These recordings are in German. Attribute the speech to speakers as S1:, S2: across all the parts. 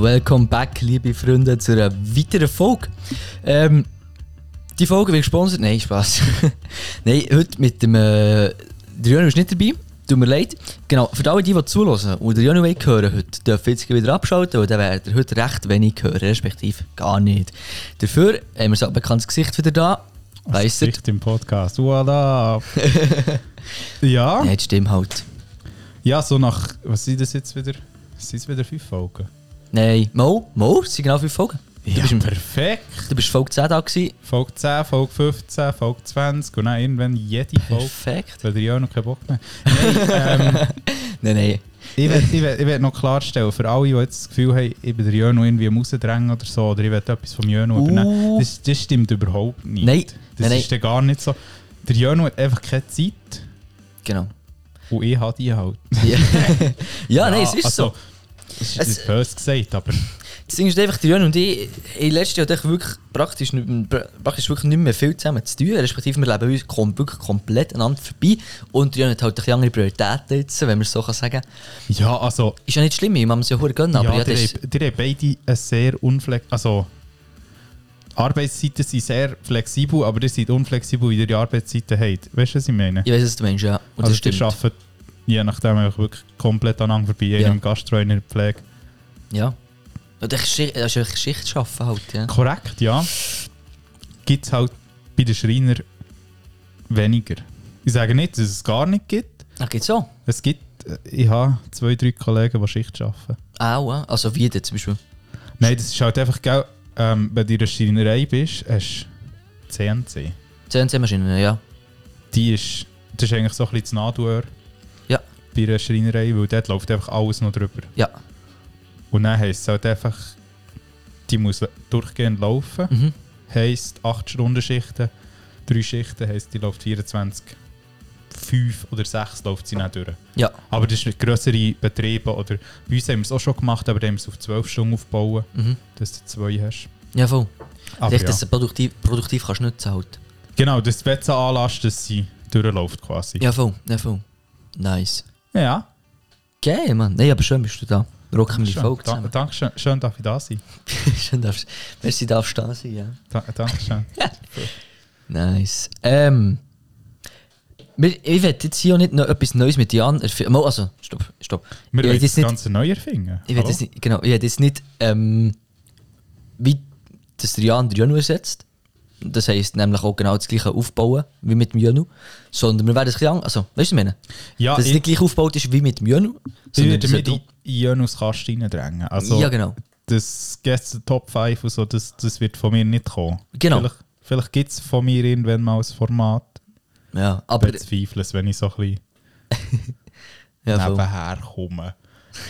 S1: welcome back, liebe Freunde, zu einer weiteren Folge. Ähm, die Folge wird gesponsert. Nein, Spaß. Nein, heute mit dem. Äh, der Janu ist nicht dabei. Tut mir leid. Genau, für alle, die, die zulassen und den Janu wollen hören heute, dürfen jetzt wieder abschalten, weil dann werdet ihr heute recht wenig hören, respektive gar nicht. Dafür haben wir so ein bekanntes Gesicht wieder da. Weißt du?
S2: Gesicht im Podcast. What up? ja.
S1: Nein, die Stimme halt.
S2: ja, so nach. Was sind das jetzt wieder? Sind es wieder fünf Folgen?
S1: Nein, Mo, Mo, es sind genau fünf Folgen. Du,
S2: Ja,
S1: bist, im,
S2: perfekt.
S1: du bist Folge 10 da gewesen.
S2: Folge 10, Folge 15, Folge 20 und dann irgendwann jede Folge.
S1: Perfekt.
S2: Weil ihr ja noch keinen Bock mehr Nein, ähm,
S1: Nein, nein.
S2: ich will- ich will- ich will noch klarstellen, für alle, die jetzt das Gefühl haben, ich will den Jöno irgendwie am rausdrängen oder so, oder ich will etwas vom Jöno übernehmen.
S1: Uh.
S2: Das, das stimmt überhaupt nicht.
S1: Nein,
S2: Das
S1: nein,
S2: ist dann gar nicht so. Der Jöno hat einfach keine Zeit
S1: Genau.
S2: und ich habe die halt.
S1: Ja, ja nein, es ist
S2: also-
S1: so.
S2: Es
S1: Es-
S2: ist nicht böse gesagt, aber
S1: Das Ding ist einfach, der Jan und ich, im letzten Jahr echt wirklich praktisch, nicht- pra- praktisch wirklich nicht mehr viel zusammen zu tun. Respektive, wir leben uns kom wirklich komplett aneinander vorbei. Und der Jan hat halt ein bisschen andere Prioritäten jetzt, wenn man es so kann sagen
S2: ja, also
S1: Ist ja nicht schlimm, ich muss es ja verdammt gönnen, aber ja,
S2: ja,
S1: das
S2: die,
S1: ist...
S2: haben, die haben beide eine sehr unflex... Also, Arbeitszeiten sind sehr flexibel, aber ihr seid unflexibel, wie ihr die Arbeitszeiten habt. Weißt du, was ich meine?
S1: Ich weiß, was du meinst, ja. Und das
S2: also,
S1: stimmt.
S2: ihr arbeitet je nachdem einfach wirklich komplett aneinander vorbei. Einer
S1: Ja.
S2: im Gastro, einer in der Pflege.
S1: Ja. Und das ist Schicht- das ist echt Schicht arbeiten halt, ja.
S2: Korrekt, ja. Gibt es halt bei den Schreiner weniger. Ich sage nicht, dass es gar nicht gibt.
S1: Ach, geht's so?
S2: Es gibt... äh, Ich habe zwei, drei Kollegen, die Schicht arbeiten.
S1: Auch, ja. Also wie denn zum Beispiel?
S2: Nein, das ist halt einfach, gell, ähm, wenn du in der Schreinerei bist, hast du CNC.
S1: CNC-Maschinen, ja.
S2: Die ist, das ist eigentlich so ein bisschen das Nadelöhr
S1: Ja.
S2: bei einer Schreinerei, weil dort läuft einfach alles noch drüber.
S1: Ja.
S2: Und dann heisst es halt einfach, die muss le- durchgehend laufen.
S1: Mhm.
S2: Heisst 8 Stunden Schichten, 3 Schichten heisst, die läuft 24, 5 oder 6 läuft sie nicht durch.
S1: Ja.
S2: Aber das ist mit grösseren Betrieben oder bei uns haben wir es auch schon gemacht, aber dann haben wir es auf 12 Stunden aufbauen,
S1: Mhm.
S2: dass du 2 hast.
S1: Ja, voll.
S2: Aber
S1: Echt,
S2: Ah, ja.
S1: dass du produktiv, produktiv kannst nutzen halt.
S2: Genau, das Bett so anlässt, dass sie durchläuft quasi.
S1: Ja, voll. Ja, voll. Nice.
S2: ja.
S1: Geil, Mann. Nein, aber schön bist du da. Rocken wir die
S2: Schön.
S1: Folge
S2: Da,
S1: zusammen.
S2: danke schön, schön, darf ich da sein.
S1: schön darfst Merci, darfst du da sein, ja.
S2: Da, danke schön.
S1: Nice. Ähm... wir- Ich will jetzt hier auch nicht noch etwas Neues mit Jan erfinden. Mal, Also, stopp, stopp.
S2: Wir
S1: Ich
S2: wollen
S1: will
S2: das
S1: jetzt nicht...
S2: Ganze neu erfinden.
S1: Ich will
S2: Hallo?
S1: jetzt nicht... Genau, ich will jetzt nicht... Ähm... Wie... Dass der Jan den Janu ersetzt. Das heisst nämlich auch genau das gleiche aufbauen wie mit dem Janu. Sondern wir werden es ein bisschen... an- Also, weißt du, was ich meine?
S2: ja,
S1: dass es
S2: ich,
S1: nicht gleich aufgebaut ist wie mit dem Janu.
S2: ich
S1: sondern
S2: würde
S1: dass
S2: mich
S1: er-
S2: in in Jönus Kasten reindrängen. Also,
S1: Ja, genau.
S2: Das gestern Top 5 und so, das, das wird von mir nicht kommen.
S1: Genau.
S2: Vielleicht, vielleicht gibt es von mir irgendwann mal ein Format.
S1: Ja, aber...
S2: Aber zweifle es, wenn ich so ein bisschen
S1: Ja, voll.
S2: nebenher komme.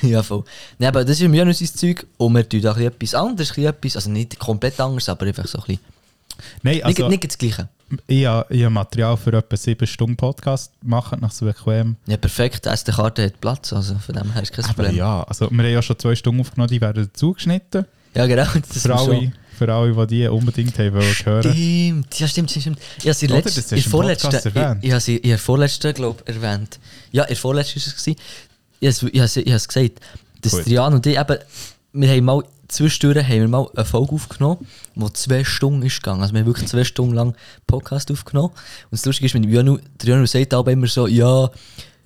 S1: Ja, voll. Nee, aber das ist im Janu sein Zeug und wir tun da ein bisschen etwas anderes, ein bisschen etwas, also nicht komplett anders, aber einfach so ein bisschen...
S2: Nein,
S1: Nicht,
S2: also,
S1: nicht das Gleiche.
S2: Ich, habe, ich habe Material für etwa 7 Stunden Podcast. Macht nach so bequem.
S1: Ja, perfekt, die SD-Karte hat Platz, also von dem her ist kein
S2: Aber
S1: Problem. Ja.
S2: ja, also wir haben ja schon zwei Stunden aufgenommen, die werden zugeschnitten.
S1: genau, das ist
S2: Für
S1: schon...
S2: alle, für alle, die die unbedingt haben wollen hören.
S1: Stimmt, ja stimmt, stimmt, stimmt. Ich habe sie
S2: Oder?
S1: letzt,
S2: Das hast
S1: in
S2: du im
S1: vorletzten,
S2: Podcast
S1: ich,
S2: erwähnt.
S1: ich habe sie in der vorletzten, glaube ich, erwähnt. Ja, in der vorletzten war es. gewesen. Ich habe es- ich habe es- ich habe es gesagt, dass
S2: Gut.
S1: Drian und ich eben, wir haben mal, zwischendurch haben wir mal eine Folge aufgenommen, die zwei Stunden ist gegangen. Also wir haben wirklich zwei Stunden lang Podcast aufgenommen. Und das Lustige ist, mit dem Janu, der Janu sagt aber immer so, ja,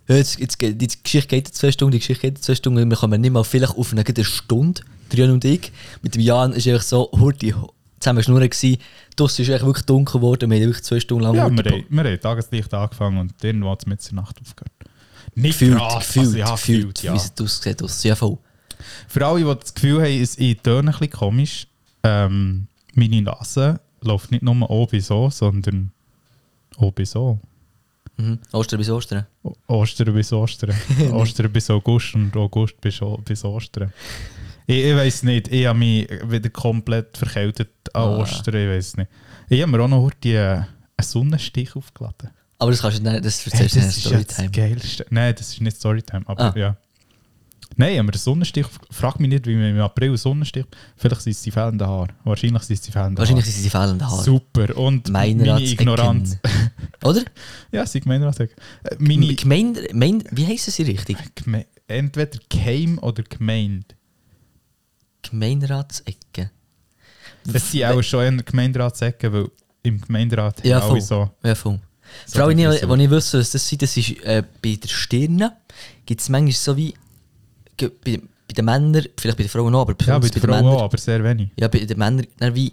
S1: jetzt, jetzt, geht- die Geschichte geht in zwei Stunden, die Geschichte geht in zwei Stunden, wir kommen nicht mal vielleicht auf eine gute Stunde, der Janu und ich. Mit dem Jan ist einfach so, hurti, zusammen schnurren gewesen. Draussen ist echt wirklich dunkel geworden, wir haben wirklich zwei Stunden lang
S2: Ja,
S1: Hurti-
S2: wir, haben, wir haben Tageslicht angefangen und dann war es mit der Nacht aufgehört. Nicht
S1: gefühlt,
S2: krass, also
S1: gefühlt,
S2: ja,
S1: gefühlt,
S2: ja.
S1: wie es aussieht, aus ja voll.
S2: Für alle, die das Gefühl haben, es ich töne ein bisschen komisch, ähm, meine Nase läuft nicht nur oben so, sondern oben so.
S1: Mhm. Ostern bis Ostern.
S2: O- Ostern bis Ostern. Ostern bis August und August bis, O- bis Ostern. Ich, ich weiß nicht, ich habe mich wieder komplett verkältet an
S1: Ah.
S2: Ostern, ich weiß nicht. Ich habe mir auch noch die, äh, einen Sonnenstich aufgeladen.
S1: Aber das kannst du nicht, das
S2: Hey,
S1: erzählst
S2: das
S1: du nicht
S2: ist genau. ja
S1: in der
S2: das
S1: Storytime.
S2: Geilste. Nein, das ist nicht Storytime, aber
S1: Ah.
S2: ja. Nein, ich habe mir einen Sonnenstich aufge- Frag mich nicht, wie man im April einen Sonnenstich... Vielleicht sind es die fehlenden Haare. Wahrscheinlich sind es die fehlenden
S1: Wahrscheinlich
S2: Haare.
S1: sind sie fehlende Haare.
S2: Super. Und meine
S1: Gemeinderats-
S2: Ignoranz.
S1: Oder?
S2: ja, sie Gemeinderat. Äh, Meine...
S1: Gemeinde, Gemeinde, wie heissen sie richtig?
S2: Geme entweder Game oder Gemeinde.
S1: Gemeinderatsecke.
S2: Das sind auch schon in der Gemeinderatsäcke, weil im Gemeinderat
S1: Ja,
S2: haben alle
S1: voll.
S2: so.
S1: Ja, voll.
S2: So
S1: Vor allem,
S2: die
S1: wenn ich,
S2: Frisur.
S1: wenn ich wüsste, was das sind, das ist äh, bei der Stirn, gibt es manchmal so wie ge- bei, bei den Männern, vielleicht bei den Frauen auch, aber
S2: Ja, bei
S1: besonders
S2: der
S1: den
S2: Frau
S1: Männern-
S2: auch, aber sehr wenig.
S1: Ja, bei den Männern, dann wie,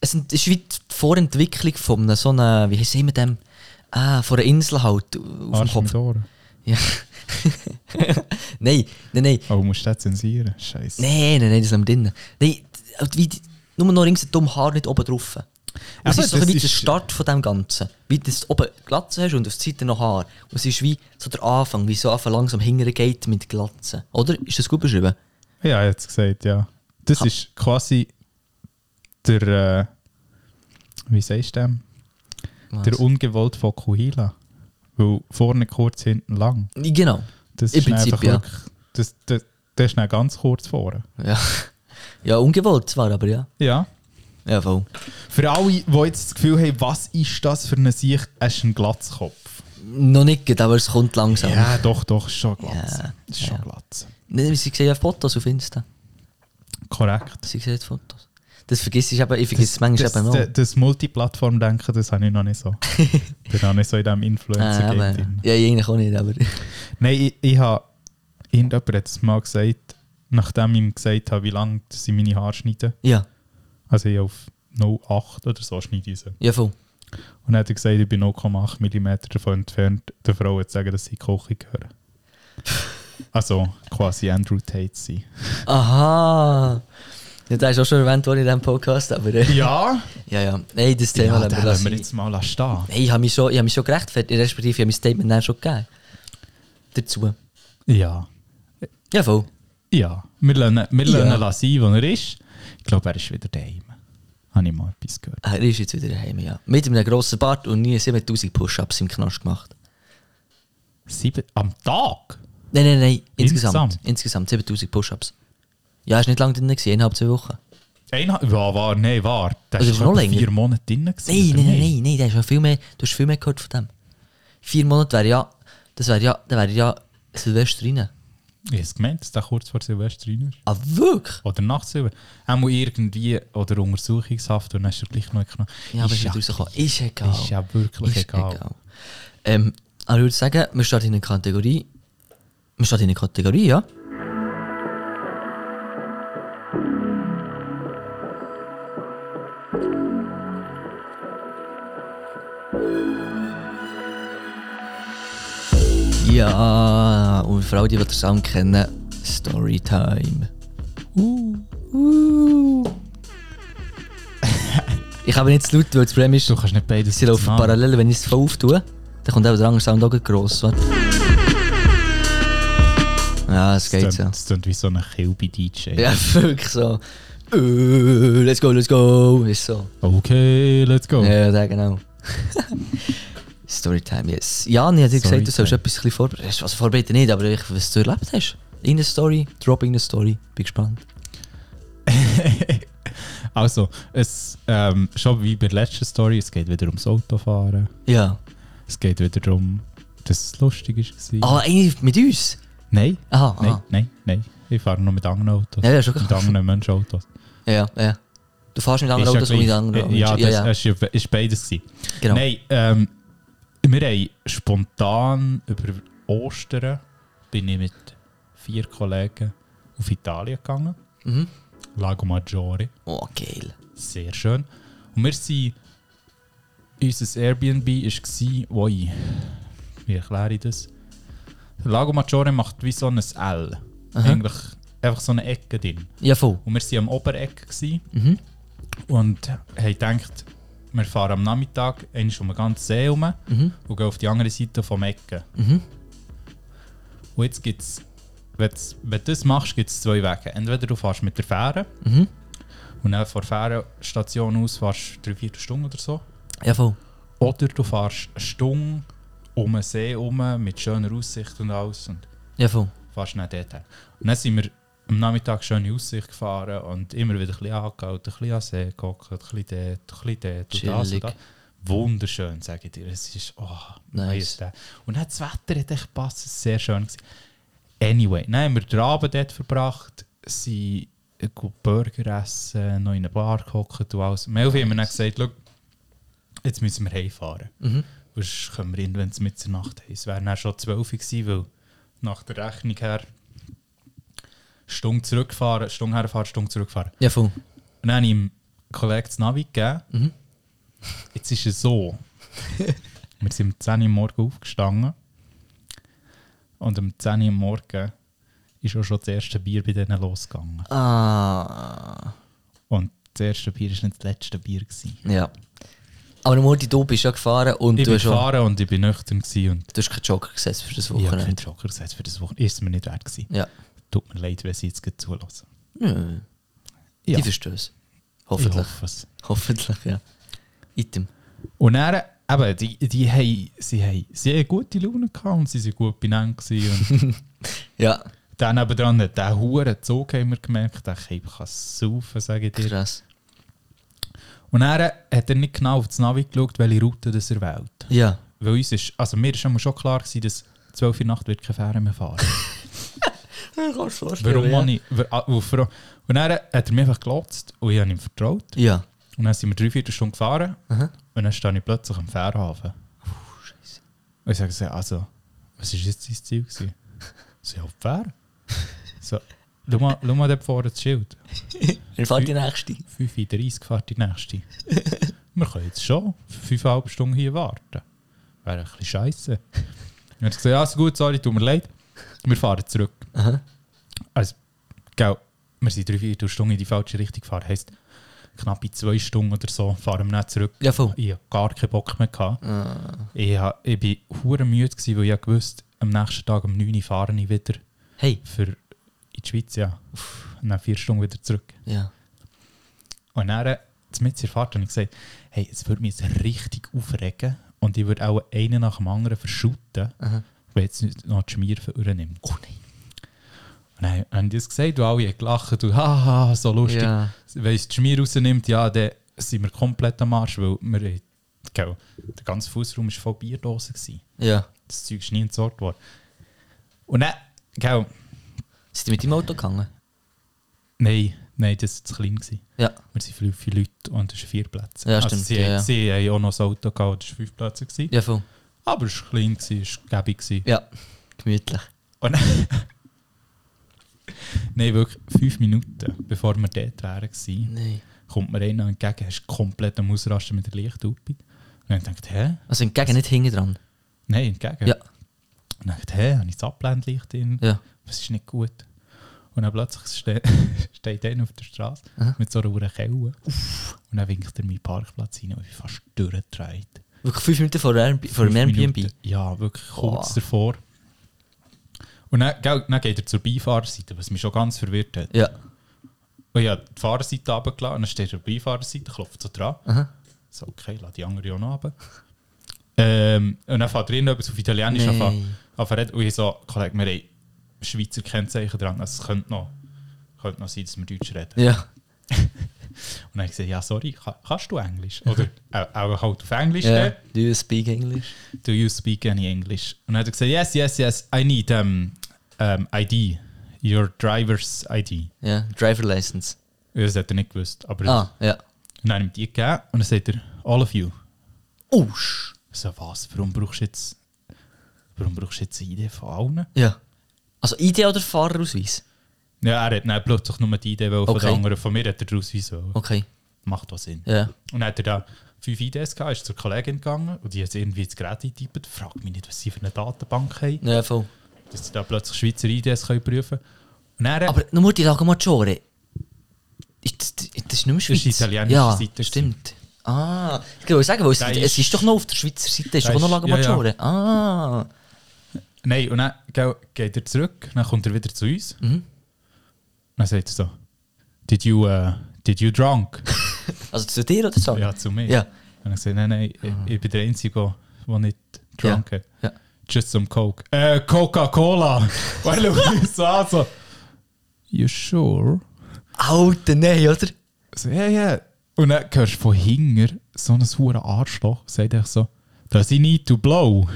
S1: es sind- es ist wie die Vorentwicklung von einer, so einer, wie heißt immer dem, ah, von einer Insel halt, auf dem
S2: Arsch
S1: Kopf.
S2: mit Ohren.
S1: Ja. nein, nein, nein.
S2: Aber du musst das zensieren. Scheiße.
S1: Nein, nein, nein, das lassen wir drinnen. Nein, halt wie, die- nur noch rings ein dummes Haar nicht oben drauf. Und Es
S2: Aber
S1: ist so ein
S2: das
S1: wie der
S2: ist-
S1: Start von dem Ganzen. Wie du es oben Glatze hast und auf der Seite noch Haar. Und es ist wie so der Anfang, wie so einfach langsam hinterher geht mit Glatze. Oder? Ist das gut beschrieben?
S2: Ja, jetzt gesagt, ja. Das
S1: Ha-
S2: ist quasi der, äh, wie sagst du dem? Der ungewollte Fokuhila. Weil vorne kurz, hinten lang.
S1: Genau.
S2: Das
S1: Im
S2: ist dann
S1: Prinzip,
S2: einfach
S1: ja.
S2: wirklich, das, das, das ist dann ganz kurz vorne.
S1: Ja. ja, ungewollt zwar, aber ja.
S2: Ja.
S1: Ja, voll.
S2: Für alle, die jetzt das Gefühl haben, was ist das für eine Sicht, es ist ein Glatzkopf.
S1: Noch nicht, gerade, aber es kommt langsam. Ja.
S2: Ja, doch, doch, ist schon Glatz.
S1: Ja,
S2: Ist schon
S1: ja.
S2: Glatz.
S1: Sie sehen ja Fotos auf Insta.
S2: Korrekt.
S1: Sie sehen Fotos. Das vergisst ich eben, ich vergesse es manchmal
S2: das,
S1: eben auch.
S2: das, das Multiplattform-Denken, das habe ich noch nicht so. Bin noch nicht so in diesem
S1: Ah,
S2: Influencer-Game
S1: aber,
S2: drin.
S1: ja, ich eigentlich auch nicht, aber.
S2: Nein, ich, ich habe irgendjemand hat es mal gesagt, nachdem ich ihm gesagt habe, wie lange sie meine Haare schneiden.
S1: ja,
S2: Also ich auf 0,8 oder so schneide ich sie. Und
S1: ja, voll.
S2: dann hat er gesagt, ich bin 0,8 mm davon entfernt, der Frau zu sagen, dass sie Koche gehören. Also quasi Andrew Tate sein.
S1: Aha! Ja, das ist auch schon erwähnt worden in diesem Podcast, aber. Äh,
S2: Ja,
S1: ja, ja. Nein, das Thema
S2: ja
S1: lassen
S2: den
S1: wir lassen.
S2: lassen wir jetzt mal stehen.
S1: Nein, ich habe mich schon, ich habe mich schon gerechtfertigt, respektive ich habe mein Statement dann schon gegeben. Dazu.
S2: Ja,
S1: Ja, voll.
S2: ja. Wir lassen, wir
S1: Ja.
S2: lassen ihn sein, wo er ist. Ich glaube, er ist wieder daheim. Habe ich mal etwas gehört.
S1: Ah, Er ist jetzt wieder daheim, ja. Mit einem grossen Bart und nie 7000 Push-Ups im Knast gemacht.
S2: Sieben, am Tag?
S1: Nein, nein, nein. Insgesamt.
S2: Insgesamt?
S1: Insgesamt, 7000 Push-Ups. Ja, ist nicht lange drin, gewesen, innerhalb zwei Wochen.
S2: Einer, ja, war, nein, war. Das
S1: Also
S2: war
S1: ist noch
S2: etwa
S1: länger?
S2: vier Monate drin.
S1: Nein, nein, nein, nein, nein, der ist noch viel mehr, du hast viel mehr gehört von dem. Vier Monate wäre ja, das wäre ja, da wäre ja Silvester rein.
S2: Ich habe es gemeint, dass der kurz vor Silvester rein ist.
S1: Ah, wirklich?
S2: Oder nach Silvester. Er muss irgendwie, oder Untersuchungshaft, und dann ist er gleich noch genommen.
S1: Ja, aber ist nicht rausgekommen. Ist egal.
S2: Ist ja wirklich
S1: Ist
S2: egal.
S1: Ähm, aber ich würde sagen, wir starten in eine Kategorie. Wir starten in eine Kategorie, ja? Ja, und für alle, die den Sound kennen, Storytime. Uh. Uh. ich habe nicht zu laut, weil das Problem ist,
S2: Du kannst nicht beides
S1: Sie laufen
S2: zusammen.
S1: parallel, wenn ich es voll auftue, dann kommt auch der andere Sound auch gleich gross. Warte. Ja, es
S2: Das
S1: geht
S2: tönt-
S1: so.
S2: Das klingt wie so ein Kilby-DJ.
S1: Ja, wirklich so. Äh, Let's go, let's go. Ist so.
S2: Okay, let's go.
S1: Ja, ja, genau. Storytime, yes. Jan, ich habe dir gesagt, du sollst
S2: Storytime.
S1: etwas ein bisschen vorbereiten. Also vorbereiten nicht, aber ich, was du erlebt hast. In der Story, drop in der Story. Bin gespannt.
S2: Also, es, ähm, schon wie bei der letzten Story, es geht wieder ums Autofahren.
S1: Ja.
S2: Es geht wieder darum, dass es lustig war.
S1: Ah, eine mit uns?
S2: Nein,
S1: Aha,
S2: nein,
S1: aha.
S2: nein, nein. Ich fahre nur mit anderen Autos.
S1: Ah, Ja, ja, schon
S2: mit
S1: klar.
S2: anderen Menschen Autos.
S1: Ja, ja. Du fährst mit anderen
S2: Ist ja
S1: Autos und mit
S2: gleich.
S1: anderen Autos.
S2: Äh, Ja,
S1: ja,
S2: das
S1: ja.
S2: das ist, ja- ist beides. gewesen.
S1: Genau.
S2: Nein, ähm, wir haben spontan über Ostern bin ich mit vier Kollegen auf Italien gegangen.
S1: Mhm.
S2: Lago Maggiore.
S1: Oh, geil.
S2: Sehr schön. Und wir sind. Unser Airbnb war. Woi. Wie erkläre ich das? Lago Maggiore macht wie so ein L.
S1: Aha.
S2: Eigentlich einfach so eine Ecke drin.
S1: Ja, voll.
S2: Und wir waren am Obereck gewesen
S1: Mhm.
S2: und haben gedacht, wir fahren am Nachmittag einmal um den ganzen See herum
S1: Mhm.
S2: und gehen auf die andere Seite vom Ecken.
S1: Mhm.
S2: Und jetzt gibt es, wenn du das machst, gibt es zwei Wege. Entweder du fährst mit der Fähre
S1: Mhm.
S2: und dann von der Fährenstation aus fährst du drei, vier Stunden oder so.
S1: Ja, voll.
S2: Oder du fährst eine Stunde um den See herum mit schöner Aussicht und alles und
S1: Ja, voll.
S2: fährst dann dort her. Und dann sind wir am Nachmittag schöne Aussicht gefahren und immer wieder ein bisschen angehalten, ein bisschen an den See geguckt, ein bisschen dort, ein bisschen dort und das
S1: Chillig.
S2: und das. Wunderschön, sage ich dir. Es ist, oh,
S1: Nice.
S2: Majestät. Und dann das Wetter hat echt gepasst, es war sehr schön. Gewesen. Anyway, dann haben wir den Abend dort verbracht, sind ich gehe Burger essen, noch in eine Bar gehockt und alles. Melfi hat mir dann gesagt, «Schau, jetzt müssen wir heimfahren.
S1: Mhm.
S2: Sonst können wir irgendwann mit zur Nacht heim. Es wären dann schon 12 Uhr gewesen, weil nach der Rechnung her Stunde zurückfahren, Stunde herfahren, Stunde zurückfahren.
S1: Ja, voll.
S2: Und dann habe ich dem Kollegen das Navi gegeben.
S1: Mhm.
S2: Jetzt ist es so. wir sind um 10 Uhr am morgen aufgestanden. Und um 10 Uhr am morgen ist auch schon das erste Bier bei denen losgegangen.
S1: Ah.
S2: Und das erste Bier war nicht das letzte Bier. Gewesen.
S1: Ja. Aber nur die du bist ja gefahren und
S2: Ich
S1: du
S2: bin
S1: hast, auch,
S2: gefahren und ich bin nüchtern. gewesen Und
S1: du hast keinen Joker gesetzt für das
S2: ich habe keinen
S1: Wochenende.
S2: Joker gesetzt für das Wochenende. Ist es mir nicht wert gewesen.
S1: Ja.
S2: Tut mir leid, wenn sie jetzt gleich zulassen.
S1: Hm.
S2: Ja.
S1: Die verstehen es.
S2: Ich
S1: Hoffentlich.
S2: hoffe es.
S1: Hoffentlich, ja. Item.
S2: Und dann, eben, die, die haben, sie, haben, sie haben gute Laune gehabt und sie waren gut benannt. gewesen Und
S1: Ja,
S2: Dann nebendran, der hure Zug haben wir gemerkt, der Kipp kann saufen, sage ich dir.
S1: krass.
S2: Und er hat eh, er nicht genau auf das Navi geschaut, welche Route das er wählt.
S1: Ja.
S2: Weil uns ist, also mir ist einmal schon klar gewesen, dass 12 Uhr Nacht wird keine Fähre mehr fahren. Warum ja. ich, wa- ah, wo- vor- Und dann hat er mir einfach gelotzt und ich habe ihm vertraut.
S1: Ja.
S2: Und dann sind wir drei, vier Stunden gefahren
S1: Aha.
S2: und dann stand ich plötzlich am Fährhafen. Und ich sage so, also, was war jetzt dein Ziel? Gewesen? So, ja, die Fähre. So, schau mal, schau mal dort vorne das Schild.
S1: Dann fährt die nächste.
S2: 5.30 Uhr fährt die nächste. wir können jetzt schon 5,5 Stunden hier warten. Wäre ein bisschen scheiße. Dann hat er gesagt, ja, ist gut, sorry, tut mir leid. Wir fahren zurück.
S1: Aha.
S2: Also, gell, wir sind drei, vier Stunden in die falsche Richtung gefahren. Heißt, knappe zwei Stunden oder so fahren wir nicht zurück.
S1: Ja, voll.
S2: Ich hatte gar keinen Bock mehr. Gehabt.
S1: Uh,
S2: Ich, hab, ich war hure müde, gewesen, weil ich hab gewusst am nächsten Tag um 9 Uhr fahre ich wieder
S1: Hey.
S2: für in die Schweiz. Ja. Und dann vier Stunden wieder zurück.
S1: Ja.
S2: Und dann, mit der Fahrt, habe ich gesagt, hey, es würde mich jetzt richtig aufregen und ich würde auch einen nach dem anderen verschütten,
S1: Aha.
S2: wenn jetzt nicht noch die Schmierfe nimmt.
S1: Oh nein.
S2: Und dann haben die das gesagt und alle haben gelacht und haha, so lustig.
S1: Ja.
S2: Wenn es die Schmier rausnimmt, ja, dann sind wir komplett am Arsch, weil wir, haben- gell, der ganze Fußraum war voll Bierdosen. Gewesen.
S1: Ja.
S2: Das Zeug ist nie entsorgt worden. Und dann, gell,
S1: Sind die mit dem Auto gegangen?
S2: nein, nein, das war zu klein. Gewesen.
S1: Ja.
S2: Wir sind fünf Leute und es sind vier Plätze.
S1: Ja, stimmt,
S2: also sie,
S1: ja, ja.
S2: sie haben auch noch das Auto gehabt, das war fünf Plätze. Gewesen.
S1: Ja, voll.
S2: Aber es war klein, gewesen, es war gäbig. gewesen.
S1: Ja. Gemütlich.
S2: Und Nein, wirklich, fünf Minuten bevor wir dort wären, gewesen,
S1: Nein.
S2: kommt mir einer entgegen, er ist komplett am Ausrasten mit der Lichthupe. Und dann dachte ich, hä?
S1: Also entgegen, nicht hinten dran.
S2: Nein, entgegen.
S1: Ja.
S2: Und dann dachte ich, hä, habe ich das Abblendlicht drin?
S1: Ja.
S2: Was ist nicht gut? Und dann plötzlich ste steht einer auf der Straße
S1: Aha.
S2: mit so einer verdammten Kelle. Und dann winkt er meinen Parkplatz rein und ich bin fast durchgedreht.
S1: Wirklich fünf Minuten vor, Airbnb, vor dem
S2: Fünf
S1: Airbnb.
S2: Minuten. Ja, wirklich kurz
S1: Boah.
S2: davor. Und dann, gell, dann geht er zur Beifahrerseite, was mich schon ganz verwirrt hat.
S1: Ja.
S2: Und ja, die Fahrerseite runtergelassen, und dann steht er auf der Beifahrerseite, klopft so dran.
S1: Aha.
S2: So, okay, lass die andere auch noch runter. ähm, und dann fährt er irgendwas auf Italienisch
S1: Nein.
S2: anfangen. Und ich so, Kollege, wir haben Schweizer Kennzeichen dran, also es könnte noch, könnte noch sein, dass wir Deutsch reden.
S1: Ja.
S2: Und dann habe ich gesagt, ja, sorry, ka kannst du Englisch? Oder äh, auch halt auf Englisch,
S1: ja.
S2: ne?
S1: Do you speak English?
S2: do you speak any English? Und dann hat er gesagt, yes, yes, yes, I need um, um, ID, your driver's ID.
S1: Ja. Driver License.
S2: Das hat er nicht gewusst. Aber
S1: Ah, ja.
S2: Und dann habe ich ihm die gegeben und dann sagt er, all of you.
S1: Usch.
S2: So, was, warum brauchst du jetzt, warum brauchst du jetzt eine ID von allen?
S1: Ja. Also ID oder Fahrerausweis?
S2: Ja, er hat dann plötzlich nur die ID wollen von
S1: Okay. Oh.
S2: den anderen, von mir hat er daraus wollen.
S1: Okay.
S2: Macht was Sinn.
S1: Ja.
S2: Und dann hat er da fünf IDs gehabt, ist zur Kollegin gegangen und die hat irgendwie ins Gerät eingetippt. Frag mich nicht, was sie für eine Datenbank haben,
S1: Ja, voll.
S2: dass sie da plötzlich Schweizer IDs können prüfen können. Und dann,
S1: Aber nur die Lago Maggiore. Ist Das, das ist nicht mehr Schweiz.
S2: die italienische
S1: ja,
S2: Seite.
S1: Stimmt. Ah, ich wollte sagen, weil es,
S2: Da
S1: es
S2: ist-
S1: ist doch noch auf der Schweizer Seite, ist
S2: da
S1: doch noch
S2: ist-
S1: Lago
S2: ja, ja.
S1: Maggiore. Ah,
S2: Nein, und dann gell, geht er zurück, dann kommt er wieder zu uns.
S1: Mhm.
S2: Dann sagt er so, did you, äh, did you drunk?
S1: also zu dir oder so?
S2: ja, zu mir.
S1: Ja.
S2: Und ich sage, nein, nein, ich, ich bin der Einzige, der nicht drunk hat.
S1: Ja.
S2: Just some Coke. Äh, Coca-Cola. Weil er uns so an, so, you sure?
S1: Alter, nein, oder?
S2: So, ja, ja. Und dann hörst du von hinger so einen sauren Arschloch, sagt er so, does he need to blow?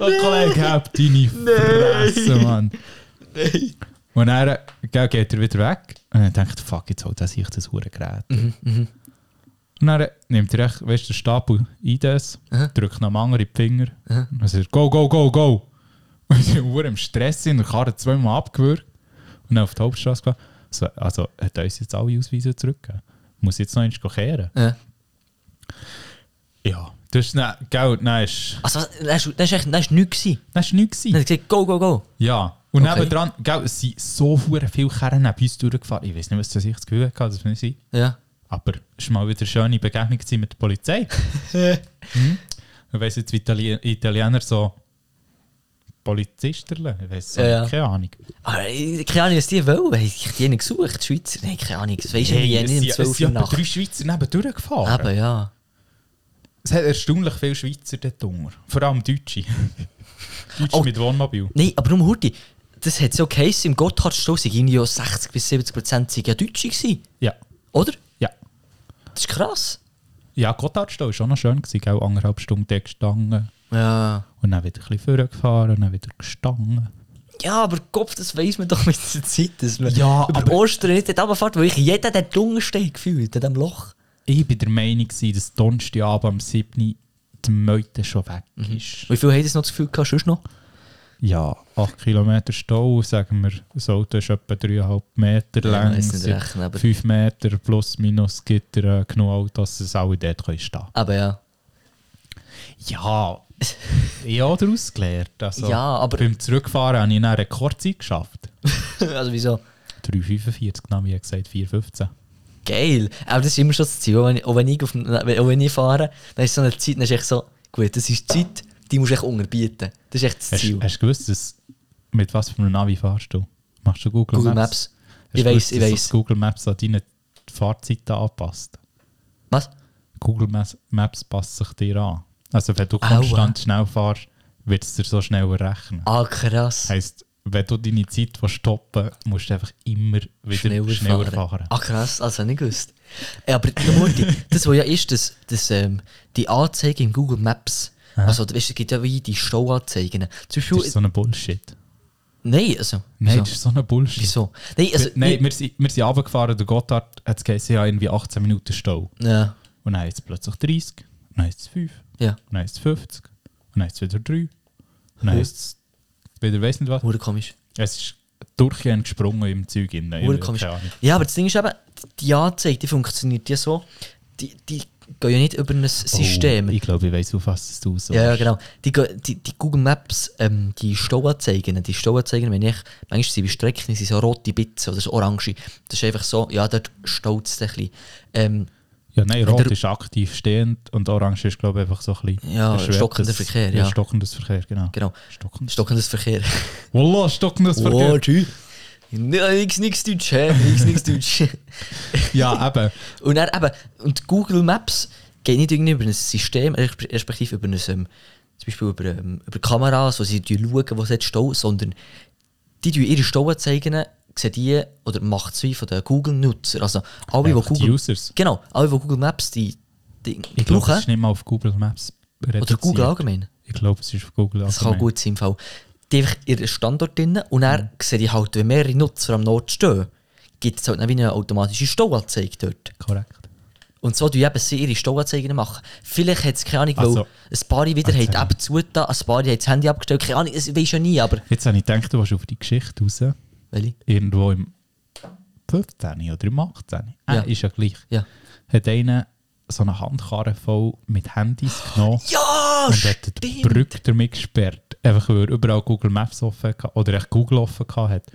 S2: Oh, so, Kollege, hab deine Fresse, Mann.
S1: Nein.
S2: Und Und dann äh, gell, geht er wieder weg. Und dann denkt, fuck, jetzt holt er sich das Hurengerät.
S1: Mhm, mhm.
S2: Und dann nimmt er echt, weißt, du, den Stapel IDs,
S1: Aha.
S2: drückt noch am anderen in die Finger.
S1: Aha.
S2: Und dann sagt, go, go, go, go. Und sie waren im Stress in der Karre zweimal abgewürgt und dann auf die Hauptstraße gefahren. So, also, hat er uns jetzt alle Ausweise zurückgegeben? Muss jetzt noch eins kehren?
S1: Ja.
S2: Ja. Das ist, ne, gell, nein, ist,
S1: Also, was- das war echt das ist nichts. gewesen.
S2: das ist nichts
S1: Dann
S2: gewesen.
S1: hat er gesagt, go, go, go.
S2: Ja. Und
S1: Okay.
S2: nebendran, gell, es sind so hure viele Kerren neben uns durchgefahren. Ich weiß nicht, was das ich das Gefühl hatte, dass wir nicht sind.
S1: Ja.
S2: Aber es war mal wieder eine schöne Begegnung gewesen mit der Polizei. mhm. Ich weiss jetzt, wie Italien Italiener so Polizisterle, ich weiss
S1: Ja, ja.
S2: keine Ahnung.
S1: Aber ich, keine Ahnung, was die wollen. Haben sich die nicht gesucht, die Schweizer? Nein, keine Ahnung. Das weisst du
S2: Hey,
S1: ja
S2: es
S1: nicht um
S2: sind- es
S1: 12
S2: sind
S1: Uhr
S2: etwa
S1: nachts.
S2: drei Schweizer neben durchgefahren.
S1: Eben, ja.
S2: Es hat erstaunlich viele Schweizer dort unter. Vor allem Deutsche. Deutsche
S1: Oh.
S2: mit Wohnmobil.
S1: Nein, aber nur Hurti, das hat so geheißen, im Gotthardstoss waren irgendwie auch 60 bis 70 Prozent ja Deutsche gewesen,
S2: Ja.
S1: oder?
S2: Ja.
S1: Das ist krass.
S2: Ja, Gotthardstall war auch noch schön. Gewesen, gell? Anderthalb Stunden dort gestanden.
S1: Ja.
S2: Und dann wieder ein bisschen vorgefahren und dann wieder gestanden.
S1: Ja, aber Kopf, das weiss man doch mit der Zeit, dass man
S2: Ja,
S1: über
S2: aber-
S1: Ostern nicht dort runterfährt, weil ich jeder den Dungen steht gefühlt, in diesem Loch.
S2: Ich bin der Meinung, gewesen, dass Donnerstagabend am 7. die Meute schon weg
S1: Mhm.
S2: ist.
S1: Wie viel haben das noch das Gefühl gehabt, sonst noch?
S2: Ja, 8 Kilometer Stau, sagen wir, das Auto ist etwa 3,5 Meter
S1: Ja, man
S2: lang.
S1: weiss nicht
S2: sind
S1: rechnen, aber-
S2: 5 Meter plus minus gibt er äh, genug Autos, dass es alle dort können stehen
S1: Aber ja.
S2: Ja, ich habe daraus gelernt. Also,
S1: Ja, aber-
S2: Beim Zurückfahren habe ich eine Rekordzeit geschafft.
S1: also wieso?
S2: 3,45, genau wie gesagt, 4,15.
S1: Geil. Aber das ist immer schon das Ziel. Auch wenn ich, auch wenn ich, auf, dem- auch wenn ich fahre, dann ist so eine Zeit, dann ist echt so, gut, das ist die Zeit, die musst du echt unterbieten. Das ist echt das
S2: Hast,
S1: Ziel.
S2: hast du gewusst, dass, mit was für einem Navi fährst du? Machst du Google,
S1: Google Maps.
S2: Maps? Hast du
S1: Ich
S2: gewusst,
S1: weiß, ich
S2: dass
S1: weiß.
S2: das Google Maps an deine Fahrzeiten anpasst?
S1: Was?
S2: Google Mas- Maps passt sich dir an. Also wenn du
S1: Aua.
S2: konstant schnell fährst, wird es dir so schnell errechnen.
S1: Ah, krass.
S2: Heißt, wenn du deine Zeit willst stoppen musst du einfach immer wieder schneller, fahren.
S1: Ah, krass, also nicht gewusst. Ja, aber der Mutti, das, was ja ist, dass, dass ähm, die Anzeige in Google Maps, also du weißt, es gibt ja wie die Show-Anzeigen. Zum
S2: Das
S1: Beispiel,
S2: ist so ein Bullshit.
S1: nein, also,
S2: Nein,
S1: wieso?
S2: das ist so ein Bullshit.
S1: wieso? Nein, also,
S2: Nein, wir sind, wir sind runtergefahren, der Gotthard hat es geheißen, ja, irgendwie 18 Minuten Stau.
S1: ja,
S2: Und dann ist es plötzlich 30, und dann ist es 5, und
S1: ja,
S2: dann ist es 50, und dann ist es wieder 3, und dann
S1: Hm.
S2: ist es wieder weiss nicht was.
S1: hure komisch.
S2: Es ist durchgehend gesprungen im Zeug. In,
S1: Hure komisch. Ja, aber das Ding ist eben, die Anzeige, die funktioniert ja so, die, die gehen ja nicht über ein System.
S2: Oh, ich glaube, ich weiß, auf was du so
S1: Ja, ja, genau. Die, Go- die, die Google Maps, ähm, die Stauanzeigen, die Stauanzeigen, wenn ich, manchmal sind bei Strecken sind so rote Bits oder so orange. Das ist einfach so, ja, dort staut es ein bisschen. Ähm,
S2: Ja, nein,
S1: Wenn
S2: rot
S1: der-
S2: ist aktiv stehend und orange ist, glaube ich, einfach so ein bisschen...
S1: Ja,
S2: erschwertes-
S1: stockender Verkehr, ja.
S2: Stockendes Verkehr, genau.
S1: genau.
S2: Stockendes...
S1: Stockendes Verkehr.
S2: Wallah, stockendes
S1: Oh,
S2: Verkehr.
S1: tschüss. Nix, nix Deutsch, hä? Nix, nix Deutsch.
S2: Ja, eben.
S1: und dann eben, und Google Maps geht nicht irgendwie über ein System, respe- respektive über ein, ähm, zum Beispiel über, ähm, über Kameras, wo sie die schauen, wo es jetzt Stau, sondern die tun ihre Stauanzeigen, sehen die, oder macht es wie von den Google-Nutzer. Also alle,
S2: Einfach
S1: die Google...
S2: Users.
S1: Genau, alle, die Google Maps die, die
S2: Ich glaube, es
S1: brauchen,
S2: ist nicht mal auf Google Maps
S1: oder
S2: reduziert.
S1: Google allgemein,
S2: Ich glaube, es ist auf Google
S1: das kann gut sein im Fall, die einfach ihren Standort drinnen und dann
S2: Mhm.
S1: sehen die halt, wenn mehrere Nutzer am Nord stehen, gibt es halt dann wie eine automatische Stauanzeige dort.
S2: Korrekt.
S1: Und so die eben sie ihre Stauanzeigen machen. Vielleicht hat es keine Ahnung,
S2: Ach
S1: weil
S2: so.
S1: ein paar wieder
S2: Ah,
S1: haben die
S2: sorry.
S1: App zugetan, ein paar haben das Handy abgestellt. Keine Ahnung, das weiß ja nie, aber.
S2: Jetzt habe ich gedacht, du warst auf die Geschichte raus.
S1: Welche?
S2: Irgendwo im 15. oder im 18. Ah,
S1: Ja.
S2: ist ja gleich.
S1: Ja.
S2: Hat einer so eine Handkarre voll mit Handys genommen.
S1: Ja!
S2: Und hat die
S1: stimmt.
S2: Brücke damit gesperrt. Einfach weil er überall Google Maps offen hatte, oder echt Google offen hatte.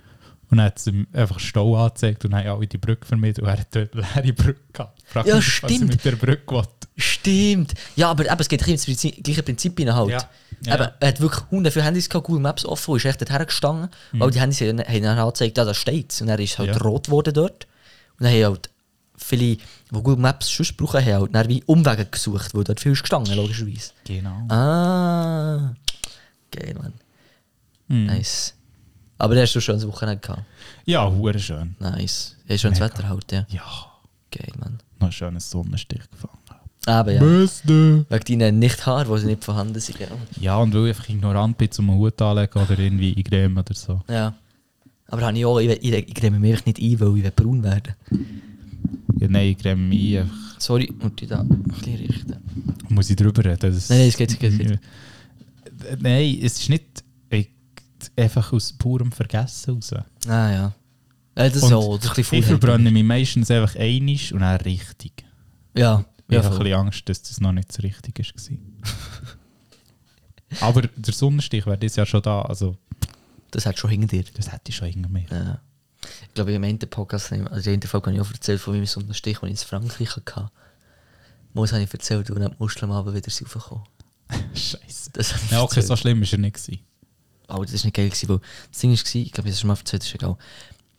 S2: Und dann hat es ihm einfach Stau angezeigt und haben alle die Brücke vermittelt und er hat dort eine leere Brücke gehabt. Frag
S1: Ja,
S2: mich, was er
S1: stimmt.
S2: mit der Brücke will.
S1: Stimmt. Ja, aber eben, es geht ein bisschen ins gleiche Prinzip hinein halt.
S2: Ja. Ja.
S1: Eben, er hat wirklich hundert viele Handys gehabt, Google Maps offen, und ist echt dort hergestanden. Weil die Handys haben haben dann angezeigt, ja, da steht es. Und er ist halt
S2: Mhm. Ja.
S1: rot geworden dort. Und dann haben halt viele, die Google Maps sonst brauchen, haben halt dann wie Umwege gesucht, weil dort viel ist gestanden, logischerweise.
S2: Genau.
S1: Ah. Geil, Mann. Mhm. Nice. Aber der hast du schon ein Wochenende gehabt.
S2: Hm. Ja, hure schön.
S1: Nice. Ja, schönes Wetter halt, ja.
S2: Ja,
S1: Geil, Mann.
S2: noch einen schönen Sonnenstich gefangen.
S1: Aber ja.
S2: Beste!
S1: Wegen deinen Nicht-Haaren, die sie nicht vorhanden sind. gell?
S2: Ja, und weil ich einfach ignorant bin, zum einen Hut anlegen oder irgendwie in Creme oder so.
S1: Ja. Aber habe ich auch, ich, ich, ich creme mich einfach nicht ein, weil ich will braun werden
S2: Ja, nein, ich creme mich ein. einfach.
S1: Sorry, muss ich da ein bisschen richten.
S2: Muss ich drüber reden? Das
S1: Nein, nein, es geht, es geht, es geht.
S2: Nein, es ist nicht ich, einfach aus purem Vergessen raus.
S1: Ah ja. Äh, das ist
S2: Und
S1: so, das ist ein bisschen
S2: Ich
S1: Faulheit.
S2: verbrenne mich meistens einfach einig und dann richtig.
S1: Ja,
S2: Ich
S1: ja,
S2: habe ein
S1: voll.
S2: bisschen Angst, dass das noch nicht so richtig war. Aber der Sonnenstich wäre dieses Jahr schon da, also
S1: das hat schon hinter dir.
S2: das hätte ich schon irgendwie.
S1: Ja. Ich glaube, im einen Podcast, also in der Folge habe ich auch erzählt, von meinem Sonnenstich, den ich in Frankreich hatte. Muss habe ich erzählt, und dann die Muscheln am Abend wieder raufgekommen.
S2: Scheiße.
S1: Das habe ich
S2: Ja, okay,
S1: erzählt.
S2: so schlimm war er nicht. gewesen.
S1: Aber das war nicht geil, gewesen, weil das Ding war, ich glaube, das ist schon mal erzählt, das ist egal.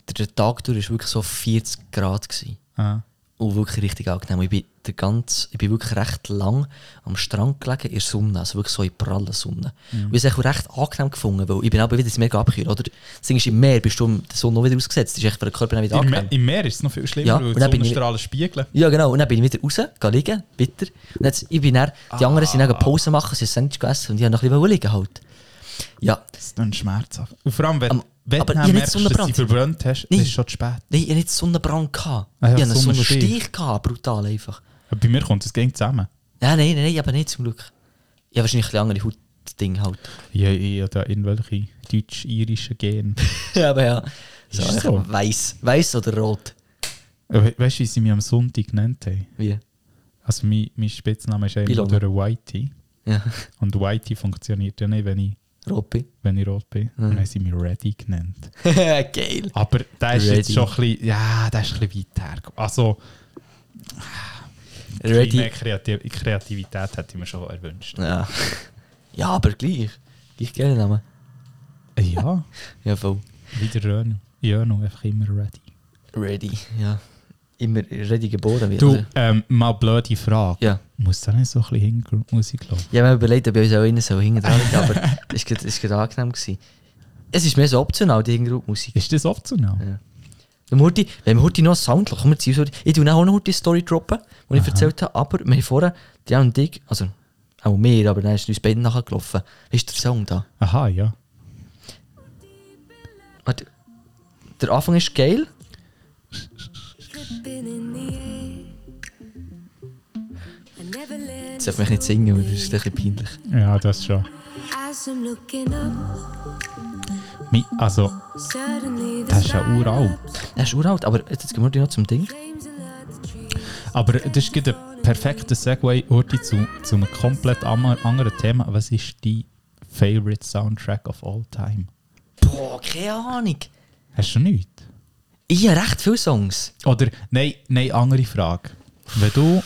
S1: Der, der Tag durch war wirklich so 40 Grad. Gewesen.
S2: Ah.
S1: Und wirklich richtig angenehm. Ich bin, der ganz, ich bin wirklich recht lang am Strand gelegen, in der Sonne, also wirklich so in praller Sonne. Und ich
S2: Mhm.
S1: habe es echt recht angenehm gefunden, weil ich bin aber wieder ins Meer abgekühlt, oder? Das Ding ist, im Meer bist du der Sonne noch wieder ausgesetzt, das ist echt für den Körper dann wieder
S2: Im,
S1: angenehm.
S2: Me- Im Meer ist es noch viel schlimmer,
S1: Ja,
S2: weil
S1: und
S2: die
S1: dann bin ich-
S2: Sonnenstrahlen spiegeln.
S1: Ja, genau. Und dann bin ich wieder raus, gehe liegen, bitter. Und jetzt, ich bin dann, die anderen sind dann gegangen Pause machen, sie haben ein Sandwich gegessen und ich habe noch ein bisschen liegen halt. Ja,
S2: Das ist dann schmerzhaft. Und vor allem, wenn,
S1: Am-
S2: wenn
S1: aber
S2: du
S1: ich hab
S2: dann
S1: nicht
S2: merkst, dass du sie
S1: Sonnenbrand.
S2: verbrannt hast,
S1: Nein.
S2: ist es schon zu spät.
S1: nein, ich hatte nicht Sonnenbrand. Gehabt.
S2: Ah ja,
S1: ich hatte einen
S2: Sonnenstich.
S1: Sonnenstich, gehabt, brutal einfach.
S2: Aber Bei mir kommt es gegen zusammen.
S1: Nein, nein, nein, nein, aber nicht zum Glück. Ich habe wahrscheinlich ein bisschen andere Hautding halt.
S2: Ja, ich habe da irgendwelche deutsch-irischen Gene.
S1: Ja, aber ja. So,
S2: Ist so.
S1: Weiß. Weiß oder rot?
S2: We weißt du, wie sie mich am Sonntag genannt haben?
S1: Wie?
S2: Also, mein, mein Spitzname ist einfach
S1: Pylone.
S2: durch Whitey.
S1: Ja.
S2: Und Whitey funktioniert ja nicht, wenn ich,
S1: Rot bin.
S2: wenn ich rot
S1: Mhm.
S2: bin. Und dann haben sie mich Reddy genannt.
S1: Geil.
S2: Aber der ist jetzt
S1: Reddy.
S2: schon ein bisschen, ja, der ist ein bisschen weit hergekommen. Also, ein bisschen
S1: Ready.
S2: mehr Kreativ Kreativität hätte ich mir schon erwünscht.
S1: Ja. ja, aber gleich. Gleich gerne Namen.
S2: Ja,
S1: Ja, voll.
S2: wieder Röno. Jörno, einfach immer ready.
S1: Ready. Ja. Immer ready geboren wird.
S2: Du,
S1: oder?
S2: ähm, mal blöde Frage.
S1: also- Ja.
S2: Muss da nicht so ein bisschen Hintergrundmusik laufen?
S1: Ja, wir haben überlegt, ob ich uns auch innen so hinten dran liege, aber es war es war angenehm. Gewesen. Es ist mehr so optional, die Hintergrundmusik.
S2: Ist das optional?
S1: Ja. Wenn wir heute- Wenn wir heute noch einen Sound lassen, kommen wir zu uns. Ich tue nachher auch noch heute eine Story droppen, die ich erzählt habe, aber wir haben vorher, die und ich, also auch mehr, aber dann ist uns beiden nachher gelaufen. Wie ist der Sound da?
S2: Aha, ja.
S1: Warte. Der Anfang ist geil.
S3: Flipping in the air. I never learned
S1: Jetzt darf ich nicht singen, weil das ist ein bisschen peinlich.
S2: Ja, das schon.
S3: As I'm looking up,
S2: Mi- Also,
S3: suddenly the
S2: das ist ja uralt.
S1: Er ist uralt, aber jetzt gehen wir noch zum Ding.
S3: flames alert the tree.
S2: Aber das ist gerade ein perfekter Segway, Urti, zu, zu einem komplett ander- anderen Thema. Was ist dein favorite Soundtrack of all time?
S1: Boah, keine Ahnung.
S2: Hast du nichts?
S1: Ich habe recht viele Songs.
S2: Oder, nein, nein, andere Frage. Wenn du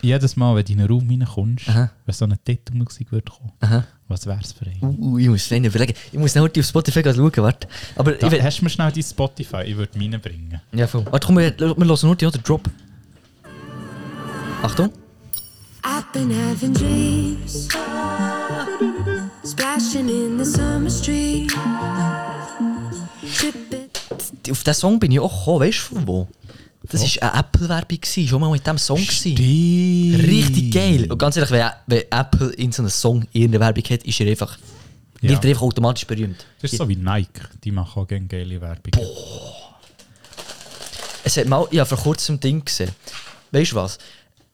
S2: jedes Mal, wenn du in einen Raum reinkommst,
S1: Aha.
S2: wenn so eine Titelmusik würde kommen,
S1: Aha.
S2: was wäre es für einen?
S1: Uh, uh, ich muss schnell überlegen. Ich muss noch heute auf Spotify gehen schauen, warte. Aber
S2: Da,
S1: ich will...
S2: hast du mir schnell dein Spotify? Ich würde meine bringen.
S1: Ja, voll. Warte, komm, wir, wir hören noch den Drop. Achtung.
S3: I've been having dreams, splashing in the summer street, tripping.
S1: Auf diesen Song bin ich auch gekommen, weißt du von wo? Das war eine Apple-Werbung, gewesen, schon mal mit diesem Song. gewesen. Richtig geil. Und ganz ehrlich, wenn, wenn Apple in so einem Song irgendeine Werbung hat, ist er einfach...
S2: Ja.
S1: Wird er einfach automatisch berühmt.
S2: Das ist so wie Nike, die machen auch gerne geile Werbung.
S1: Es hat mal, ich habe vor kurzem ein Ding gesehen. Weißt du was?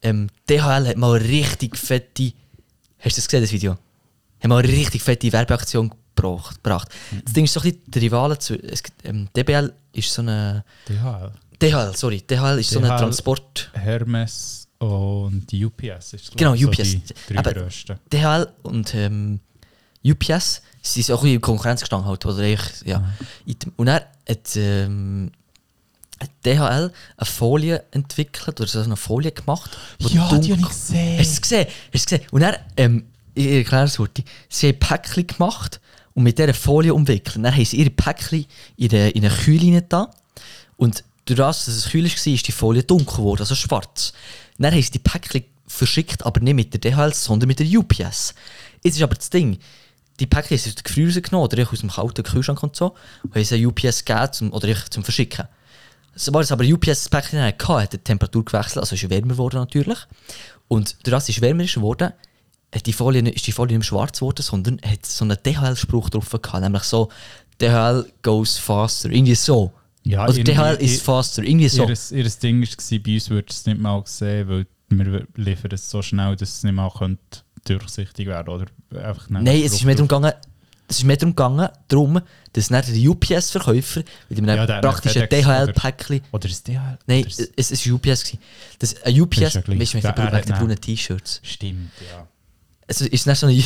S1: Ähm, DHL hat mal richtig fette. Hast du das gesehen, das Video? Hat mal eine richtig fette Werbeaktion gebracht. gebracht. Das Ding ist so ein bisschen die Rivalen zu. Es, gibt, ähm, DBL ist so eine.
S2: DHL,
S1: DHL, sorry. DHL ist so eine
S2: DHL.
S1: Transport.
S2: Hermes und die UPS ist glaub
S1: Genau,
S2: ich, so
S1: UPS.
S2: die drei
S1: Aber-
S2: grössten.
S1: DHL und ähm, UPS sind so ein bisschen in Konkurrenz gestanden halt, oder ich, ja. In dem- Und dann hat, ähm, hat DHL eine Folie entwickelt, oder so eine Folie gemacht. wo dunkel-
S2: gesehen.
S1: Hast du es gesehen? Hast du es gesehen? Und dann, ähm, ich erkläre es Hurti, sie haben Päckchen gemacht und mit dieser Folie umwickelt. Und Dann haben sie ihre Päckchen in eine, in eine Kühle rein da und durch das, dass es kühl war, ist die Folie dunkel geworden, also schwarz. Und Dann haben sie die Päckchen verschickt, aber nicht mit der DHL, sondern mit der UPS. Jetzt ist aber das Ding, die Päckchen sind aus der Gefrierung genommen oder aus dem kalten Kühlschrank und so und haben sie UPS gegeben zum, oder ich, zum Verschicken. Sobald es aber UPS-Päckchen hatte, hat die Temperatur gewechselt, also ist es wärmer geworden natürlich. Und dadurch, dass es wärmer ist geworden, hat die Folie, nicht- ist die Folie nicht mehr schwarz geworden, sondern hat so einen DHL-Spruch drauf gehabt, nämlich so DHL goes faster. Irgendwie so.
S2: Ja,
S1: Also
S2: irgendwie-
S1: DHL is faster. Irgendwie so.
S2: Ihres, ihres Ding war, bei uns würdest du es nicht mal sehen, weil wir liefern es so schnell, dass es nicht mal könnte durchsichtig werden oder einfach nicht
S1: Nein, es ist mehr darum gegangen, es ist mehr darum gegangen, darum, dass nicht der UPS-Verkäufer mit einem
S2: Ja, der hat
S1: praktisch
S2: einen
S1: ein
S2: FedEx oder-
S1: DHL-Päckchen.
S2: Oder ist DHL?
S1: Nein,
S2: Oder
S1: es
S2: ist-
S1: es war UPS. gewesen. Das, ein UPS,
S2: ja
S1: weißt du,
S2: gleich.
S1: mit den
S2: Der- er
S1: braunen-
S2: hat
S1: mit den
S2: nicht-
S1: braunen T-Shirts.
S2: Stimmt, ja.
S1: Es ist nicht so eine.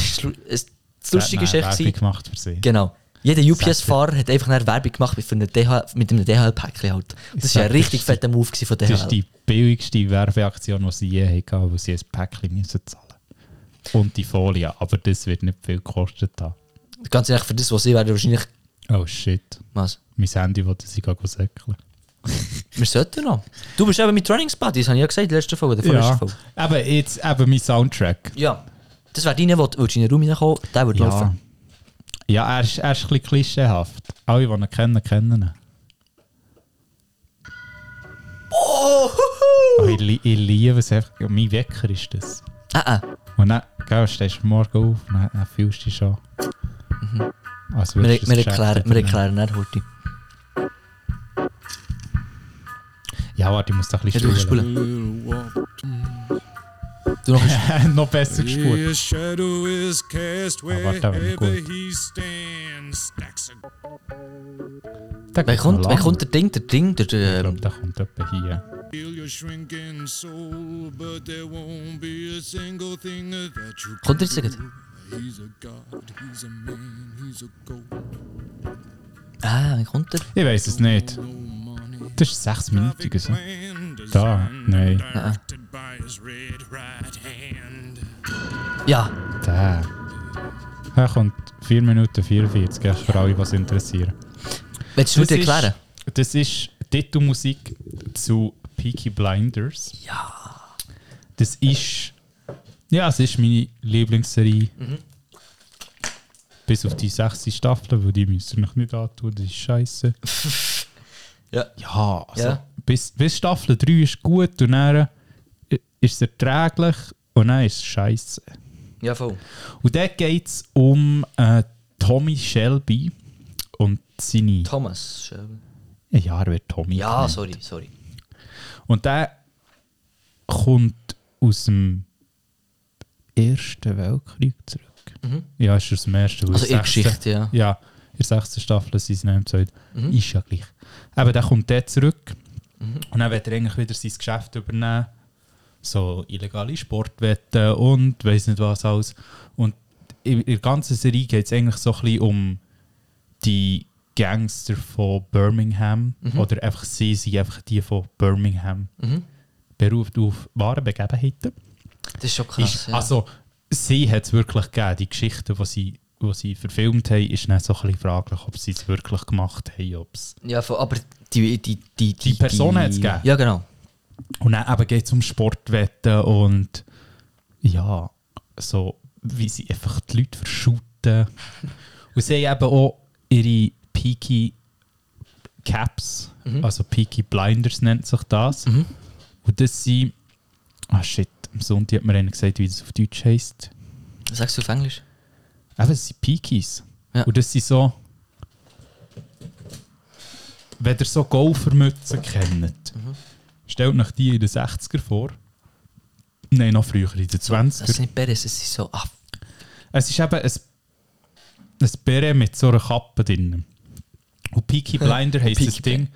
S1: es- Das Lustige
S2: Der
S1: war
S2: hat
S1: echt, gewesen,
S2: eine Werbung gemacht für sie.
S1: genau. Jeder
S2: Sag dir.
S1: UPS-Fahrer hat einfach eine Werbung gemacht mit einem DHL mit einem DHL-Päckchen. Halt. Und Das war
S2: sag
S1: ein
S2: dir,
S1: richtig
S2: das ist die-
S1: fetter Move gewesen von
S2: Das ist
S1: DHL.
S2: die billigste Werbeaktion, die sie je hatten, weil sie ein Päckchen müssen zahlen Und die Folie, aber das wird nicht viel gekostet haben.
S1: Ganz ehrlich, für das, was ich werde, wahrscheinlich.
S2: Oh shit.
S1: Was?
S2: Mein Handy wollte sie gar säckeln.
S1: Wir sollten noch. Du bist eben mit Running Buddies, habe ich ja gesagt, in der letzten Folge, der vorletzten
S2: Ja.
S1: Folge.
S2: Aber jetzt eben mein Soundtrack.
S1: Ja. Das wäre deiner, der in den Raum reinkommen der würde
S2: Ja.
S1: laufen.
S2: Ja, er ist, er ist ein bisschen klischeehaft. Alle, die ihn kennen, kennen ihn. Oh, ich, li- ich liebe es einfach. Mein Wecker ist das.
S1: Ah, ah.
S2: Und dann gell, stehst du morgen auf und dann, dann fühlst du dich schon. Als
S1: Wir,
S2: würdest du
S1: Mhm. wir, erklären,
S2: das Geschäft
S1: wir
S2: übernehmen.
S1: erklären nicht heute.
S2: Ja, warte, ich muss da ein
S1: Ja,
S2: bisschen
S1: du
S2: spulen.
S1: spielen. Du noch
S2: Noch besser gespult.
S4: His shadow is cast
S2: warte, aber nicht
S4: wherever
S2: gut.
S4: he stands. Stacks of
S2: Da
S1: Wer
S2: geht's noch
S1: kommt, wer
S2: lang.
S1: kommt der Ding? Der Ding, der.
S2: Ich
S1: der
S2: glaube, da kommt jemand hier.
S4: Heal your shrinking soul, but there won't be a single thing that you
S1: kommt der jetzt? gleich?
S4: can. He's a god, he's a man, he's a goat.
S1: Ah, wer kommt der?
S2: Ich weiß es nicht.
S4: No money.
S2: Das ist sechsminütig. So.
S4: plan
S2: Da,
S4: designed
S2: nein.
S4: and
S1: Ah.
S4: directed by his red right hand.
S1: Ja,
S2: Der. Er kommt 4 Minuten 44, gell, für alle, was interessieren.
S1: willst du dir erklären?
S2: Ist, das ist Titelmusik zu Peaky Blinders. Ja. Das ist. Ja, es ist meine Lieblingsserie.
S1: Mhm.
S2: Bis auf die sechste Staffel, weil die müsst ihr noch nicht antun, das ist scheiße.
S1: Ja.
S2: Ja, also
S1: Ja.
S2: Bis, bis Staffel 3 ist gut und dann äh, ist es erträglich und dann ist es scheiße.
S1: Ja, voll.
S2: Und dort geht es um äh, Tommy Shelby und seine.
S1: Thomas. Shelby.
S2: ja, er wird Tommy.
S1: Ja,
S2: genannt.
S1: sorry, sorry.
S2: Und der kommt aus dem Ersten Weltkrieg zurück. Ja, ist aus dem Ersten.
S1: Mhm.
S2: weil
S1: Also
S2: in der
S1: ihre
S2: sechsten-
S1: Geschichte, ja.
S2: Ja, in der sechsten Staffel sind sie nicht im mhm. Ist ja gleich. Aber der kommt dort zurück
S1: Mhm.
S2: und dann wird er eigentlich wieder sein Geschäft übernehmen. So illegale Sportwetten und weiß nicht was alles. Und in in der ganzen Serie geht es eigentlich so ein bisschen um die Gangster von Birmingham oder einfach sie sind einfach die von Birmingham. Beruft auf wahre Begebenheiten.
S1: Das ist schon krass.
S2: ist,
S1: ja.
S2: Also sie hat es wirklich gegeben, die Geschichten, die sie, die sie verfilmt haben, ist dann so ein bisschen fraglich, ob sie es wirklich gemacht haben. Ob's.
S1: ja, voll. aber die. Die, die, die,
S2: Die Person hat's gegeben.
S1: Ja, genau.
S2: Und dann eben geht es um Sportwetten und ja, so wie sie einfach die Leute verschuten. Und sie haben eben auch ihre Peaky Caps, also Peaky Blinders nennt sich das. Und das sind, ah shit, am Sonntag hat mir einer gesagt, wie das auf Deutsch heisst.
S1: Was sagst du auf Englisch?
S2: Eben, es sind Peakies.
S1: Ja.
S2: Und das sind so. Wenn ihr so Golfermützen kennt,
S1: Mhm.
S2: stellt euch die in den 60er vor. Nein, noch früher, in den
S1: Das ist
S2: 20er.
S1: nicht Beres, es ist so. Ah,
S2: Es ist eben ein, ein Bär mit so einer Kappe drin. Und Peaky Blinder heisst das
S1: Peaky
S2: Ding,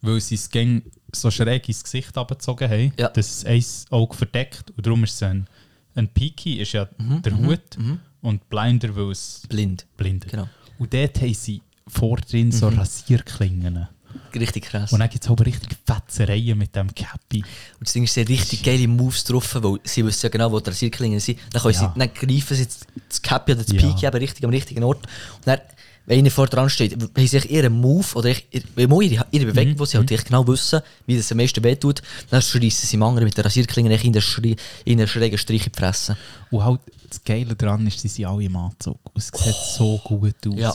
S2: weil sie es gang so schräg ins Gesicht abgezogen haben,
S1: Ja.
S2: dass es ein Auge verdeckt. Und darum ist es ein, ein Peaky, ist ja
S1: Mhm.
S2: der Hut, und Blinder, weil es
S1: blind.
S2: Blinden.
S1: Genau. Mhm.
S2: Und dort haben sie vor drin so Rasierklingen.
S1: Richtig krass.
S2: Und dann gibt es aber richtig Fetzereien mit dem Cappy.
S1: Und das Ding ist, sie haben richtig geile Moves drauf, weil sie wissen ja genau, wo die Rasierklingen sind. Dann, können
S2: Ja.
S1: sie, dann greifen sie das- das Cappy oder das
S2: Ja.
S1: Peaky eben richtig am richtigen Ort. Und dann, wenn einer vor dran steht, haben sie echt ihren Move oder echt ihre, weil mal ihre, ihre Bewegung,
S2: Mhm.
S1: wo sie halt echt genau wissen, wie das am meisten weh tut, dann schreissen sie dem anderen mit der Rasierklinge echt in den, Schrei, in den schrägen Strich in die Fresse.
S2: Und halt das Geile daran ist, sie sind alle im Anzug. Und es sieht so gut aus.
S1: Ja.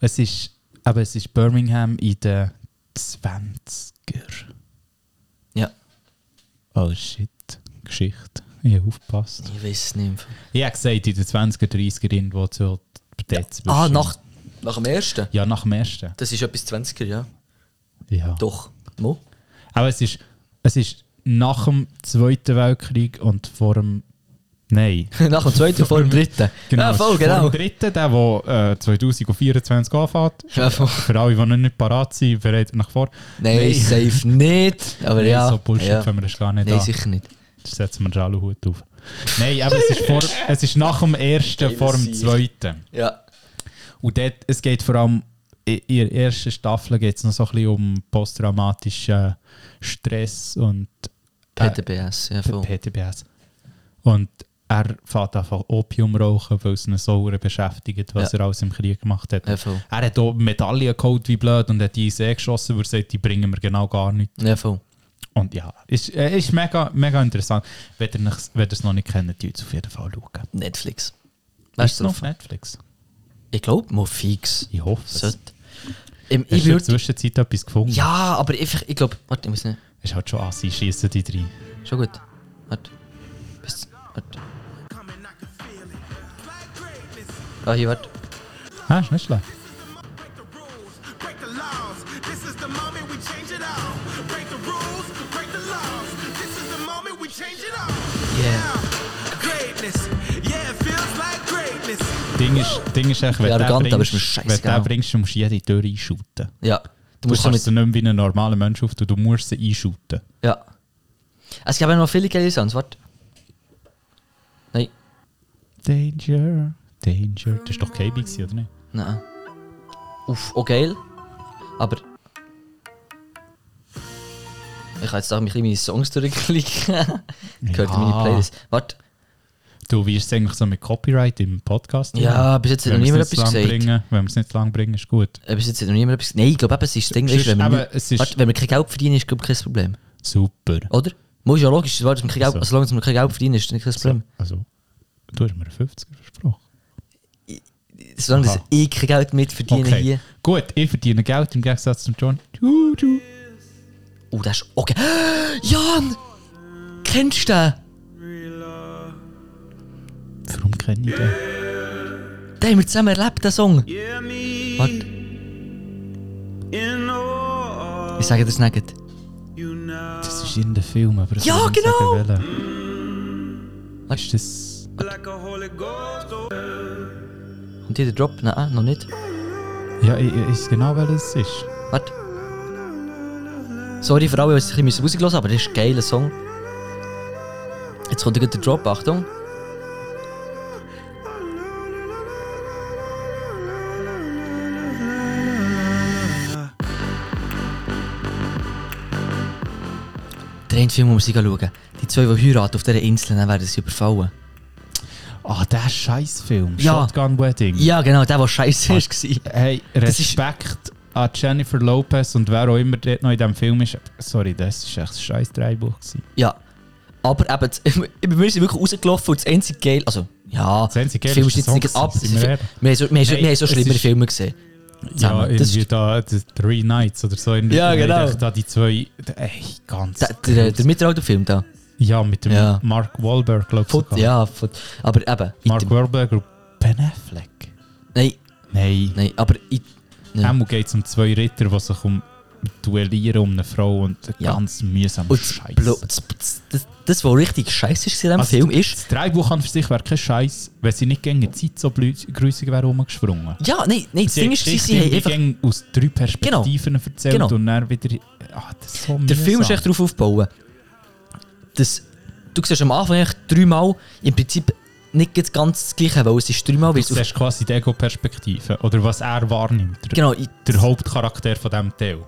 S2: Es ist, aber es ist Birmingham in den 20er.
S1: Ja,
S2: Oh shit. Geschichte. Ich habe aufgepasst.
S1: ich weiß es nicht. im Fall.
S2: Ich habe gesagt, in den 20er, 30er irgendwo zu dort
S1: Ah,
S2: zwischen-
S1: nach, Nach dem ersten?
S2: Ja, nach dem ersten.
S1: Das ist etwas 20er, ja.
S2: Ja.
S1: Doch. Mo?
S2: Aber es ist, es ist nach dem Zweiten Weltkrieg und vor dem. Nein.
S1: Nach dem zweiten, vor dem dritten.
S2: Genau,
S1: ja,
S2: es
S1: voll,
S2: ist Vor
S1: genau.
S2: dem dritten, der, der äh, 2024 anfängt.
S1: Ja, voll.
S2: Für alle, die noch nicht parat sind, bereitet nach vor.
S1: Nein, safe nicht. Aber
S2: Nein,
S1: ja.
S2: so Bullshit
S1: ja.
S2: können wir das gar nicht
S1: Nein,
S2: an.
S1: sicher nicht.
S2: Jetzt setzen wir den Aluhut auf. Nein, aber es ist, vor, es ist nach dem ersten,
S1: Geiles
S2: vor dem
S1: Sieg.
S2: zweiten.
S1: Ja.
S2: Und dort, es geht vor allem, in in der ersten Staffel geht es noch so ein bisschen um posttraumatischen Stress und äh,
S1: PTBS, ja voll.
S2: PTBS. Und er fährt einfach Opium rauchen, weil es ihn so sehr beschäftigt, was
S1: Ja.
S2: er alles im Krieg gemacht hat.
S1: Ja, voll.
S2: Er hat auch Medaillen geholt wie blöd und hat die in den See geschossen, weil er sagt, die bringen mir genau gar nichts.
S1: Ja, voll.
S2: Und ja, ist, äh, ist mega, mega interessant. Wenn ihr nicht- wenn ihr es noch nicht kennt, tut es auf jeden Fall schauen.
S1: Netflix.
S2: Ist
S1: Weißt
S2: es
S1: du
S2: noch auf
S1: drauf?
S2: Netflix?
S1: Ich glaube, mal fix.
S2: Ich hoffe es.
S1: Sollte. Ähm, ich
S2: Hast du in der
S1: würde.
S2: Zwischenzeit etwas gefunden?
S1: Ja, aber einfach, ich glaube. Warte, ich muss nicht.
S2: Ist halt schon assi, schiessen die drei.
S1: Schon gut. Warte. Bis. Warte. Ah, hier, warte.
S2: Ah, ist nicht schlecht.
S5: Break the rules, break the laws. This is the moment we change it all. Break the rules, break the laws. This is the moment we change it all.
S1: Yeah.
S5: Greatness. Yeah, it feels like greatness.
S2: Ding ist, Ding ist echt, wenn
S1: Ja,
S2: du den
S1: arrogant, aber ist mir
S2: bringst, wenn du
S1: scheißegal.
S2: den bringst, du musst jede Tür einschalten.
S1: Ja. Du
S2: Du
S1: musst so
S2: kannst sie
S1: mit.
S2: nicht mehr wie ein normaler Mensch auf, du du musst sie einschalten.
S1: Ja. Also, Es gibt auch noch viele geile Sounds, warte. Nein.
S2: Danger, Danger. Das war doch KB, gewesen, oder nicht?
S1: Nein. Uff, auch geil. Aber. Ich kann jetzt auch ein bisschen meine Songs durchklicken. Gehört in meine
S2: Ja.
S1: Playlist. Warte.
S2: Du, wie ist es eigentlich so mit Copyright im Podcast?
S1: Ja, bis jetzt hat noch
S2: Wenn wir
S1: niemand
S2: es nicht
S1: etwas
S2: zu lang
S1: gesagt.
S2: bringen- Wenn wir es nicht zu lang bringen, ist gut.
S1: Äh, Bis jetzt hat noch niemand etwas Nein, ich glaube, eben, es ist das Ding,
S2: Sonst-
S1: weißt, wenn, wir
S2: aber
S1: nicht-
S2: es ist-
S1: warte, wenn wir kein Geld verdienen, ist glaube ich kein Problem.
S2: Super.
S1: Oder? Muss ja logisch, solange wir kein Geld, also,
S2: So.
S1: solange wir kein Geld verdienen, ist nicht kein Problem.
S2: Also, du hast mir einen 50er versprochen.
S1: Solange dass
S2: Aha.
S1: ich kein Geld mit verdiene hier.
S2: Gut, ich verdiene Geld im Gegensatz zum John. Du, du.
S1: Oh, das ist okay. Jan! Kennst du den?
S2: Warum kenne ich den?
S1: Den haben wir zusammen erlebt, den Song. Warte. Ich sage das nicht.
S2: Das ist in den Film, aber ich
S1: Ja,
S2: kann nicht
S1: genau.
S2: sagen, welcher. Ist das...
S1: Und hier der Drop? Nein, ah, noch nicht.
S2: Ja, ich, ich weiß genau, welches es ist.
S1: Warte. Sorry für alle, die es ein bisschen rausgelassen aber das ist ein geiler Song. Jetzt kommt gleich der Drop, Achtung. Der eine Film muss ich schauen. Die zwei, die heiraten auf dieser Insel, dann werden sie überfallen.
S2: Ah, der Scheißfilm.
S1: Ja.
S2: Shotgun Wedding.
S1: Ja, genau, der, der scheiße war.
S2: Hey,
S1: Das ist-
S2: Respekt an Jennifer Lopez und wer auch immer dort noch in diesem Film ist. Sorry, das war echt ein scheiß Dreibuch. gewesen.
S1: Ja. Aber eben, das- ich bin mir sind wirklich rausgelaufen und das einzige Geil, also, ja,
S2: Das einzige
S1: der
S2: Geil
S1: Film
S2: ist
S1: ist jetzt
S2: der
S1: nicht
S2: Song,
S1: ab.
S2: sind wir
S1: Wir
S2: ehrlich.
S1: haben so, wir haben so, wir
S2: Nein,
S1: haben so
S2: es
S1: schlimmere
S2: ist-
S1: Filme gesehen.
S2: Ja,
S1: Zusammen. das
S2: irgendwie
S1: ist,
S2: da die Three Nights oder so. Irgendwie
S1: Ja,
S2: Und ich
S1: genau.
S2: dachte, Da die zwei... Ey, ganz...
S1: der, der, der Mittelalterfilm da.
S2: ja, mit dem
S1: Ja.
S2: Mark Wahlberg, glaube ich.
S1: Foot,
S2: sogar.
S1: ja, Foot. Aber eben, in
S2: Mark
S1: dem,
S2: Wahlberg und Ben Affleck.
S1: nein,
S2: Nein.
S1: nein, aber in,
S2: Ja.
S1: Ja.
S2: Einmal geht es um zwei Ritter, die sich um duellieren um eine Frau und ein
S1: Ja.
S2: ganz mühsam
S1: und das, Blo- das, das, das, das, was richtig scheiße ist in diesem Film, ist,
S2: Also, Das Dreibuch an für sich wäre kein Scheiß, wenn sie nicht gegen die Zeit so blöd- grusig wäre rumgesprungen.
S1: ja, nein, nein, das Ding ist, sie, sie haben
S2: irgendwie
S1: einfach,
S2: gegen aus drei Perspektiven erzählt
S1: Genau.
S2: und dann wieder. Ah, das ist so
S1: Der Film ist
S2: mühsam.
S1: echt darauf aufgebaut, dass du siehst am Anfang echt dreimal im Prinzip nicht ganz das Gleiche, weil es ist dreimal,
S2: Du
S1: weil es auf,
S2: siehst quasi die Ego-Perspektive oder was er wahrnimmt. Der,
S1: genau, ich-
S2: der Hauptcharakter von diesem Teil.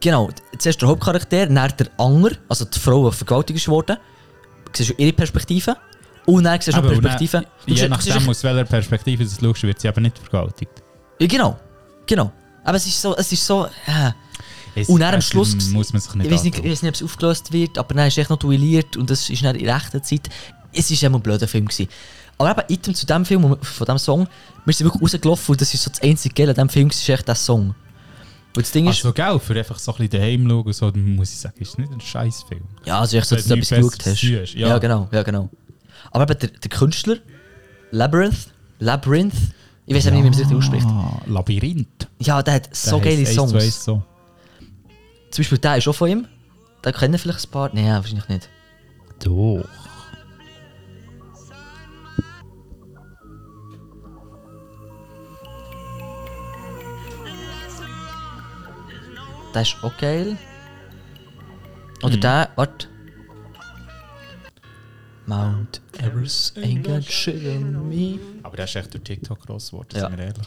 S1: Genau, zuerst der Hauptcharakter, dann der Anger, also die Frau, die vergewaltigt wurde. Du siehst ihre Perspektive. Und dann siehst du noch
S2: Aber und
S1: Perspektive.
S2: Dann,
S1: Du
S2: je
S1: siehst- du siehst-
S2: nachdem, aus welcher Perspektive du es schaust, wird sie eben nicht vergewaltigt.
S1: Ja, genau, genau. Aber es ist so, es ist so... Äh,
S2: Es-
S1: Und dann am
S2: es
S1: Schluss gse-
S2: Muss man sich nicht
S1: ich, weiß nicht, ich
S2: antun.
S1: weiß nicht, ob es aufgelöst wird, aber dann ist echt noch duelliert und das ist dann in rechter Zeit. Es war immer ein blöder Film. Gewesen. Aber eben, item zu diesem Film, von diesem Song, wir sind wirklich rausgelaufen und das ist so das einzige Geile an diesem Film, ist echt der Song. Und das Ding ist,
S2: Also, gell, für einfach so ein bisschen daheim schauen, und so, dann muss ich sagen, ist nicht ein Scheißfilm.
S1: Ja, also ich so,
S2: Wenn
S1: dass
S2: du
S1: du etwas
S2: nichts
S1: geschaut hast.
S2: Besseres siehst,
S1: Ja.
S2: ja.
S1: genau, ja genau. Aber eben der, der Künstler, Labyrinth, Labyrinth, Ich weiß eben nicht, wie man es richtig ausspricht.
S2: Ah, Labyrinth.
S1: Ja, der hat so geile
S2: heisst eins zu
S1: Songs.
S2: eins so.
S1: Zum Beispiel der ist auch von ihm. Da kennen vielleicht ein paar. Nein, ja, wahrscheinlich nicht.
S2: Doch.
S1: Der ist auch geil. Oder der, warte. Mount Everest ain't got shit on me.
S2: Aber der ist echt durch TikTok gross geworden,
S1: Ja.
S2: sind wir ehrlich.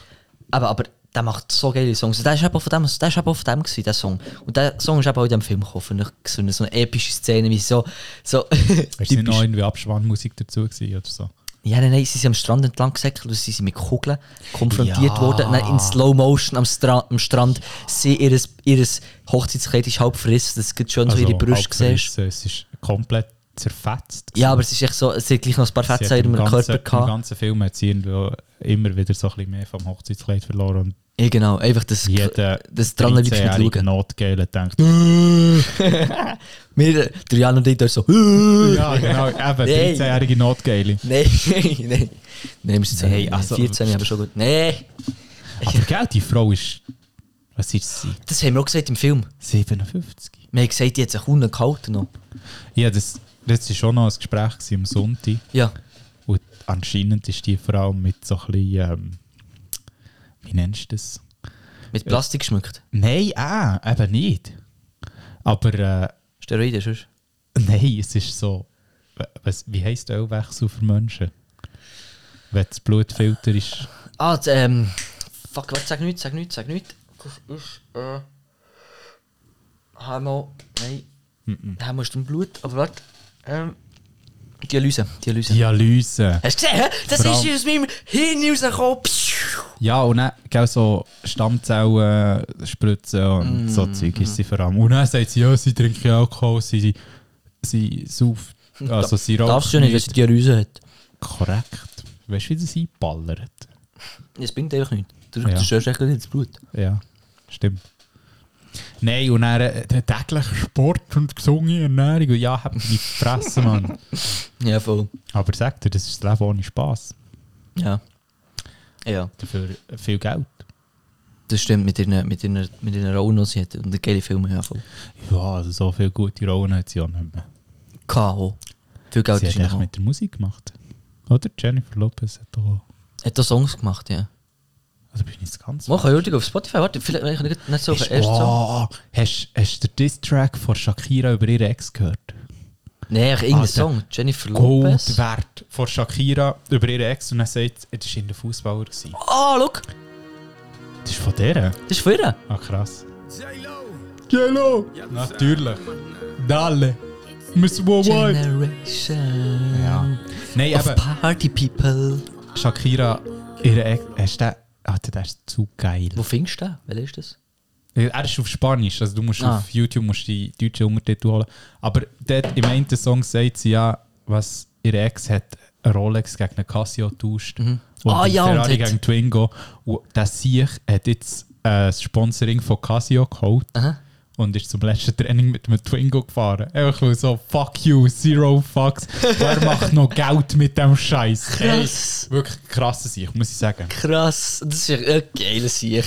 S1: Aber, aber der macht so geile Songs. Der ist eben auch von dem, der ist eben auch von dem gewesen, der Song. Und der Song ist eben auch in dem Film gekommen. finde ich. So eine, so eine epische Szene, wie so... so
S2: Ist nicht
S1: typisch-
S2: noch irgendwie Abspannmusik dazu gewesen oder so?
S1: Ja, nein, nein, sie sind am Strand entlang gesäckelt und sie sind mit Kugeln konfrontiert
S2: Ja.
S1: worden. Nein, in Slow Motion am, Stra am Strand. Sie, ihres, ihres Hochzeitskleid ist halb frissen, dass du schon so Also ihre
S2: Also
S1: Brüste siehst.
S2: siehst. Es ist komplett zerfetzt.
S1: Ja, aber es ist echt so, es hat gleich noch ein paar
S2: Sie
S1: Fetzen in
S2: im
S1: ihrem
S2: ganzen,
S1: Körper
S2: Im
S1: gehabt.
S2: ganzen Film hat sie irgendwo immer wieder so ein bisschen mehr vom Hochzeitskleid verloren und
S1: Ja, genau, einfach das,
S2: jeder
S1: das dran liegst mit
S2: eh,
S1: Schauen.
S2: Notgeil denkt,
S1: Wir, Drian und ich, da so, nein,
S2: ja genau, eben, 13-jährige Notgeile.
S1: nein, nein. Nein, wir sind so,
S2: Nein,
S1: hey,
S2: also-
S1: 14, aber schon gut. Nein,
S2: Aber gell, die Frau ist, was ist sie?
S1: das haben wir auch gesagt im Film.
S2: 57.
S1: Wir haben gesagt, die hat sich unten gehalten noch.
S2: Ja, das, das war schon noch ein Gespräch gewesen am Sonntag.
S1: Ja,
S2: Und anscheinend ist die Frau mit so ein bisschen, ähm, wie nennst du das?
S1: mit Plastik geschmückt.
S2: Nein, ah, eben nicht. Aber äh,
S1: Steroide, sonst.
S2: nein, es ist so, w- was, wie heisst Ölwechsel für Menschen? Wenn das Blut filter ist,
S1: Ah, d- ähm. Fuck, warte, sag nichts, sag nichts, sag nichts. Das ist, äh. HMO. Nein. HMO ist im Blut, aber warte. Ähm. Dialyse, Dialyse.
S2: Dialyse.
S1: Hast du gesehen, hä? Das
S2: Vor
S1: ist
S2: allem-
S1: aus meinem Hirn rausgekommen. Pschiu.
S2: Ja, und dann gell, so Stammzellen äh, spritzen und so Zeug ist sie vor allem. Und dann sagt sie, ja, sie trinkt ja Alkohol, sie, sie, sie sauft, also sie raucht
S1: Darfst du ja nicht, dass sie Dialyse hat.
S2: Korrekt. Weißt du, wie das einballert?
S1: Das bringt einfach nichts. Du
S2: Ja.
S1: zerstörst echt nicht das Blut.
S2: Ja, stimmt. Nein, und dann äh, der tägliche Sport und gesunde Ernährung. Und ja, hab mich gefressen, Mann.
S1: Ja, voll.
S2: Aber sag dir, das ist das Leben ohne Spass.
S1: Ja. Ja,
S2: Dafür äh, viel Geld.
S1: das stimmt mit ihren, mit ihren, mit ihren Rollen, die sie hat. Und den geilen Film, ja, voll.
S2: Ja, also so viele gute Rollen hat sie auch nicht mehr.
S1: K.O. Viel Geld
S2: Sie
S1: ist
S2: hat echt
S1: noch.
S2: mit der Musik gemacht. Oder Jennifer Lopez hat auch.
S1: Hat da Songs gemacht, ja.
S2: Also bin ich jetzt ganz.
S1: Mach ja auf Spotify, warte, vielleicht wenn ich nicht, nicht so auf den ersten Song.
S2: oh, hast, hast du den Diss-Track von Shakira über ihren Ex gehört?
S1: Nein, ich irgendeinen
S2: Alter.
S1: Song. Jennifer
S2: Gold
S1: Lopez.
S2: wert von Shakira über ihren Ex und er sagt, es war in der Fußballer. gewesen.
S1: Ah, oh, look,
S2: Das ist von der?
S1: das ist von ihr.
S2: Ah, krass. Jello! Natürlich. Dalle. Miss Worldwide.
S1: Generation
S2: Ja. Nein,
S1: of
S2: eben,
S1: Party People.
S2: Shakira, ihre Ex. Hast du den? Alter, der ist zu geil.
S1: Wo findest du den? Welcher ist das?
S2: Er ist auf Spanisch, also du musst
S1: Ah.
S2: auf YouTube musst die deutschen Untertitel holen. Aber dort im einen Song sagt sie ja, was ihre Ex hat eine Rolex gegen eine Casio tauscht und
S1: Ah,
S2: die
S1: ja, und
S2: Ferrari
S1: hat-
S2: gegen Twingo. Und das Sieg hat jetzt äh, das Sponsoring von Casio geholt
S1: Aha.
S2: und ist zum letzten Training mit einem Twingo gefahren. Einfach weil so, fuck you, zero fucks. Wer macht noch Geld mit dem Scheiß?
S1: Krass.
S2: Ey, wirklich krasser Sieg, muss ich sagen.
S1: Krass, das ist ja ein geiler Sieg.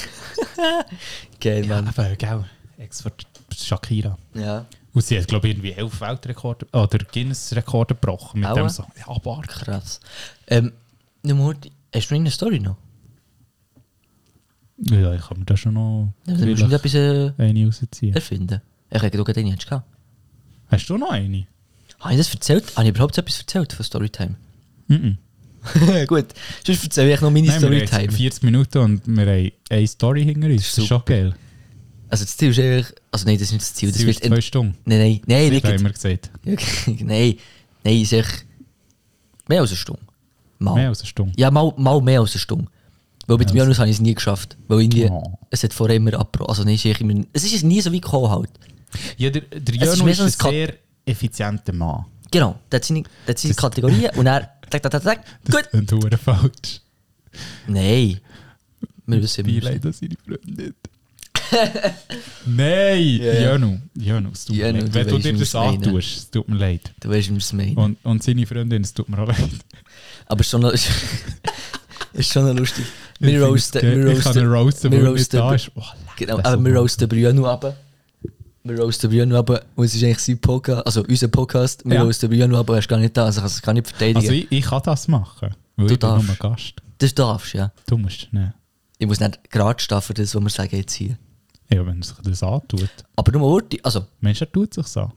S1: Geil, Mann.
S2: Aber, gell, Ex von Shakira.
S1: Ja,
S2: Und sie hat, glaube ich, irgendwie elf Weltrekorde oder Guinness-Rekorde gebrochen mit
S1: Aua.
S2: dem Song. Ja, Bark.
S1: krass. Ähm, nur, hast du noch eine Story noch?
S2: Ja, ich kann mir da schon noch
S1: Ja, Dann musst du nicht
S2: vielleicht
S1: etwas äh,
S2: eine rausziehen.
S1: erfinden. Ich hätte gerade eine gehabt.
S2: Hast du noch eine?
S1: Habe ich das erzählt? Habe ich überhaupt etwas erzählt von Storytime?
S2: Mhm.
S1: Gut, sonst erzähle ich noch meine
S2: Nein, wir haben jetzt
S1: Storytime.
S2: 40 Minuten und wir haben eine Story hinter uns. Das ist
S1: super.
S2: schon geil.
S1: Also das Ziel ist eigentlich, also nein, das ist nicht das Ziel. Das
S2: Sie ist
S1: wird
S2: zwei Stunden.
S1: nein, nein, nein,
S2: Das
S1: wirklich,
S2: haben wir gesagt.
S1: wirklich, nein, nein, ist echt mehr als eine Stunde. Mal.
S2: Mehr als eine Stunde.
S1: ja, mal, mal mehr als eine Stunde. Weil mit dem Janus habe ich es nie geschafft. Weil irgendwie,
S2: Oh.
S1: es hat vorher immer abgebrochen. Also nein, es ist immer, es ist nie so weit gekommen halt.
S2: Ja, der, der
S1: ist
S2: Jönu
S1: mehr
S2: ist,
S1: so
S2: ein
S1: ein Kat-
S2: sehr effizienter Mann.
S1: Genau, der hat seine, der hat seine Kategorien und er, tack, tack, tack, tack,
S2: Das
S1: gut.
S2: ist ein Huren falsch.
S1: Nein. Wir wissen
S2: Wie
S1: wir wissen.
S2: leid das seine Freunde nicht. Nein, Jönu. Jönu, es tut mir
S1: Jönu,
S2: leid.
S1: du weißt,
S2: Wenn du dir
S1: wie
S2: das
S1: wir es meinen.
S2: antust, es tut mir leid.
S1: Du weißt, wie wir es meinen.
S2: Und,
S1: Ah,
S2: und seine Freundin, es tut mir auch leid.
S1: Aber es ist schon noch, ist schon noch lustig. Wir
S2: Ich
S1: roasten-
S2: find's geil.
S1: wir
S2: Ich kann
S1: roasten-
S2: ihn
S1: wir
S2: roasten, weil er nicht
S1: roasten-
S2: da ist. Oh, leck,
S1: Genau,
S2: das
S1: aber
S2: ist
S1: wir
S2: so
S1: roasten Bruno ab. Wir roasten Bruno ab. Und es ist eigentlich sein Podcast, also unser Podcast. Wir
S2: Ja.
S1: roasten Bruno ab, er ist gar nicht da. Also ich kann es gar nicht verteidigen.
S2: Also ich, ich kann das machen. Weil
S1: Du
S2: ich bin
S1: darfst.
S2: nur Gast.
S1: das darfst du, ja.
S2: Du musst nicht.
S1: Ich muss nicht gerade stehen für das, was wir sagen jetzt hier.
S2: Ja, wenn sich das antut.
S1: Aber nur Urti, also
S2: Mensch, er tut sich so.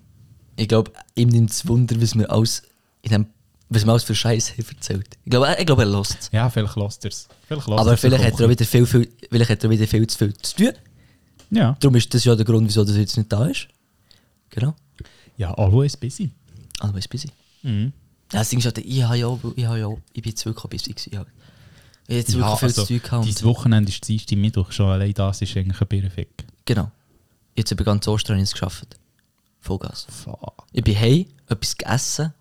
S1: ich glaube, ihm nimmt es Wunder, was wir alles, in dem, was wir alles für Scheiße haben erzählt. Ich glaube, er, ich glaub, er lässt es.
S2: Ja, vielleicht lässt er es. Vielleicht lässt
S1: Aber
S2: er's
S1: vielleicht
S2: auch
S1: hat, er auch wieder viel, viel, vielleicht hat er auch wieder viel zu viel zu tun.
S2: Ja.
S1: Darum ist das ja der Grund, wieso das jetzt nicht da ist. Genau.
S2: ja, always busy.
S1: Always busy.
S2: Mhm.
S1: Ja, Das Ding ist halt, ich habe ja, auch- ich habe ja, auch- ich bin jetzt wirklich auch busy gewesen. halt. Ich habe jetzt wirklich
S2: Ja,
S1: viel
S2: also,
S1: zu tun gehabt.
S2: dein Wochenende ist die Dienstag, Mittwoch schon. Allein das ist eigentlich ein Birrenfick.
S1: Genau. Jetzt über ganz Ostern habe ich es geschafft. Vollgas.
S2: Fuck.
S1: Ich bin heim, etwas gegessen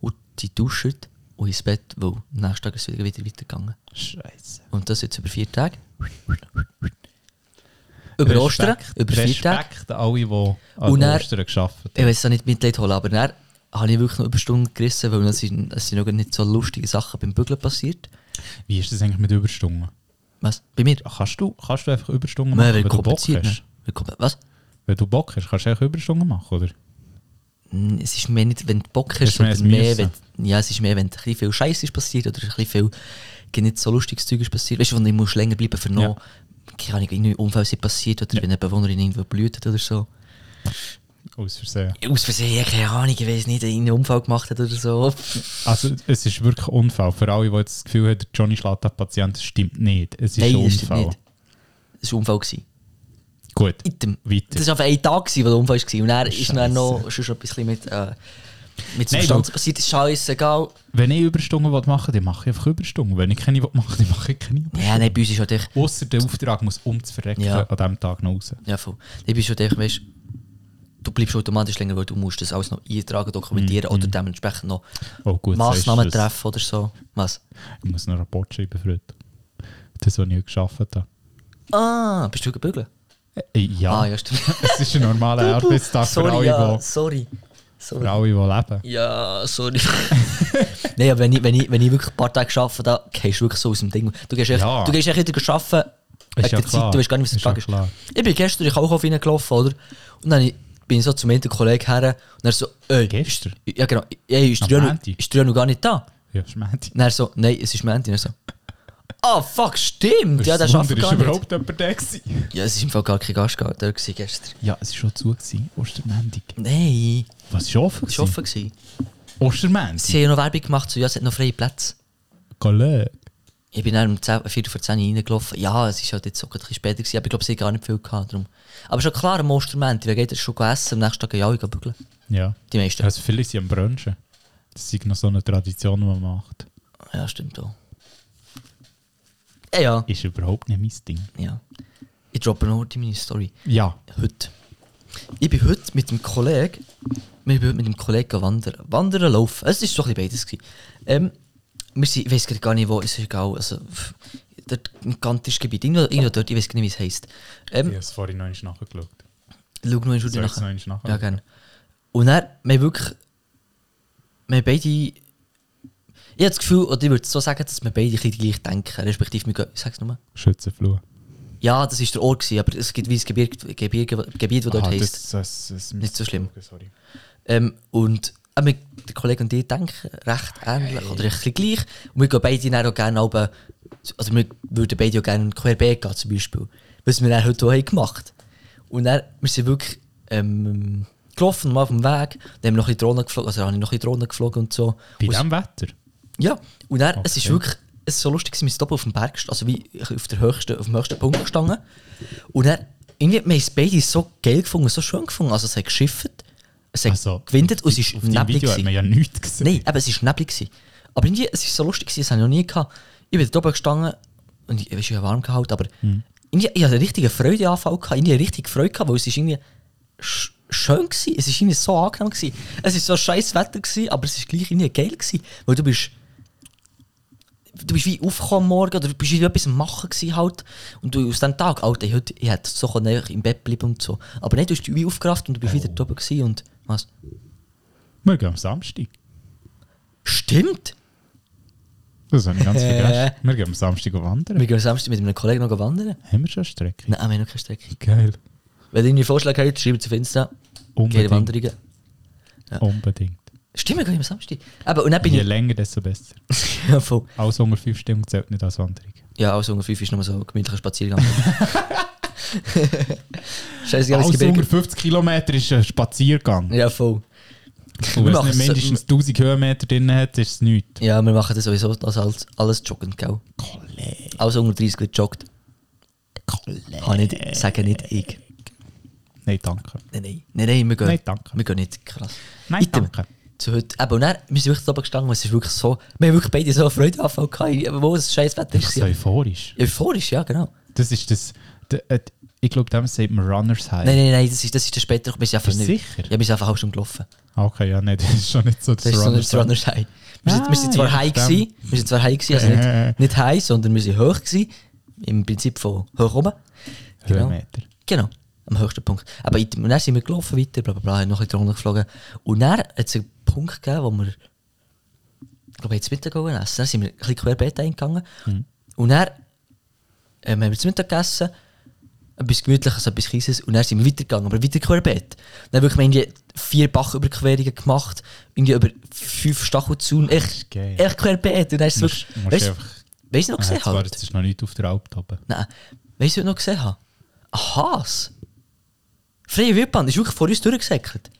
S1: und die dusche und ins Bett, weil am nächsten Tag ist es wieder, wieder weitergegangen.
S2: Scheiße.
S1: Und das jetzt über vier Tage. Über Ostern, über vier Tage.
S2: Respekt an alle, die an
S1: Und dann-
S2: Ostern geschafft haben.
S1: Ich weiß auch nicht Mitleid holen, aber dann habe ich wirklich noch Überstunden gerissen, weil es sind, es sind noch nicht so lustige Sachen beim Bügeln passiert.
S2: Wie ist das eigentlich mit Überstunden?
S1: Was? Bei mir?
S2: Kannst du, kannst du einfach Überstunden machen,
S1: Man,
S2: wenn
S1: wird
S2: du Bock
S1: kompensiert.
S2: hast?
S1: man. Wird kompen- Was?
S2: Wenn du Bock hast, kannst du einfach Überstunden machen, oder?
S1: Mm, Es ist mehr nicht, wenn du Bock
S2: Es
S1: hast,
S2: ist mehr
S1: sondern
S2: ein
S1: mehr,
S2: Müssen.
S1: wenn, ja, es ist mehr, wenn ein bisschen viel Scheiß ist passiert oder ein bisschen viel ge- nicht so lustiges Zeug ist passiert. Weißt du, wenn ich muss länger bleiben für noch, keine Ahnung, irgendein Unfall ist passiert oder wenn eine Bewohnerin irgendwo blüht hat oder so.
S2: Aus Versehen.
S1: Aus Versehen, keine Ahnung, ich weiß nicht, irgendeinen Unfall gemacht hat oder so.
S2: Also es ist wirklich ein Unfall. Für alle, die jetzt das Gefühl haben, der Johnny schlägt den Patienten, das stimmt nicht. Es ist
S1: Nein,
S2: ein
S1: das stimmt
S2: Unfall.
S1: nicht. Das war ein Unfall. Gewesen.
S2: Gut,
S1: Item.
S2: weiter.
S1: Das war auf einen Tag, gewesen, wo der Unfall war. Und dann ist dann noch
S2: Scheisse.
S1: schon ein bisschen mit, äh, mit
S2: Nein,
S1: Substanz
S2: schau.
S1: passiert. Ist scheißegal.
S2: Wenn ich Überstunden will machen will, dann mache ich einfach Überstunden. Wenn ich keine will machen dann mache ich keine Überstunden.
S1: Ja, nein, bei uns ist halt echt
S2: Außer der Auftrag muss um zu verrecken
S1: Ja.
S2: an diesem Tag noch raus.
S1: Ja, voll. Ich bin schon echt, weißt, du bleibst automatisch länger, weil du musst das alles noch eintragen, dokumentieren oder dementsprechend noch
S2: Oh, gut,
S1: Massnahmen
S2: sagst du das.
S1: treffen oder so. Was?
S2: Ich muss noch einen Rapport schreiben für heute. Das, was ich heute geschafft habe.
S1: Ah, bist du gebügelt?
S2: Äh, ja,
S1: Ah, ja, stimmt.
S2: es ist ein normaler Arbeitstag für alle,
S1: sorry,
S2: die
S1: ja, sorry.
S2: für
S1: sorry.
S2: alle, die leben.
S1: Ja, sorry. Nein, aber wenn ich, wenn, ich, wenn ich wirklich ein paar Tage arbeite, da gehst du wirklich so aus dem Ding. Du gehst echt,
S2: Ja.
S1: du gehst echt wieder arbeiten wegen
S2: Ist ja
S1: der Zeit,
S2: klar.
S1: du weißt gar nicht, was der
S2: Ist ja
S1: Tag ist.
S2: klar.
S1: Ich bin gestern in den Kaufhof reingelaufen, oder? Und dann bin ich so zum einen Kollegen her und er so, ey,
S2: Gestern?
S1: Ja, genau. Ey, ist
S2: Am
S1: der Jan-
S2: Montag?
S1: ist der noch gar nicht da?
S2: Ja, ist Mandy.
S1: Und er so, nein, es ist Menti. Und er so, ah, fuck, stimmt. Ja, der
S2: Das
S1: schafft
S2: Wunder ist
S1: gar nicht.
S2: überhaupt jemand da gewesen.
S1: Ja, es ist im Fall gar kein Gast gehabt, der war gestern.
S2: Ja, es war schon zu, gewesen, Ostermäntig.
S1: Nein,
S2: Was war offen?
S1: es war offen. gewesen.
S2: Ostermäntig?
S1: Sie haben ja noch Werbung gemacht, so, ja, es hat noch freie Plätze.
S2: Kollege.
S1: Ich bin dann um 10, Viertel vor 10 Uhr reingelaufen. Ja, es ist halt jetzt auch ein bisschen später gewesen, aber ich glaube, sie hat gar nicht viel gehabt. Darum. Aber schon klar, am Ostermänti, wer geht jetzt schon essen, am nächsten Tag ja, ich gehe bügeln.
S2: Ja.
S1: Die meisten.
S2: Also viele sind am Brunchen. Das ist noch so eine Tradition, die man macht.
S1: Ja, stimmt auch. Ja, ja.
S2: Ist überhaupt nicht mein Ding.
S1: ja. Ich droppe noch die meine Story.
S2: Ja.
S1: heute. Ich bin heute mit dem Kollegen, wir bin heute mit dem Kollegen wandern, wandern, laufen. Es ist so ein bisschen beides gewesen. Ähm, wir sind, ich weiß gar nicht wo, es ist egal, also pff, dort im Kantisch Gebiet, irgendwo, irgendwo dort, ich weiß gar nicht wie es heisst.
S2: Ich
S1: Ähm,
S2: habe es vorhin noch einmal nachgeschaut.
S1: Schau noch in Schule
S2: Soll ich's noch
S1: nachher.
S2: eins nachher?
S1: Ja, gerne. Und dann, wir haben wirklich. Wir haben beide. Ich habe das Gefühl, oder ich würde so sagen, dass wir beide ein bisschen gleich denken. Respektive, wir gehen. Ich sag's nochmal.
S2: Schützenflur.
S1: Ja, das war der Ort, gewesen, aber es gibt wie ein Gebirge, Gebirge, Gebiet, das dort
S2: Aha,
S1: heisst.
S2: das- das- das
S1: Nicht so schlimm.
S2: müssen wir schauen, Sorry.
S1: Ähm, und äh, wir, der Kollege und ich denken recht ähnlich oder ein bisschen gleich. Und wir gehen beide dann auch gerne oben, also wir würden beide auch gerne querbeet gehen zum Beispiel. Was wir dann heute auch haben gemacht Und dann, wir sind wirklich ähm, gelaufen, mal auf dem Weg, dann haben wir noch ein bisschen Drohnen geflogen, also habe ich noch ein bisschen Drohnen geflogen und so.
S2: Bei
S1: und es-
S2: diesem Wetter?
S1: ja, und dann, es ist
S2: Okay.
S1: wirklich es ist so lustig, gewesen, wir sind oben auf dem Berg, gest- also wie auf, der höchsten, auf dem höchsten Punkt gestanden. Und dann, irgendwie, wir haben es beide so geil gefunden, so schön gefunden. Also es hat geschifft, es hat
S2: Also,
S1: gewindet und es ist
S2: auf dem
S1: neblig.
S2: Video hat
S1: gewesen.
S2: man ja nichts gesehen.
S1: Nein, aber es war neblig. Gewesen. Aber irgendwie, es war so lustig, gewesen, das habe ich noch nie gehabt. Ich bin da oben gestanden und ich, weißt, ich habe warm gehalten, aber irgendwie, ich hatte einen richtigen Freudeanfall, gehabt, irgendwie eine richtige Freude gehabt, weil es ist irgendwie sch schön war. Es war irgendwie so angenehm. Gewesen. Es war so scheiß Wetter, gewesen, aber es war gleich irgendwie geil. Gewesen, weil du bist... Du bist wie aufgekommen am morgen oder du bist wie etwas am Machen gewesen halt. Und du aus diesem Tag, Alter, ich, hätte- ich hätte so können, einfach im Bett bleiben und so. Aber nein, du bist wie aufgerafft und du bist wieder da oben gewesen und... Was?
S2: Wir gehen am Samstag.
S1: Stimmt!
S2: Das habe ich ganz
S1: Äh.
S2: vergessen. Wir gehen am Samstag wandern.
S1: Wir gehen am Samstag mit einem Kollegen noch wandern.
S2: Haben wir schon eine Strecke?
S1: Nein, wir haben noch keine Strecke.
S2: Geil.
S1: Wenn ihr irgendwie Vorschläge habt, schreibt es auf Insta. Geile
S2: Unbedingt.
S1: Wanderungen.
S2: Unbedingt.
S1: Stimmt, wir gehen am Samstag. Aber, und dann bin
S2: Je
S1: ich...
S2: länger, desto besser.
S1: Ja, voll.
S2: Alles unter 5 Stunden zählt nicht als Wanderung.
S1: Ja, also unter 5 ist nochmal so ein gemütlicher Spaziergang. Scheiße, alles
S2: Alles unter
S1: Gebirge.
S2: 50 Kilometer ist ein Spaziergang.
S1: Ja, voll.
S2: Und
S1: Wir
S2: wenn es
S1: machen
S2: nicht
S1: es-
S2: mindestens 1000 Höhenmeter drin hat, ist es nichts.
S1: Ja, wir machen das sowieso das alles, alles joggend, gell?
S2: Kollege,
S1: Alles unter 30 wird joggt.
S2: Kollege.
S1: Kann nicht, sagen nicht ich.
S2: Nein, danke.
S1: Nein, nein. Nein, nein, wir gehen.
S2: Nein, danke.
S1: Wir gehen nicht, krass.
S2: Nein,
S1: Item.
S2: danke.
S1: Zu heute. Eben, und dann, wir sind wirklich oben gestanden, und es ist wirklich so, wir haben wirklich beide so einen Freudeanfall gehabt, obwohl es scheiß Wetter
S2: Das ist
S1: ist.
S2: so euphorisch.
S1: Euphorisch, ja, genau.
S2: Das ist das. d- äh, d- ich glaube, dem sagt man Runners High.
S1: Nein, nein, nein, das ist, das ist dann später, wir sind einfach
S2: Bist du
S1: nicht.
S2: sicher?
S1: Ja, wir sind einfach auch schon gelaufen.
S2: Okay, ja, nein, das ist schon nicht so das,
S1: Das ist so ein Runners
S2: Runners High.
S1: High. Wir sind,
S2: Ah,
S1: wir sind zwar
S2: ja,
S1: high
S2: stimmt.
S1: gewesen, wir sind zwar high gewesen, also nicht, nicht high, sondern wir sind hoch gewesen, im Prinzip von hoch oben. Genau.
S2: Höhenmeter.
S1: Genau, am höchsten Punkt. Aber in, und dann sind wir gelaufen weiter, bla bla bla, haben noch ein bisschen drunter geflogen. Und dann hat es einen Punkt gegeben, wo wir, ich glaube, jetzt Mittag gegangen essen. Dann sind wir ein bisschen querbeet eingegangen.
S2: Mhm.
S1: Und dann ähm, haben wir zu Mittag gegessen, etwas Gemütliches, etwas Kieses. Und dann sind wir weitergegangen, aber weiter querbeet. Dann haben wir irgendwie vier Bachüberquerungen gemacht, irgendwie über fünf Stachelzäune, echt,
S2: geil.
S1: echt querbeet. Und dann ist es
S2: Musst-
S1: wirklich, weißt
S2: musst einfach-
S1: du, weißt du noch
S2: Ah,
S1: gesehen?
S2: jetzt war-
S1: Halt?
S2: jetzt ist noch nicht auf der Alp oben.
S1: Nein. Weißt du, was ich noch gesehen habe? Ein Has. Freie Wildbahn ist wirklich vor uns durchgesäckelt.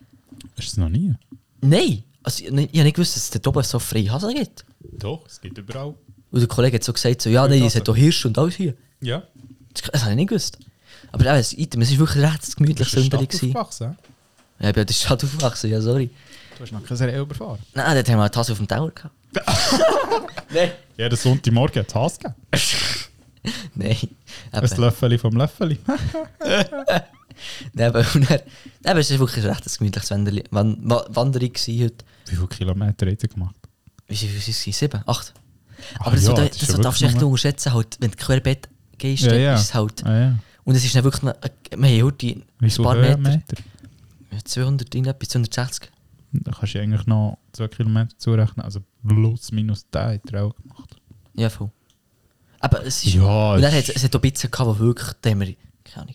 S2: Ist es noch nie?
S1: Nein! Also, ich, ich habe nicht gewusst, dass es dort oben so freie Hasen gibt.
S2: Doch, es gibt überall.
S1: Und der Kollege hat so gesagt, so, ja, nein, es hat auch Hirsch und alles hier.
S2: Ja.
S1: Das, das habe ich nicht gewusst. Aber eben, das Item, es war wirklich recht gemütlich Sünderung. Ja,
S2: aufgewachsen. hä?
S1: ich bin an der Stadt aufgewachsen, ja, sorry.
S2: Du hast noch keine Serie überfahren.
S1: Nein, dort haben wir eine Tasse auf dem Tower gehabt. nein.
S2: Jeden Sonntagmorgen hat es Hass gegeben.
S1: Nein.
S2: Ein
S1: Eben,
S2: Löffeli vom Löffeli.
S1: nein, eben, und dann, eben, es war wirklich recht ein recht gemütliches Wanderli- Wan- Wa- Wanderung gewesen heute.
S2: Wie viele Kilometer hat er gemacht?
S1: wie viel sind es? Sieben, acht.
S2: Ah
S1: Aber das,
S2: ja,
S1: was du-
S2: das ist
S1: das,
S2: ja
S1: was darfst du
S2: wirklich
S1: echt
S2: nur-
S1: unterschätzen, halt, wenn du querbeet gehst, dann ist es halt.
S2: Ah, ja.
S1: Und es ist dann wirklich, noch, äh, wir haben heute
S2: Wie
S1: ein
S2: viele
S1: paar Meter,
S2: Höhenmeter?
S1: 200, irgendetwas, 260.
S2: Da kannst du eigentlich noch zwei Kilometer zurechnen. Also plus minus den hat er auch gemacht.
S1: Ja, voll. Aber es ist...
S2: Ja,
S1: und dann
S2: es
S1: hat, es hat auch Pizza gehabt, die wirklich, da haben wir, keine Ahnung,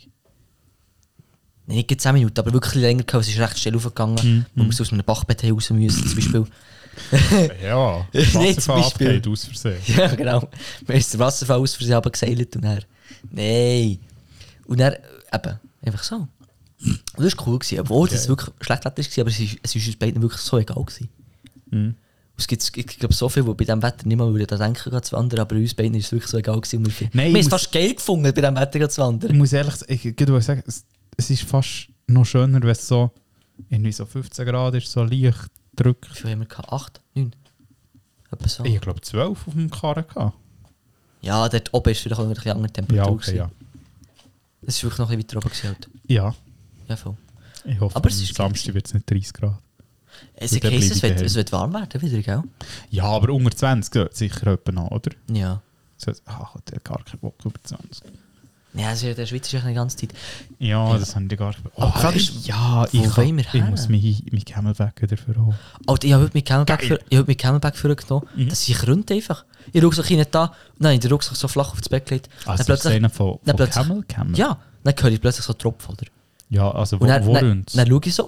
S1: Nein, nicht gerade 10 Minuten, aber wirklich länger gehabt, es ist recht schnell aufgegangen,
S2: Mhm.
S1: wo wir so aus einem Bachbett haben raus müssen, zum Beispiel.
S2: Ja,
S1: Nicht zum Beispiel.
S2: abgeht aus Versehen.
S1: Ja, genau. Wir haben den Wasserfall aus für sie runtergeseilt und er. Nein. Und er, eben, einfach so. Und das war cool, gewesen, obwohl das
S2: Geil.
S1: wirklich schlecht Wetter war, aber es ist, es ist uns beiden wirklich so egal. Gewesen.
S2: Mhm.
S1: Und Es gibt, ich glaube, so viele, die bei diesem Wetter nicht mehr würden daran denken würden, zu wandern, aber uns beiden ist es wirklich so egal. Gewesen. Und wir wir
S2: Nein, ich
S1: haben es
S2: muss-
S1: fast geil gefunden, bei diesem Wetter zu
S2: Ich
S1: wandern.
S2: muss ehrlich sagen, ich, ich würde sagen, es, es ist fast noch schöner, wenn es so irgendwie so 15 Grad ist, so leicht
S1: Wie
S2: drückt.
S1: viel haben wir gehabt? Acht? Neun? Etwa so.
S2: Ich glaube 12 auf dem Karren gehabt.
S1: Ja, dort oben war vielleicht auch noch ein bisschen andere Temperatur.
S2: Ja, okay, ja.
S1: Es war wirklich noch ein bisschen weiter oben. Gewesen, halt.
S2: Ja,
S1: Ja, voll.
S2: ich
S1: Aber
S2: hoffe, Aber
S1: es
S2: am
S1: ist-
S2: Samstag wird es nicht 30 Grad.
S1: Es,
S2: Und dann
S1: heisst,
S2: bleibe
S1: es,
S2: ich
S1: wird,
S2: daheim.
S1: es wird warm werden wieder, gell?
S2: Ja, aber unter 20 sollte es sicher jemand an, oder?
S1: Ja.
S2: So, ach, der hat gar keinen Bock über 20.
S1: Ja, also der Schweiz ist ja die ganze Zeit.
S2: Ja, das haben die gar nicht. Ah,
S1: Aber die Frage ist,
S2: ja,
S1: wo
S2: ich,
S1: wollen wir
S2: ich
S1: hin?
S2: muss mich, mich Camelback wieder verholen.
S1: Alter, ich habe heute meinen Camelback, für, ich hab heute meinen Camelback vorgenommen.
S2: Mhm.
S1: Das ist rund einfach. Ich schaue so rein da, nein, der Rucksack so flach auf das Bett gelegt.
S2: Also,
S1: dann
S2: das ist einer von,
S1: dann
S2: von
S1: plötzlich-
S2: Camel, Camel?
S1: Ja, dann höre ich plötzlich so Tropfen, oder?
S2: Ja, also wo,
S1: Und dann,
S2: wo
S1: dann,
S2: rühmt's?
S1: dann schaue ich so.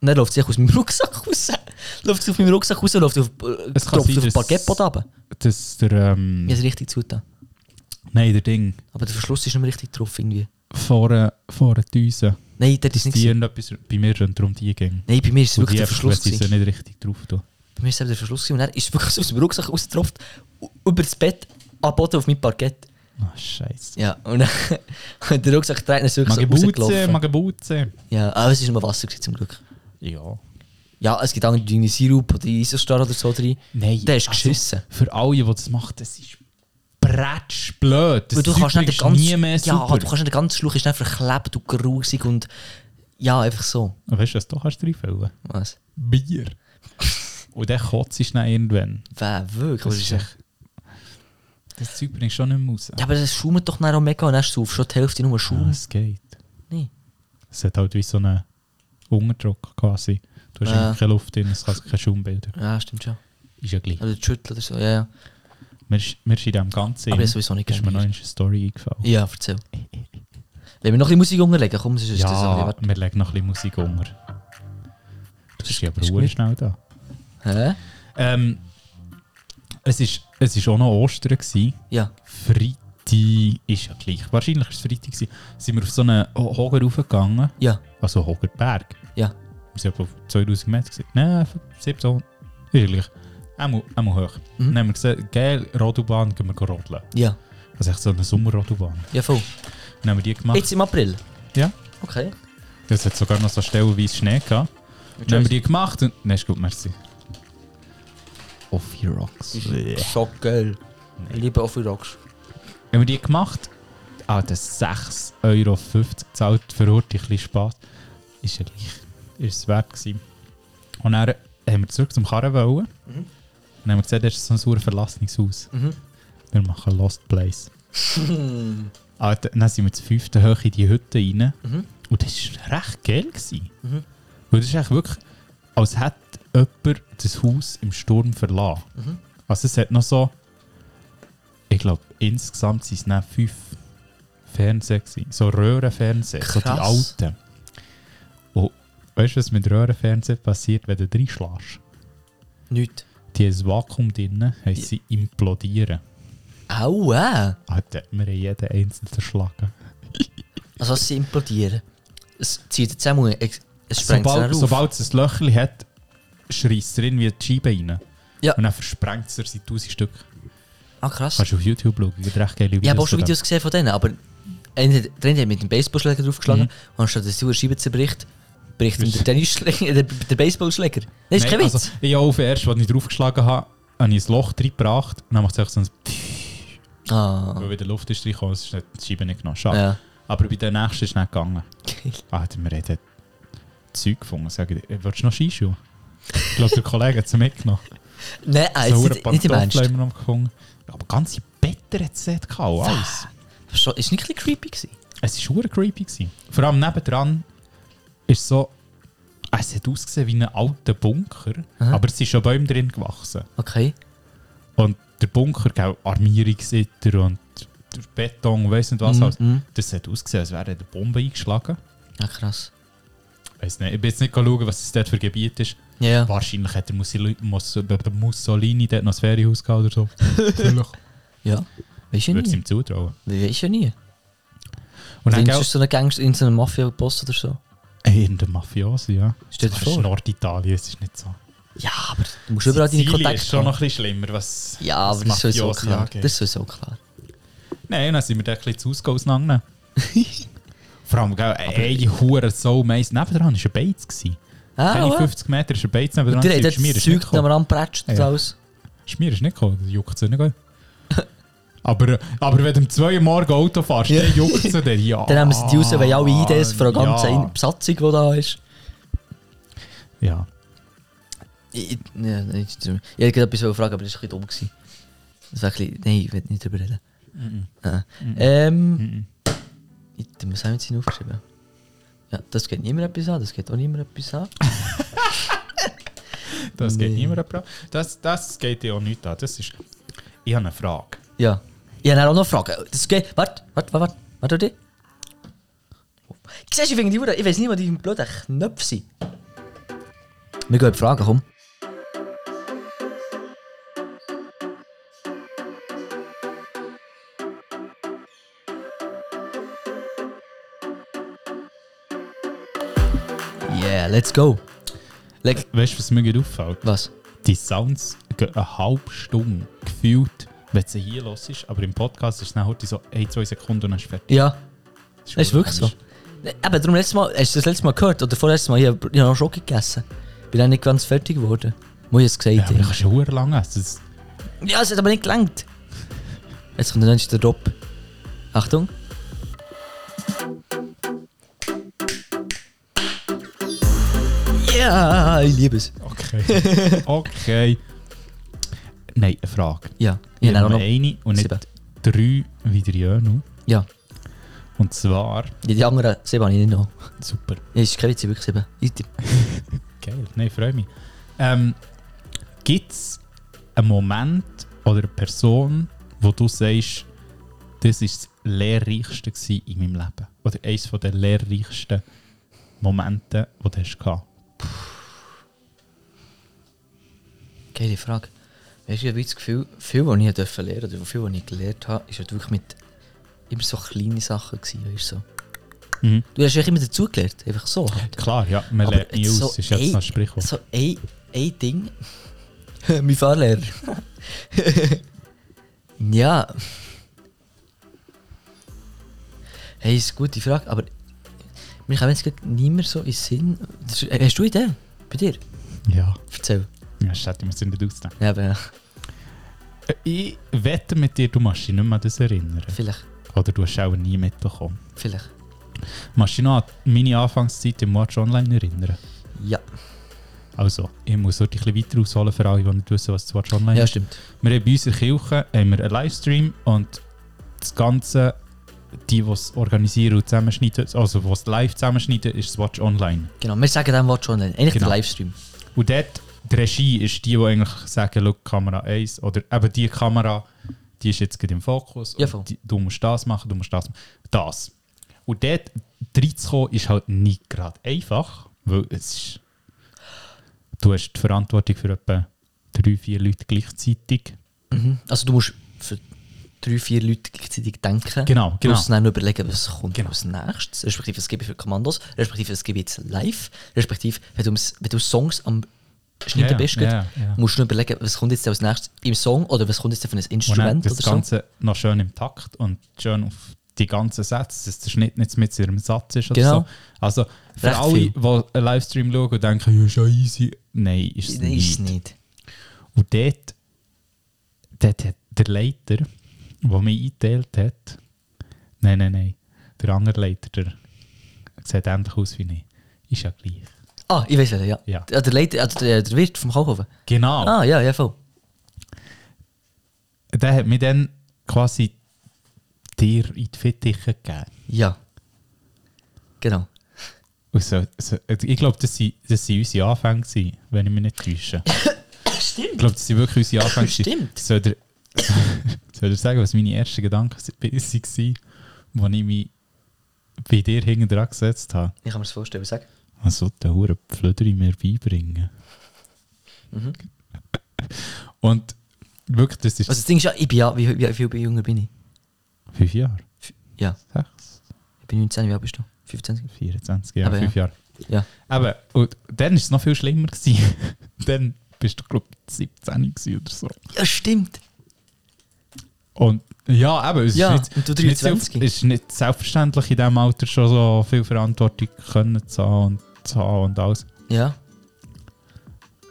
S1: Und dann läuft sie aus meinem Rucksack raus. läuft sie auf meinem Rucksack raus, läuft sie auf, äh,
S2: Es kann
S1: tropft
S2: sein,
S1: auf ein
S2: dass-
S1: Baguette runter.
S2: Mm. Das der, ähm,
S1: Ich habe es richtig zugetan.
S2: nein, der Ding,
S1: Aber der Verschluss ist nicht mehr richtig drauf, irgendwie.
S2: vorne, vorne die Düse,
S1: Nein, das ist
S2: dass
S1: nicht
S2: die
S1: gewesen.
S2: irgendetwas, bei mir rund um die ging.
S1: Nein, bei mir ist es
S2: Und
S1: wirklich
S2: die
S1: der
S2: einfach, wenn
S1: Verschluss.
S2: sie
S1: gewesen.
S2: sie nicht richtig drauf tun.
S1: Bei mir war der Verschluss gewesen. und er ist wirklich so aus dem Rucksack rausgetropft, u- über das Bett, am Boden auf mein Parkett.
S2: Ah, scheiße.
S1: Ja, und dann der Rucksack trägt ist wirklich so
S2: Magebuze,
S1: rausgelaufen.
S2: Magebuze.
S1: Ja, aber es war nur Wasser gewesen, zum Glück.
S2: Ja.
S1: Ja, es gibt andere, die irgendwie Sirup oder Isostar oder so drin.
S2: Nein. also
S1: Der ist geschissen.
S2: Für alle, die das machen, das ist bretschblöd. Das
S1: Weil du kannst nicht den
S2: ist
S1: ganzen,
S2: nie mehr
S1: ja,
S2: super.
S1: du kannst nicht den ganzen Schluch, ist dann verklebt und grusig und ja, einfach so.
S2: weißt du, was du kannst reinfüllen?
S1: Was?
S2: Bier. Und dann kotzt es dann irgendwann.
S1: Wer, wirklich?
S2: Das, ist echt, das Zeug bringst du schon nicht mehr raus.
S1: ja, aber das schaumt doch dann auch mega und dann hast du auf schon die Hälfte nur Schaum.
S2: Ah, es geht.
S1: Nein.
S2: Es hat halt wie so einen Unterdruck quasi. Du hast
S1: Ja.
S2: eigentlich keine Luft drin, es kann sich kein Schaum bilden.
S1: Ja, stimmt schon.
S2: Ist ja gleich.
S1: Oder schütteln oder so, ja, ja.
S2: Wir, sch- wir sind in dem Ganzen.
S1: Aber das
S2: das
S1: ist sowieso nicht
S2: ist mir noch
S1: gerne.
S2: eine Story eingefallen.
S1: Ja, erzähl. Wenn wir noch ein bisschen Musik unterlegen, komm, sonst ist das ein
S2: Ja,
S1: bisschen-
S2: wir legen noch ein bisschen Musik unter. Du bist ja aber
S1: ist
S2: verdammt
S1: gut.
S2: schnell da.
S1: Hä?
S2: Ähm, es war ist, es ist auch noch Ostern. Gewesen.
S1: Ja.
S2: Freitag ist ja gleich. Wahrscheinlich war es Freitag. Gewesen. Sind wir auf so einen Ho- Hoger raufgegangen.
S1: Ja.
S2: Also Hogerberg.
S1: Ja.
S2: Wir sind etwa auf 2000 Meter. Gewesen. Nein, 700. Wirklich. Einmal, einmal hoch.
S1: Mhm.
S2: Dann haben wir gesagt, geil, Rodelbahn, gehen wir rodeln.
S1: Ja.
S2: Also echt so eine Sommerrodelbahn.
S1: Ja, voll.
S2: Dann haben wir die gemacht.
S1: Jetzt im April?
S2: Ja.
S1: Okay.
S2: Es hat sogar noch so stellenweise Schnee gehabt. Dann haben wir die gemacht und... Nein, ist gut, merci. Off your rocks. Yeah.
S1: So geil. Ich liebe Offy Rocks.
S2: Haben wir die gemacht? Ah, das 6,50 Euro zahlt für heute ein bisschen Spaß. Ist ja gleich. Ist es wert gewesen. Und dann haben wir zurück zum Karren wollen. Dann haben wir gesehen, das ist so ein sauer verlassenes Haus.
S1: Mhm.
S2: Wir machen Lost Place. Ah, d- dann sind wir zur fünften Höhe in die Hütte rein.
S1: Mhm.
S2: Und das war recht geil. Gewesen.
S1: Mhm.
S2: Weil das ist eigentlich wirklich, als hätte jemand das Haus im Sturm verlassen.
S1: Mhm.
S2: Also es hat noch so, ich glaube insgesamt sind es dann fünf Fernseher gewesen. So Röhrenfernseher, so die
S1: Krass.
S2: alten. Und weißt du, was mit Röhrenfernseher passiert, wenn du reinschlägst?
S1: Nicht.
S2: Die haben ein Vakuum drinnen, haben sie implodieren. Ah,
S1: Aua!
S2: Alter, wir haben jeden einzelnen zerschlagen.
S1: Also, was sie implodieren. Es zieht jetzt einmal, es es sprengt es
S2: Sobald,
S1: dann auf.
S2: sobald es ein Löchchen hat, schreisst er irgendwie die Scheibe rein.
S1: Ja.
S2: Und dann versprengt es er sein 1000 Stück.
S1: Ah, krass.
S2: Kannst du auf YouTube schauen, gibt recht geile Videos.
S1: Ich habe auch schon
S2: von dem.
S1: Videos gesehen von denen, aber einer hat- der eine hat mit dem Baseballschläger draufgeschlagen
S2: Mhm. Dus-
S1: und anstatt dass die Uhr Scheibe zerbricht, bricht ihm
S2: Ist-
S1: der, Tennisschläger, der, der Baseballschläger. Das ist
S2: Nein,
S1: kein Witz.
S2: Also, ich habe auf den ersten, den ich draufgeschlagen habe, habe ich ein Loch reingebracht und dann macht es einfach so ein Pfff,
S1: ah,
S2: weil wieder Luft ist reingekommen, es ist nicht, die Scheibe nicht genommen. Schade.
S1: ja.
S2: Aber bei der nächsten ist es nicht gegangen. Ah, hat mir hat Zeug gefunden. Sag ich, dir, willst du noch Skischuhe? Ich glaube, der Kollege hat es mitgenommen.
S1: Nein, ah, jetzt
S2: so
S1: nicht, nicht im Ernst.
S2: haben wir noch gefunden. Aber ganze Better hat es dort gehabt und alles.
S1: Ist schon- ist nicht ein bisschen creepy gewesen?
S2: Es war hure creepy. Gewesen. Vor allem nebendran ist so. Es hat ausgesehen wie ein alter Bunker,
S1: Aha.
S2: aber es ist schon Bäume drin gewachsen.
S1: Okay.
S2: Und der Bunker, gell, Armierungssitter und der Beton, weiss nicht was
S1: Mhm,
S2: alles.
S1: mhm.
S2: Das hat ausgesehen, als wäre eine Bombe eingeschlagen.
S1: Ja, krass.
S2: Weiss nicht, ich bin jetzt nicht schauen, was es dort für ein Gebiet ist.
S1: Ja, ja.
S2: Wahrscheinlich hat der Mussoli- Muss- der Mussolini dort noch ein Ferienhaus gehabt oder so. Vielleicht.
S1: ja. Weißt du
S2: Würde es
S1: nie?
S2: ihm zutrauen.
S1: Weißt du nie?
S2: Und dann,
S1: Findest
S2: gell,
S1: du so einen Gangster in so einem Mafia-Boss oder so?
S2: Ey, in der Mafiosi, ja.
S1: Stell dir
S2: Das ist
S1: vor.
S2: Norditalien, es ist nicht so.
S1: Ja, aber du musst überall deine
S2: Sizilien
S1: Kontakte
S2: ist schon
S1: haben.
S2: noch ein bisschen schlimmer, was
S1: Ja, aber
S2: was
S1: das ist sowieso
S2: Mafiosi
S1: klar.
S2: angeht.
S1: Das ist sowieso klar.
S2: Nein, dann sind wir da ein bisschen zu Hause auseinandergenommen. Vor allem, gell, ey, hure so meist. Nebendran war ein Beiz. gewesen.
S1: Ah,
S2: Keine
S1: ja.
S2: 50 Meter ist ein Beiz
S1: Und
S2: nebendran.
S1: die haben
S2: gewesen.
S1: dort
S2: Schmier ist nicht
S1: Zeug
S2: gekommen.
S1: am Randprätscht und
S2: Ja.
S1: alles.
S2: Schmier ist nicht gekommen, das juckt es nicht. gell? aber, aber wenn du um 2 Uhr morgens Auto fährst,
S1: Ja.
S2: dann juckt es dir. Ja.
S1: Dann haben sie die raus, weil alle IDs von der ganzen
S2: Ah, ja.
S1: Besatzung, die da ist.
S2: ja.
S1: Ich, ich, ja, nein, ich, ich hätte gerade etwas fragen, aber das war ein bisschen dumm. Gewesen. Das war ein bisschen, nein, ich will nicht drüber reden. Ah. Ähm, ich, was haben wir jetzt aufgeschrieben? Ja, das geht niemand etwas an, das geht auch niemand etwas an.
S2: Das geht
S1: Nee.
S2: niemandem an. Das, das geht dir auch nicht an. Das ist... Ich habe eine Frage.
S1: Ja. nou, Ich habe auch noch Fragen. Das geht, warte, warte, warte, warte, warte, warte. Siehst du, ich finde die Uhr, ich weiß nicht, wo die blöden Knöpfe sind. Wir gehen auf die Fragen, komm. Yeah, let's go. Leg,
S2: Weißt du, was mir gerade auffällt?
S1: was?
S2: Die Sounds gehen eine halbe Stunde gefühlt, wenn du sie hier los ist, aber im Podcast ist es dann heute so 1, 2 Sekunden und dann ist es fertig.
S1: Ja,
S2: Das
S1: Das ist wirklich so. Ne, Eben, darum letztes Mal, hast du das letzte Mal gehört oder vorletztes Mal, ich habe ich hab noch Schoki gegessen. Bin auch nicht ganz fertig geworden. Muss ich es
S2: Ja,
S1: gesagt
S2: aber du
S1: haben.
S2: kannst ja verdammt lang essen. Das-
S1: Ja, es hat aber nicht gelangt. Jetzt kommt der nächste Drop. Achtung. Ja, ich liebe es.
S2: Okay. okay. Nein, eine Frage.
S1: Ja, ich habe
S2: habe
S1: auch
S2: nur
S1: noch.
S2: eine und nicht
S1: sieben.
S2: drei wie der Jönu.
S1: Ja,
S2: Und zwar...
S1: die die anderen sieben habe ich nicht noch.
S2: Super.
S1: Ja, ist keine Witz, wirklich sieben. Weiter.
S2: Geil, nein, freue mich. Ähm, Gibt es einen Moment oder eine Person, wo du sagst, das war das lehrreichste gewesen in meinem Leben? Oder eines der lehrreichsten Momente, die du hast gehabt
S1: Geile Frage. Weißt du, ich habe das Gefühl, viel, was ich lernen durfte, oder viel, was ich gelernt habe, ist halt wirklich mit immer so kleine Sachen gewesen, weißt du so.
S2: Mhm.
S1: Du hast ja immer dazugelernt, einfach so halt.
S2: Klar, ja, man
S1: Aber
S2: lernt nie
S1: jetzt
S2: aus. ist jetzt
S1: ein-
S2: noch ein Sprichwort.
S1: So ein, ein Ding. mein Fahrlehrer. ja. Hey, ist eine gute Frage, aber mir kam jetzt gerade nicht mehr so in den Sinn. Das ist- Hast du Idee? Bei dir?
S2: Ja,
S1: Erzähl.
S2: ja das hätte ich mir so nicht ausgedacht.
S1: Ja, aber ja,
S2: Äh, Ich wette mit dir, du machst dich nicht mehr an das erinnern.
S1: vielleicht.
S2: Oder du hast auch nie mitbekommen.
S1: Vielleicht.
S2: Machst du dich noch an meine Anfangszeit im Watch Online erinnern?
S1: Ja.
S2: Also, ich muss heute ein bisschen weiter ausholen für alle, die nicht wissen, was das Watch Online
S1: Ja,
S2: ist.
S1: stimmt.
S2: Wir haben bei unserer Kirche haben wir einen Livestream und das Ganze, die, die es organisieren und zusammenschneiden, also die es live zusammenschneiden, ist das Watch Online.
S1: Genau. Wir sagen dem Wort schon. Eigentlich
S2: Genau.
S1: der Livestream.
S2: Und dort, die Regie ist die, die eigentlich sagen, schau, Kamera 1 oder eben die Kamera, die ist jetzt gerade im Fokus.
S1: Ja,
S2: und
S1: voll.
S2: die, du musst das machen, du musst das machen. Das. Und dort reinzukommen ist halt nicht gerade einfach, weil es ist, du hast die Verantwortung für etwa drei, vier Leute gleichzeitig.
S1: Mhm. Also du musst für drei, vier Leute gleichzeitig denken.
S2: Genau,
S1: Du
S2: genau.
S1: musst dann überlegen, was kommt
S2: Genau.
S1: als nächstes, respektive was gebe ich für Kommandos, respektive was gebe ich jetzt live, respektive wenn du, ums- wenn du Songs am Schneiden
S2: Ja, ja,
S1: bist, gerade,
S2: ja, ja.
S1: musst du noch überlegen, was kommt jetzt als nächstes im Song oder was kommt jetzt für ein
S2: Und dann
S1: Instrument
S2: das
S1: oder so.
S2: Ganze noch schön im Takt und schön auf die ganzen Sätze, dass der Schnitt nicht mit ihrem Satz ist oder
S1: Genau.
S2: so. Also für
S1: Recht
S2: alle,
S1: viel.
S2: die einen Livestream schauen und denken, ja, ist ja easy. Nein, ist es
S1: Nein,
S2: nicht.
S1: ist es nicht.
S2: Und dort, dort hat der Leiter, der mich eingeteilt hat, nein, nein, nein, der andere Leiter, der sieht ähnlich aus wie ich, ist ja gleich.
S1: Ah, ich weiß ja.
S2: Ja.
S1: ja. Der, Leiter, also der, der Wirt vom Kaufhofen.
S2: Genau.
S1: Ah, ja, ja, voll.
S2: Der hat mir dann quasi dir in die Fittiche gegeben.
S1: Ja. Genau.
S2: Und so, so, ich glaube, das waren das sind unsere Anfänge, gewesen, wenn ich mich nicht täusche.
S1: Stimmt.
S2: Ich glaube, das sind wirklich unsere Anfänge. gewesen.
S1: Stimmt.
S2: Soll dir, soll dir sagen, was meine ersten Gedanken si- waren, als ich mich bei dir hinten dran gesetzt habe? Also,
S1: Ich kann mir das vorstellen, sag.
S2: Was soll der Hure Flöderi mir beibringen?
S1: Mhm.
S2: Und wirklich, das ist
S1: Also das Ding ist ja, ich bin ja, wie, wie, wie viel jünger bin ich?
S2: fünf Jahre,
S1: Ja,
S2: sechs,
S1: ich bin 19, wie alt bist du? 25?
S2: 24 Jahre,
S1: Aber
S2: fünf Jahre.
S1: Ja.
S2: Aber und dann war es noch viel schlimmer. Gewesen. dann bist du, glaube ich, 17 gewesen oder so.
S1: Ja, stimmt.
S2: Und ja, eben, es
S1: Ja,
S2: ist,
S1: und
S2: nicht,
S1: du
S2: es ist nicht
S1: 23.
S2: selbst- es ist nicht selbstverständlich in diesem Alter schon so viel Verantwortung können zu haben und zu haben und alles.
S1: Ja.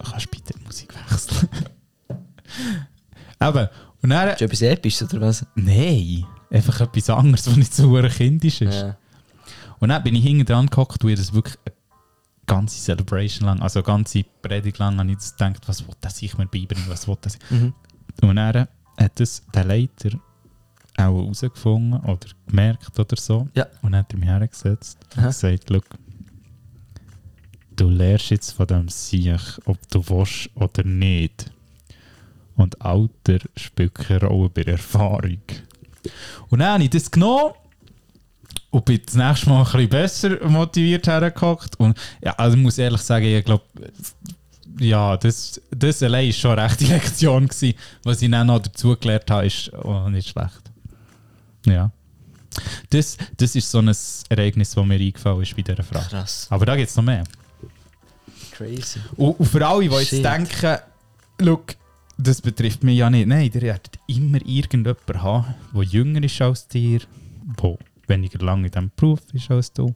S2: Kannst du bitte die Musik wechseln? eben, und dann...
S1: Ist etwas Episches oder was?
S2: Nein, einfach etwas anderes, was nicht so verdammt kindisch ist.
S1: Ja.
S2: Und dann bin ich hinten dran gehockt und ich das wirklich eine ganze Celebration lang, also eine ganze Predigt lang, habe ich jetzt gedacht, was will das ich mir beibringen, was will das
S1: Mhm.
S2: Und dann hat das der Leiter auch herausgefunden oder gemerkt oder so.
S1: Ja.
S2: Und dann hat er mich hergesetzt und
S1: Aha.
S2: gesagt, «Schau, du lernst jetzt von dem Sieg, ob du willst oder nicht. Und Alter spielt keine Rolle bei der Erfahrung. Und dann habe ich das genommen und bin das nächste Mal ein bisschen besser motiviert hergehockt. Und ja, also ich muss ehrlich sagen, ich glaube, ja, das, das allein war schon eine rechte Lektion. Gewesen. Was ich dann noch dazugelernt habe, ist oh, nicht schlecht. Ja. Das, das ist so ein Ereignis, das mir eingefallen ist bei dieser Frage.
S1: Krass.
S2: Aber da gibt es noch mehr.
S1: Crazy.
S2: Und, und für alle, die jetzt
S1: Shit.
S2: denken, «Look, das betrifft mich ja nicht. Nein, ihr werdet immer irgendjemanden haben, der jünger ist als dir, der weniger lange in diesem Beruf ist als du,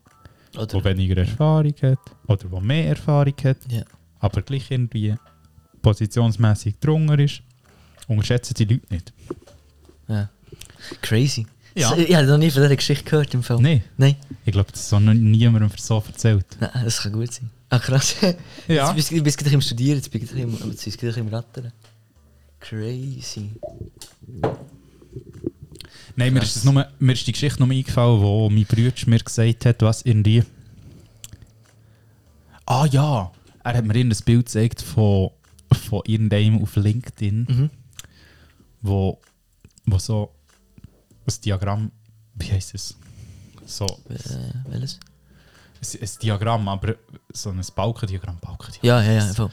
S2: der
S1: Oder?
S2: weniger Erfahrung hat oder der mehr Erfahrung hat
S1: Ja.
S2: aber gleich irgendwie positionsmäßig drunter ist, unterschätzen die Leute nicht.
S1: ja. Crazy.
S2: Ja.
S1: Das- Ich habe noch nie von dieser Geschichte gehört im Fall.
S2: Nein,
S1: Nein.
S2: ich glaube, das hat noch niemandem so erzählt.
S1: Nein, das kann gut sein. Ah, krass.
S2: Ja.
S1: Jetzt bist du bist du gleich im Studieren, jetzt bist du gleich im, jetzt bist du gleich im Rattern. Crazy.
S2: Nein, mir ist, das nur, mir ist die Geschichte nur eingefallen, wo mein Bruder mir gesagt hat, was irgendwie. Ah ja, er hat mir irgendein Bild gezeigt von, von irgendeinem auf LinkedIn, wo, wo so ein Diagramm, wie heißt es? So,
S1: Äh, welches?
S2: es- ein Diagramm, aber so ein Balkendiagramm, Balkendiagramm.
S1: Ja, ja, ja, voll.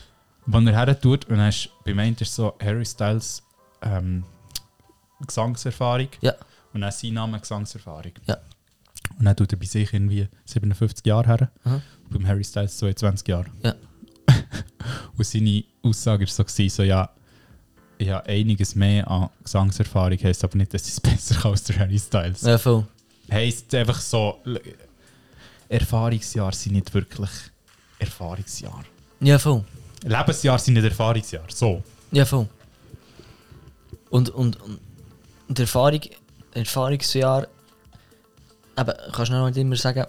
S2: Wenn er her tut und dann ist, bei mir ist so Harry Styles ähm, Gesangserfahrung
S1: Ja.
S2: und dann sein Name Gesangserfahrung.
S1: Ja.
S2: Und dann tut er bei sich irgendwie 57 Jahre her,
S1: Aha.
S2: beim Harry Styles 22 Jahre.
S1: Ja.
S2: und seine Aussage war so, gewesen, so ja, ich habe einiges mehr an Gesangserfahrung, heisst aber nicht, dass ich es besser kann als der Harry Styles.
S1: Ja, voll.
S2: Heisst einfach so, l- Erfahrungsjahre sind nicht wirklich Erfahrungsjahre.
S1: Ja, voll.
S2: Lebensjahre sind nicht Erfahrungsjahre, so.
S1: Ja, voll. Und, und, und die Erfahrung, Erfahrungsjahr, eben, kannst du noch nicht immer sagen,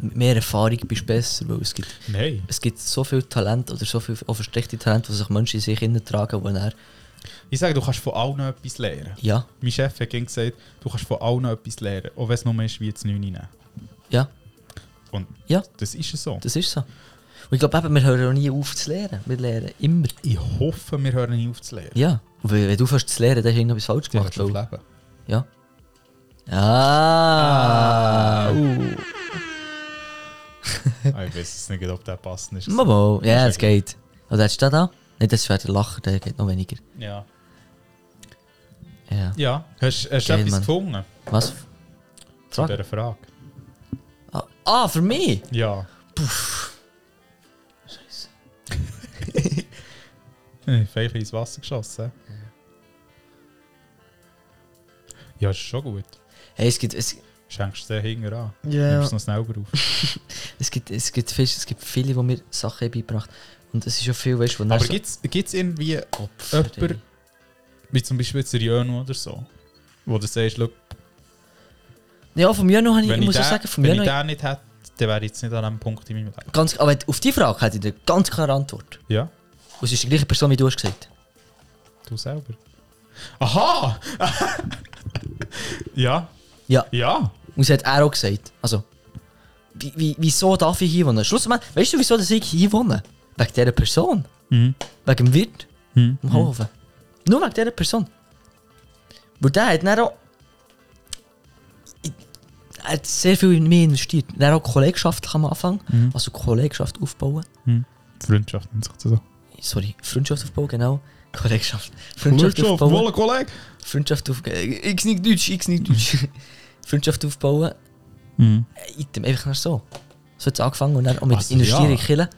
S1: mit mehr Erfahrung bist du besser, weil es gibt,
S2: Nein.
S1: es gibt so viel Talent oder so viel auch versteckte Talent, was sich Menschen in sich innen tragen, wo er,
S2: Ich sage, du kannst von allen etwas lernen.
S1: ja,
S2: Mein Chef hat immer gesagt, du kannst von allen etwas lernen, auch wenn es nur ist, wie jetzt 9 nehmen.
S1: ja,
S2: Und
S1: Ja.
S2: das ist es so.
S1: das ist so. Und ich glaube eben, wir hören auch nie auf zu lernen, wir lernen immer.
S2: ich hoffe, wir hören nicht auf zu lernen.
S1: Ja, und wenn, wenn du fast zu lernen, dann hast du irgendwas falsch
S2: Dann
S1: gemacht.
S2: hörst du auf
S1: weil-
S2: Leben.
S1: ja. Ah, uh.
S2: Ah, ich weiß es nicht, ob der passend ist.
S1: Mama, ja, es geht. Also hättest du den da? Nein, das wäre der Lacher, der geht noch weniger.
S2: Ja.
S1: Ja.
S2: ja. Hast hast du
S1: Geil,
S2: etwas
S1: Mann.
S2: gefunden
S1: Was?
S2: zu
S1: Frage?
S2: dieser Frage?
S1: Ah, ah, für mich?
S2: Ja. Scheiße. Feiche ins Wasser geschossen. Ja, ist schon gut.
S1: Hey, es gibt, es,
S2: Schenkst du den Hinger an.
S1: Ja.
S2: Nimmst du noch selber auf.
S1: es gibt, es gibt Fisch, es gibt viele, die mir Sachen haben beigebracht Und es ist ja viel, weißt du, wo
S2: Aber
S1: so-
S2: gibt's gibt's irgendwie,
S1: Opfer,
S2: jemand-
S1: ey.
S2: wie zum Beispiel jetzt der Jönu oder so, wo du sagst, look,
S1: Ja, vom Jöno habe ich, ich
S2: wenn, ich
S1: muss
S2: den,
S1: auch sagen, vom
S2: wenn ich
S1: Jöno.
S2: den nicht hätte, dann wäre ich jetzt nicht an einem Punkt in meinem Leben.
S1: Ganz, aber auf oh, die Frage hätte ich eine ganz klare Antwort.
S2: Ja,
S1: Und es ist die gleiche Person, wie du hast gesagt.
S2: du selber. Aha! ja,
S1: Ja.
S2: ja.
S1: Und sie hat er auch gesagt. Also, wie, wie, wieso darf ich hier wohnen? Schlussendlich, weißt du, wieso dass ich hier wohne? Wegen dieser Person.
S2: Mhm.
S1: Wegen dem Wirt.
S2: Mhm.
S1: Am Hafen. Nur wegen dieser Person. Weil der hat dann auch. Er hat sehr viel in mich investiert. Dann auch Kollegschaft am Anfang.
S2: Mhm.
S1: Also Kollegschaft aufbauen.
S2: Freundschaft nennt sich das so.
S1: Sorry, Freundschaft aufbauen, genau. Kollegschaft. Freundschaft,
S2: Freundschaft,
S1: aufbauen.
S2: wohl, Kollege!
S1: Freundschaft aufbauen. Ich nicht Deutsch, ich nicht Deutsch. Freundschaft aufbauen.
S2: Mhm.
S1: Item, einfach nur so. So hat es angefangen und dann auch mit
S2: Also,
S1: Investieren
S2: ja.
S1: in Killen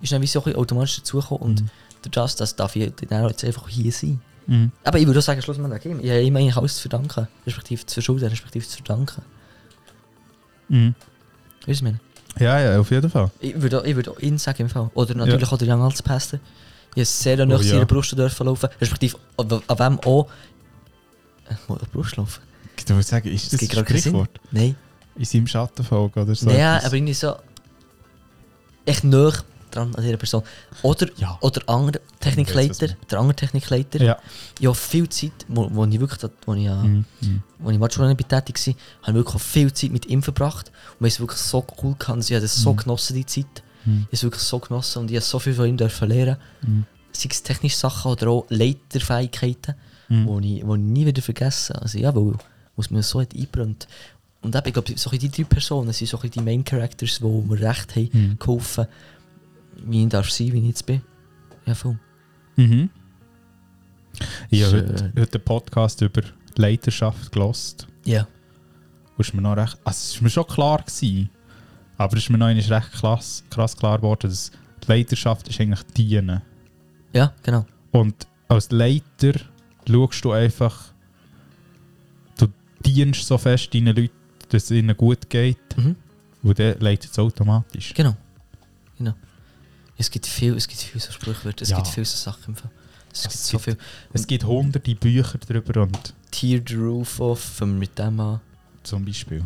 S1: ist dann wie so ein bisschen automatisch dazugekommen und durch das, das darf ich dann auch jetzt einfach hier sein.
S2: Mhm.
S1: Aber ich würde auch sagen, schlussendlich, okay, ich habe ihm eigentlich alles zu verdanken, respektive zu verschulden, respektive zu verdanken.
S2: Mhm.
S1: Weißt du, was ich meine?
S2: Ja, ja, auf jeden Fall.
S1: Ich würde auch, ich würde auch ihn sagen im Fall. Oder natürlich auch der Young Altspäster. Ich habe sehr nah
S2: Oh,
S1: nach
S2: ja.
S1: seiner Brust dürfen laufen, respektive an an wem auch... Äh, wo- An der Brust laufen?
S2: Ich würde sagen, ist
S1: Das gibt gar keinen Sinn. Nein.
S2: In seinem Schatten folgen oder so?
S1: Ja,
S2: etwas?
S1: aber irgendwie so echt nah dran an dieser Person. Oder,
S2: Ja.
S1: oder andere
S2: Ich weiß,
S1: Technikleiter,
S2: was
S1: der andere Technikleiter.
S2: Ja.
S1: Ich habe viel Zeit, wo, wo ich wirklich, wo ich, mhm. wo ich in Matschule nicht betätigt war, habe ich wirklich auch viel Zeit mit ihm verbracht. Und wir haben es wirklich so cool gehabt. Ich habe das so genossen, die Zeit. Ich habe es wirklich so genossen und ich habe so viel von ihm dürfen lernen. Sei es technische Sachen oder auch Leiterfähigkeiten, die ich, wo ich nie wieder vergessen Also ja, weil muss man so hat eingebrannt. Und eben, ich glaube, so ein bisschen die drei Personen sind so ein bisschen die Main Characters, die mir recht haben
S2: mhm.
S1: geholfen, wie ich darf sein, wie ich jetzt bin. Ja, voll.
S2: Mhm. Ich habe
S1: Schön.
S2: heute, heute einen Podcast über Leiterschaft gelost.
S1: Ja.
S2: Und es ist mir noch recht. Also es ist mir schon klar gewesen, aber es ist mir noch einmal recht krass, krass klar geworden, dass die Leiterschaft ist eigentlich dienen.
S1: Ja, genau.
S2: Und als Leiter schaust du einfach, du dienst so fest deinen Leuten, dass es ihnen gut geht.
S1: Mhm.
S2: Und dann leitet es automatisch.
S1: Genau. Genau. Es gibt viel, es gibt viel so Sprichwörter, es
S2: Ja.
S1: gibt viel so Sachen im Fall. Es
S2: Also
S1: gibt
S2: es
S1: so viel.
S2: gibt- Es gibt hunderte Bücher darüber und
S1: Tear the roof off, fangen wir mit dem an.
S2: zum Beispiel.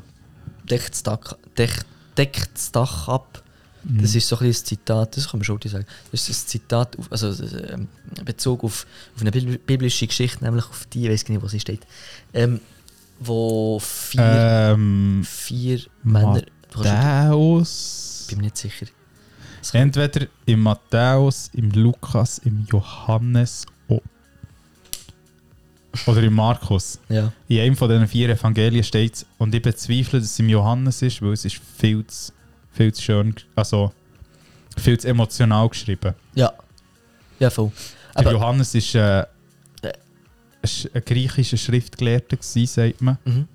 S1: Deckt das Dach, deck, deckt das Dach ab.
S2: Mhm.
S1: Das ist so ein bisschen ein Zitat, das kann man schon sagen. Das ist ein Zitat, auf, also äh, ähm, Bezug auf, auf eine bibl- biblische Geschichte, nämlich auf die, ich weiß gar nicht, wo sie steht. Ähm, wo vier,
S2: Ähm,
S1: vier Männer. Du kannst,
S2: Matthäus.
S1: bin mir nicht sicher. Das kann-
S2: Entweder im Matthäus, im Lukas, im Johannes o- oh. Oder im Markus.
S1: Ja.
S2: In einem von diesen vier Evangelien steht und ich bezweifle, dass es im Johannes ist, weil es ist viel zu, viel zu schön, also viel zu emotional geschrieben.
S1: Ja. Ja, voll.
S2: Der
S1: Aber-
S2: Johannes ist äh, ist ein griechischer Schriftgelehrter, gewesen, sagt man.
S1: Mhm.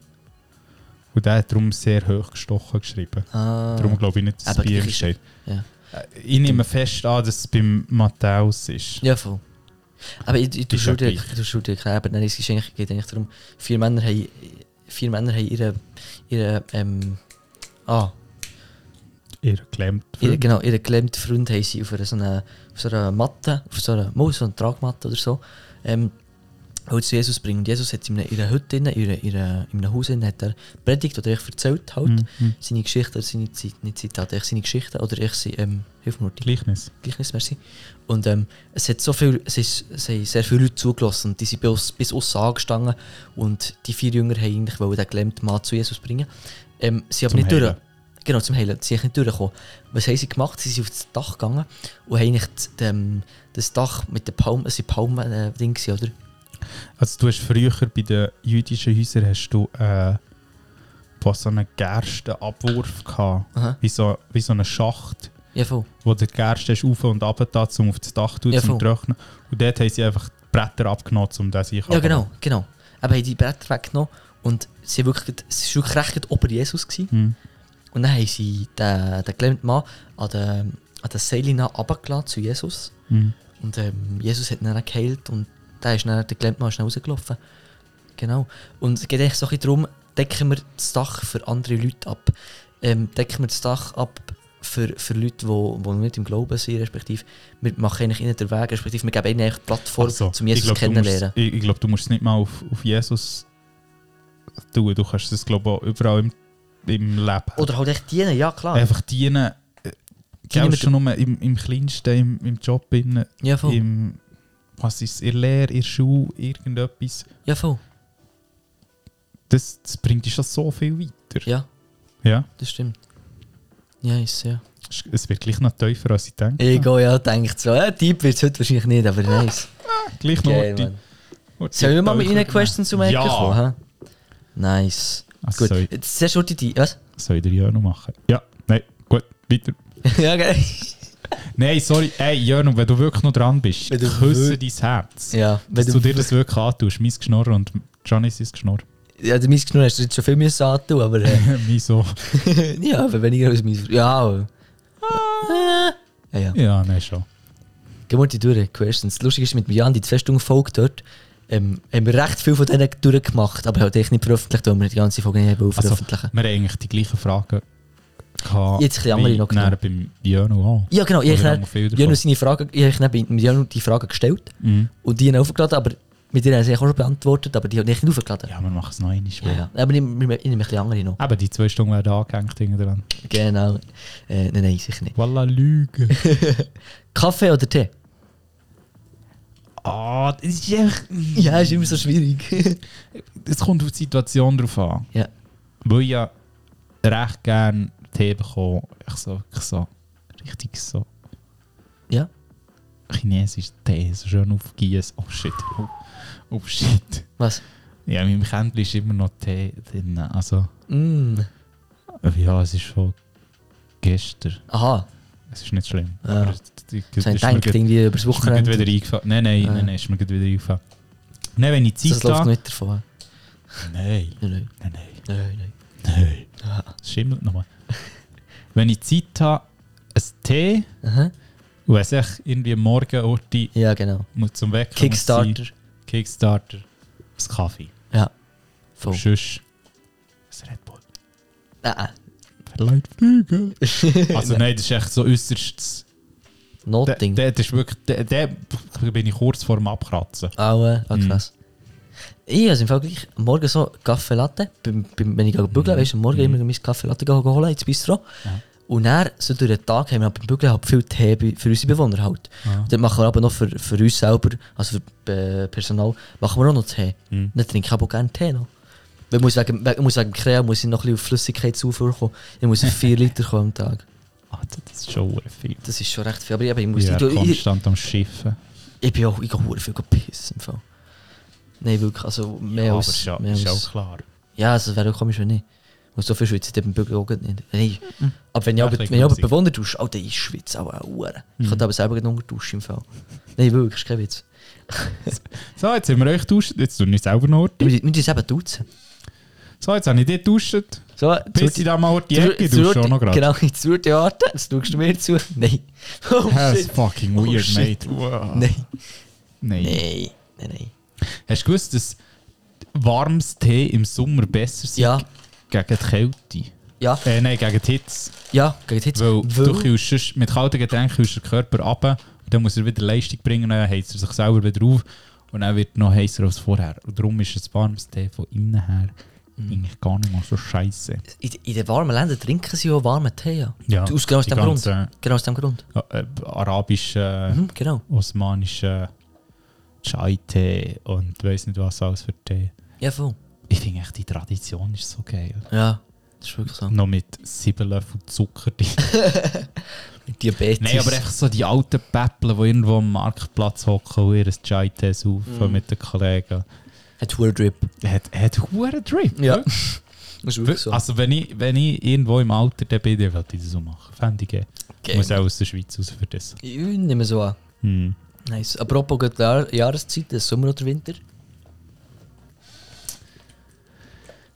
S2: Und der hat darum sehr hochgestochen geschrieben.
S1: Ah.
S2: Darum glaube ich nicht, dass es
S1: Aber
S2: bei ihm
S1: griechisch-
S2: steht.
S1: ja.
S2: Äh, Ich nehme fest an, dass es beim Matthäus ist.
S1: Ja, voll. Aber ich, ich,
S2: Ist ja
S1: ich, dir,
S2: gleich.
S1: ich tue dir erklären, aber dann ist es eigentlich, geht eigentlich darum, vier Männer haben, vier Männer haben ihre, ihre, ähm, ah,
S2: Ihr klemmt.
S1: ihre, genau, ihre gelähmten Freund haben sie auf einer, so einer, auf so einer Matte, auf so einer, mal so einer Tragmatte oder so, ähm, halt zu Jesus bringen. Und Jesus hat in einer- ihrer Hütte, in, ihrer, ihrer, in einem Haus, drin hat er predigt oder echt erzählt halt,
S2: Mhm.
S1: seine Geschichten, oder seine Zeit, nicht Zitate, echt seine Geschichten, oder echt seine, ähm, hilf mir, Martin.
S2: Gleichnis.
S1: Gleichnis, merci. Und ähm, es hat so viel, es, ist, es haben sehr viele Leute zugelassen. und Die sind bis, bis aussen angestanden und die vier Jünger haben eigentlich wollen den gelähmten Mann zu Jesus bringen. Ähm, sie haben
S2: Zum
S1: nicht durch.
S2: Heilen.
S1: Genau, zum Heilen. Sie sind nicht durchgekommen. Was haben sie gemacht? Sie sind auf das Dach gegangen und haben eigentlich das, ähm, das Dach mit den Palmen, es waren Palmen-Ding, oder?
S2: Also du hast früher bei den jüdischen Häusern hast du äh, fast so einen Gerstenabwurf gehabt.
S1: Aha.
S2: Wie so, wie so eine Schacht,
S1: Ja, voll.
S2: wo der Gerste ist rauf und runter da, um auf das Dach zu tun,
S1: Ja,
S2: zum
S1: voll.
S2: Trocknen. Und dort haben sie einfach die Bretter abgenommen, um das sich
S1: Ja, genau, genau. Aber haben die Bretter weggenommen und sie haben wirklich, es war wirklich recht ober Jesus. Gewesen.
S2: Mhm.
S1: Und dann haben sie den, den gelähmten Mann an den, an den Seilen runtergelassen zu Jesus.
S2: Mhm.
S1: Und ähm, Jesus hat ihn dann geheilt und der, ist dann, der gelähmte Mann ist dann rausgelaufen. Genau. Und es geht eigentlich so ein bisschen darum, decken wir das Dach für andere Leute ab. Ähm, decken wir das Dach ab für, für Leute, die wo, wo noch nicht im Glauben sind, respektive wir machen eigentlich ihnen den Weg, respektive wir geben ihnen eigentlich die Plattform,
S2: Also,
S1: um Jesus
S2: ich glaub, du
S1: kennenzulernen.
S2: musst- Ich, ich glaube, du musst es nicht mal auf, auf Jesus tun. Du kannst es, glaube ich, auch überall im, im Leben.
S1: Oder halt echt dienen, ja klar.
S2: einfach dienen. äh, Gell,
S1: mit-
S2: schon nur im, im Kleinsten, im, im Job, in,
S1: ja, voll.
S2: im, was ist ihr Lehre, ihr Schule, irgendetwas.
S1: Ja, voll.
S2: Das, das bringt dich schon so viel weiter.
S1: Ja,
S2: Ja.
S1: das stimmt. Ja, ist ja.
S2: Es- Es wird gleich noch tiefer, als ich denke.
S1: Ich gehe ja, denkt so, ja, Typ wird es heute wahrscheinlich nicht, aber nice.
S2: Gleich noch.
S1: Geil,
S2: die-
S1: Mann.
S2: die-
S1: Sollen wir mal mit
S2: tiefer-
S1: Ihnen Questions zum Ecken
S2: Ja.
S1: kommen? hä? Nice.
S2: Also
S1: Gut,
S2: sorry.
S1: jetzt sehr schurte die. Was?
S2: Soll ich dir ja noch machen? Ja, nein, gut, weiter.
S1: ja, geil.
S2: Nein, sorry, ey, Jörn, wenn du wirklich noch dran bist,
S1: Wenn du
S2: küsse
S1: wir-
S2: dein Herz.
S1: Ja,
S2: Dass
S1: wenn du,
S2: du dir das wirklich antust. Mein Geschnurr und Janis ist Geschnurr.
S1: ja, du meinst, hast du jetzt schon viel mehr antun, aber äh,
S2: mein so.
S1: ja, aber weniger als mein. Ja, aber. Ah. Ja, ja.
S2: Ja, nein, schon.
S1: Gehen wir die durch, Questions. Lustig ist, mit Jan, die zwei Stunden Folge dort, ähm, haben wir recht viel von denen durchgemacht, aber halt echt nicht veröffentlicht, weil wir die ganze Folge nicht haben wollen
S2: Also,
S1: veröffentlichen.
S2: wir haben eigentlich die gleichen Fragen gehabt.
S1: Jetzt ein bisschen andere
S2: wie
S1: noch genau.
S2: nachher beim Jörno auch.
S1: Ja, genau. Ich
S2: Oder haben
S1: habe
S2: wir viel davon?
S1: Janu seine Frage, ich habe dann mit Janu die Frage gestellt
S2: Mhm.
S1: und die haben aufgeladen, aber mit denen haben sie eigentlich auch schon beantwortet, aber die haben nicht aufgeladen.
S2: Ja, wir machen es noch einmal.
S1: Ja, ja. Aber ich, ich, ich nehme ein bisschen andere noch.
S2: Aber die zwei Stunden werden angehängt hinten dran.
S1: Genau. Äh, nein, nein, sicher nicht.
S2: Voila, Lüge.
S1: Kaffee oder Tee?
S2: Ah, das ist echt.
S1: Ja, ist immer so schwierig.
S2: Es kommt auf die Situation drauf an.
S1: ja.
S2: Weil ich ja recht gerne Tee bekomme. Ich so, ich so, richtig so.
S1: Ja.
S2: Chinesisch Tee, so schön aufgießen. Oh shit. Oh, oh shit.
S1: Was?
S2: Ja, in meinem Kändchen ist immer noch Tee drin. Also,
S1: Mm.
S2: ja, es ist schon gestern.
S1: Aha.
S2: Es ist nicht schlimm.
S1: Ja.
S2: Aber es- es- es-
S1: Ah. So ein
S2: ist mir
S1: Denk
S2: grad-
S1: irgendwie über das
S2: ist mir grad
S1: Wochenende.
S2: wieder eingefallen. Nein, nein,
S1: Ja.
S2: nein, nein, ist mir grad wieder eingefallen. Nein, wenn ich
S1: Das
S2: Zeit
S1: läuft
S2: habe.
S1: nicht davon.
S2: Nein,
S1: Nein, nein,
S2: nein, nein,
S1: nein, nein.
S2: nein. Es schimmelt nochmal. wenn ich Zeit habe, ein Tee,
S1: Aha.
S2: und es echt irgendwie am morgen Orti
S1: Ja, nou. genau.
S2: muss zum Wecken. muss
S1: Kickstarter.
S2: sein, Kickstarter. Ein Kaffee.
S1: Ja. Voll.
S2: Sonst ein Red Bull.
S1: Nein,
S2: Verleiht Flüge. Also nein, das ist echt so äußerst. Der,
S1: Nothing.
S2: der, das ist wirklich. Der, der bin ich kurz vor dem Abkratzen.
S1: Aua, ah, krass. Ich also im Fall gleich am morgen so Kaffee Latte, beim, beim, wenn ich gehe bügeln, weißt du, am Morgen immer mein Kaffee Latte gehen holen ins Bistro. Und dann, so durch den Tag, haben wir beim Bügeln halt viel Tee bei- für unsere Bewohner halt. Und dann machen wir aber noch für, für uns selber, also für äh, Personal, machen wir auch noch Tee.
S2: Mhm.
S1: Dann trinke ich aber auch gerne Tee noch. Weil ich muss wegen, wegen, muss wegen Krea, muss ich noch ein bisschen auf Flüssigkeitszufuhr kommen. Ich muss auf 4 Liter kommen am Tag.
S2: Ah, das ist schon verdammt viel.
S1: Das ist schon recht viel. Aber eben, ich muss
S2: Ich
S1: ich,
S2: bin
S1: ich, ich,
S2: konstant am Schiffen.
S1: ich bin auch, ich gehe verdammt viel pissen im Fall. Nein, wirklich, also mehr
S2: Ja, aber
S1: als...
S2: ist ja,
S1: mehr
S2: ist ja
S1: als-
S2: auch klar.
S1: Ja, also das wäre auch komisch, wenn nicht. Und so viel schwitzt im Bügel auch nicht. Wenn ich, Aber wenn ich
S2: Ja,
S1: aber,
S2: ein bisschen
S1: wenn ich aber
S2: grusig.
S1: bewundert dusche, Alter, ich schwitze aber auch. Uhr. Ich könnte aber selber nicht unterduschen im Fall. Nein, wirklich, ist kein Witz.
S2: So, jetzt haben wir euch getauscht, jetzt tun wir selber noch.
S1: Wir müssen uns eben duzen.
S2: So, jetzt habe ich dich getauscht.
S1: So,
S2: Bis ich da mal die Ecke
S1: zu-
S2: dusche, auch noch gerade.
S1: Genau, in zweite Art. Jetzt schaust du mir zu. Nein. Oh,
S2: Das
S1: shit.
S2: ist fucking
S1: Oh,
S2: weird,
S1: shit.
S2: mate. Wow.
S1: Nein.
S2: Nein.
S1: Nein. Nein, nein.
S2: Hast du gewusst, dass warmes Tee im Sommer besser ist
S1: Ja.
S2: gegen die Kälte?
S1: Ja,
S2: Äh, nein, gegen die Hitze.
S1: ja, geht jetzt.
S2: Weil, du kühlst sonst- mit kalten Getränken kühlst du den Körper ab und dann muss er wieder Leistung bringen, dann heizt er sich selber wieder auf und dann wird er noch heißer als vorher. Und darum ist ein warmes Tee von innen her
S1: Mhm.
S2: eigentlich gar nicht mal so scheiße.
S1: in, in den warmen Ländern trinken sie ja warmen Tee. Ja.
S2: Ja,
S1: Aus, genau aus
S2: die
S1: dem Grund.
S2: ganze-
S1: Genau aus dem Grund.
S2: Ja, äh, arabische,
S1: Mhm, genau.
S2: osmanische Chai-Tee und weiß nicht was alles für Tee.
S1: Ja, voll.
S2: Ich finde echt, die Tradition ist so geil.
S1: Ja, das ist wirklich so.
S2: Noch mit sieben Löffel Zucker drin.
S1: Diabetes.
S2: Nein, aber echt so die alten Päppeln, die irgendwo am Marktplatz hocken und ihr Chai-Tee
S1: Mhm.
S2: saufen mit den Kollegen.
S1: Hat hoher Drip.
S2: Hat, hat einen Drip.
S1: Ja. Das ist wirklich so.
S2: Also wenn ich, wenn ich irgendwo im Alter dann bin, dann wollte ich das so machen. Fände ich geil.
S1: Geil.
S2: Muss auch aus der Schweiz raus für das.
S1: Ich nehme so an.
S2: Hm.
S1: Nice. Apropos gerade Jahr Jahreszeit, das Sommer oder Winter?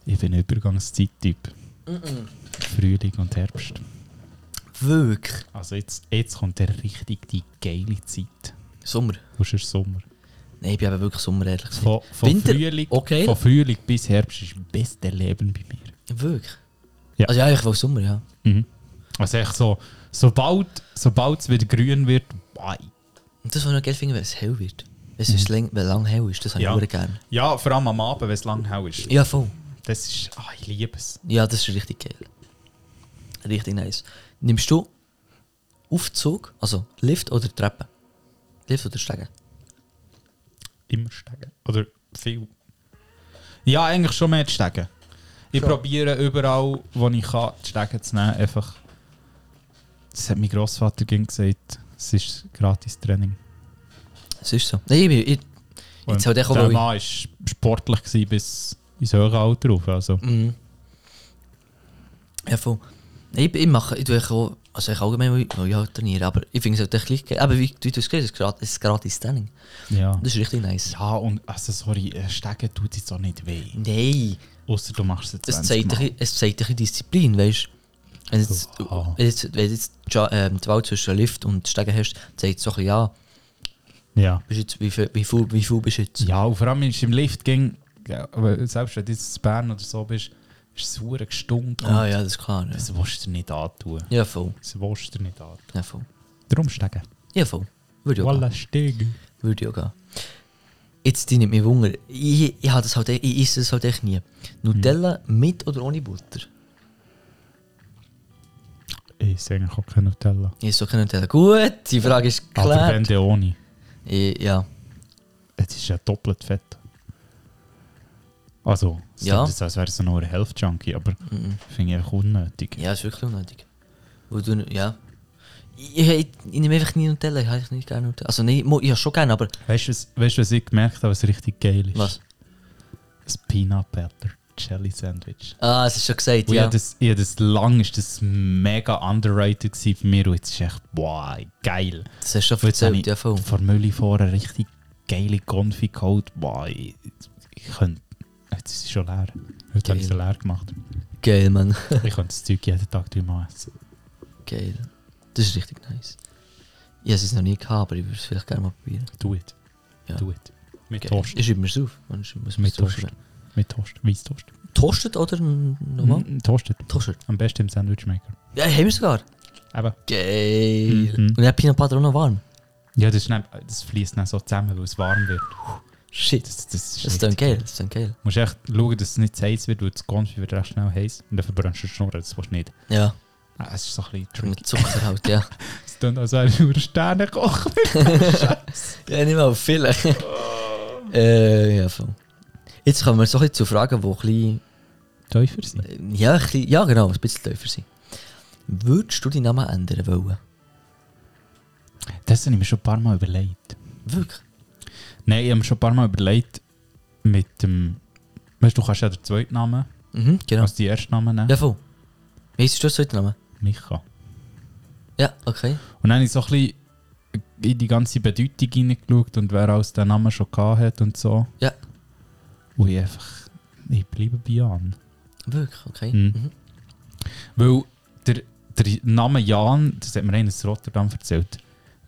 S2: Ich bin ein Übergangszeittyp. Frühling und Herbst.
S1: Wirklich.
S2: Also jetzt, jetzt kommt der richtig die geile Zeit.
S1: Sommer.
S2: Wo ist der Sommer?
S1: Nein, ich bin eben wirklich Sommer, ehrlich gesagt.
S2: Von, von,
S1: Winter,
S2: Frühling,
S1: okay.
S2: von Frühling bis Herbst ist das beste Leben bei mir.
S1: Wirklich?
S2: Ja.
S1: Also ja, ich will Sommer, ja.
S2: Also echt so, sobald sobald es wieder grün wird, bye.
S1: Und das, was ich noch geil finde, wenn es hell wird. Wenn es lang, wenn lang hell ist, das habe
S2: Ja.
S1: ich auch gerne.
S2: Ja, vor allem am Abend, wenn es lang hell ist.
S1: Ja, voll.
S2: Das ist, ah, ich liebe es.
S1: Ja, das ist richtig geil. Richtig nice. Nimmst du Aufzug, also Lift oder Treppe? Lift oder Steigen?
S2: Immer steigen. Oder viel. Ja, eigentlich schon mehr zu steigen. Ich probiere überall, wo ich kann, zu steigen zu nehmen. Einfach. Das hat mein Grossvater gern gesagt. Es ist gratis Training.
S1: Es ist so. Nein, ich bin... Ich,
S2: Und
S1: jetzt halt echt auch,
S2: der
S1: weil ich...
S2: Mann ist sportlich gewesen bis ins höhere Alter rauf. Also.
S1: Mhm. Ja, voll. Nein, Ich, ich mache, ich tue echt auch, also ich allgemein, weil ich- weil ich halt trainiere, aber ich finde es halt echt gleich geil. Aber wie du es gesagt hast, es ist gratis- es ist gratis Training.
S2: Ja.
S1: Das ist richtig nice.
S2: Ja, und also sorry, äh, steigen tut jetzt auch nicht weh.
S1: Nein,
S2: Außer du machst es
S1: es
S2: 20
S1: zeigt, ein,
S2: Mal.
S1: bisschen- es zeigt ein bisschen Disziplin, weißt du? Wenn jetzt,
S2: Aha.
S1: wenn jetzt, wenn jetzt die, Ja- ähm, die Wahl zwischen Lift und Steigen hast, zeigt es so ein bisschen, ja,
S2: Ja.
S1: bist jetzt, wie, viel, wie, viel, wie viel bist du jetzt?
S2: Ja, und vor allem ist im Lift ging, ja, aber selbst wenn du jetzt in Bern oder so bist, ist es hure gestunken.
S1: Ah ja, das ist klar. Ja,
S2: Das willst du dir nicht antun.
S1: ja voll.
S2: Das willst du dir nicht antun.
S1: Ja, voll.
S2: Darum steigen.
S1: Ja, voll. Würde ich auch
S2: Voilà, steigen.
S1: Würde ja gehen. Jetzt die nimmt mich Wunder. Ich, ich, hab das halt, ich esse das halt echt nie. Nutella mit oder ohne Butter?
S2: Ich sehe eigentlich auch kein Nutella.
S1: Ich esse auch keine Nutella. Gut, die Frage ist
S2: Aber wenn
S1: klar.
S2: du ohne.
S1: Ich, ja,
S2: Es ist ja doppelt fett. Also, es
S1: Ja. Mhm.
S2: ja. ist, als wäre es noch ein Health Junkie, aber finde ich einfach unnötig.
S1: ja, ist wirklich unnötig. Wo du, ja. Ich, ich, ich nehme einfach nie Nutella. Ich habe nicht gerne Nutella. Also nein, mo- ich habe schon gerne, aber
S2: Weißt du, was, weißt, du, was ich gemerkt habe, was richtig geil ist?
S1: was?
S2: Ein Peanut Butter Jelly Sandwich.
S1: Ah, es ist schon gesagt,
S2: Und Ich
S1: ja.
S2: habe das, ich hab das lang ist das mega underrated gewesen für mich und jetzt ist echt, wow, geil.
S1: Das hast du schon
S2: Und jetzt habe
S1: erzählt,
S2: ich
S1: ja voll.
S2: von Mülli vorher richtig geile Konfi geholt. Wow, ich, ich könnte, jetzt ist sie schon leer. Heute habe ich sie leer gemacht.
S1: Geil, Mann.
S2: ich könnte das Zeug jeden Tag dreimal essen.
S1: Geil. Das ist richtig nice. Ich habe es noch nie gehabt, aber ich würde es vielleicht gerne mal probieren.
S2: Do it.
S1: Ja.
S2: Do it. Mit
S1: Geil.
S2: Toast.
S1: Ich schreibe mir es auf. Man, ich muss mir
S2: Mit
S1: das
S2: Toast.
S1: aufschreiben.
S2: Mit Toast. Weißtoast.
S1: Toastet oder n- normal?
S2: Mm, Toastet.
S1: Toastet.
S2: Am besten im Sandwichmaker.
S1: Ja, haben wir sogar.
S2: Aber
S1: Geil.
S2: Mhm.
S1: Und dann Pina Butter auch noch warm.
S2: ja, das, ist nicht- das fließt dann so zusammen, weil es warm wird.
S1: Shit. Das,
S2: Das, das ist
S1: ist
S2: richtig
S1: dann geil. Das ist dann geil.
S2: musst echt schauen, dass es nicht zu heiß wird, weil das Konfi wird recht schnell heiß und dann verbrennst du die Schnur, das willst du nicht.
S1: Ja,
S2: Ah, Es ist so ein bisschen tricky.
S1: mit Zucker halt, ja.
S2: Es klingt, als wäre ich nur ein Sternenkoch.
S1: ja, nicht mal viel. äh, ja, voll. Jetzt kommen wir so ein bisschen zu Fragen, die ein bisschen,
S2: Täufer sein.
S1: äh, ja, ein bisschen, ja genau, ein bisschen tiefer sind. Würdest du deinen Namen ändern wollen?
S2: Das habe ich mir schon ein paar Mal überlegt.
S1: Wirklich?
S2: Nein, ich habe mir schon ein paar Mal überlegt, mit dem. Weißt du, du kannst ja den zweiten Namen
S1: Mhm, genau.
S2: als die ersten Namen nehmen.
S1: Ja, voll. Wie heisst du das heute Name?
S2: Micha.
S1: Ja, okay.
S2: Und dann habe ich so ein bisschen in die ganze Bedeutung hineingeschaut und wer alles den Namen schon gehabt hat und so.
S1: Ja.
S2: Und ich einfach. Ich bleibe bei Jan.
S1: Wirklich, okay.
S2: Mhm.
S1: Mhm.
S2: Weil der, der Name Jan, das hat mir einer aus Rotterdam erzählt.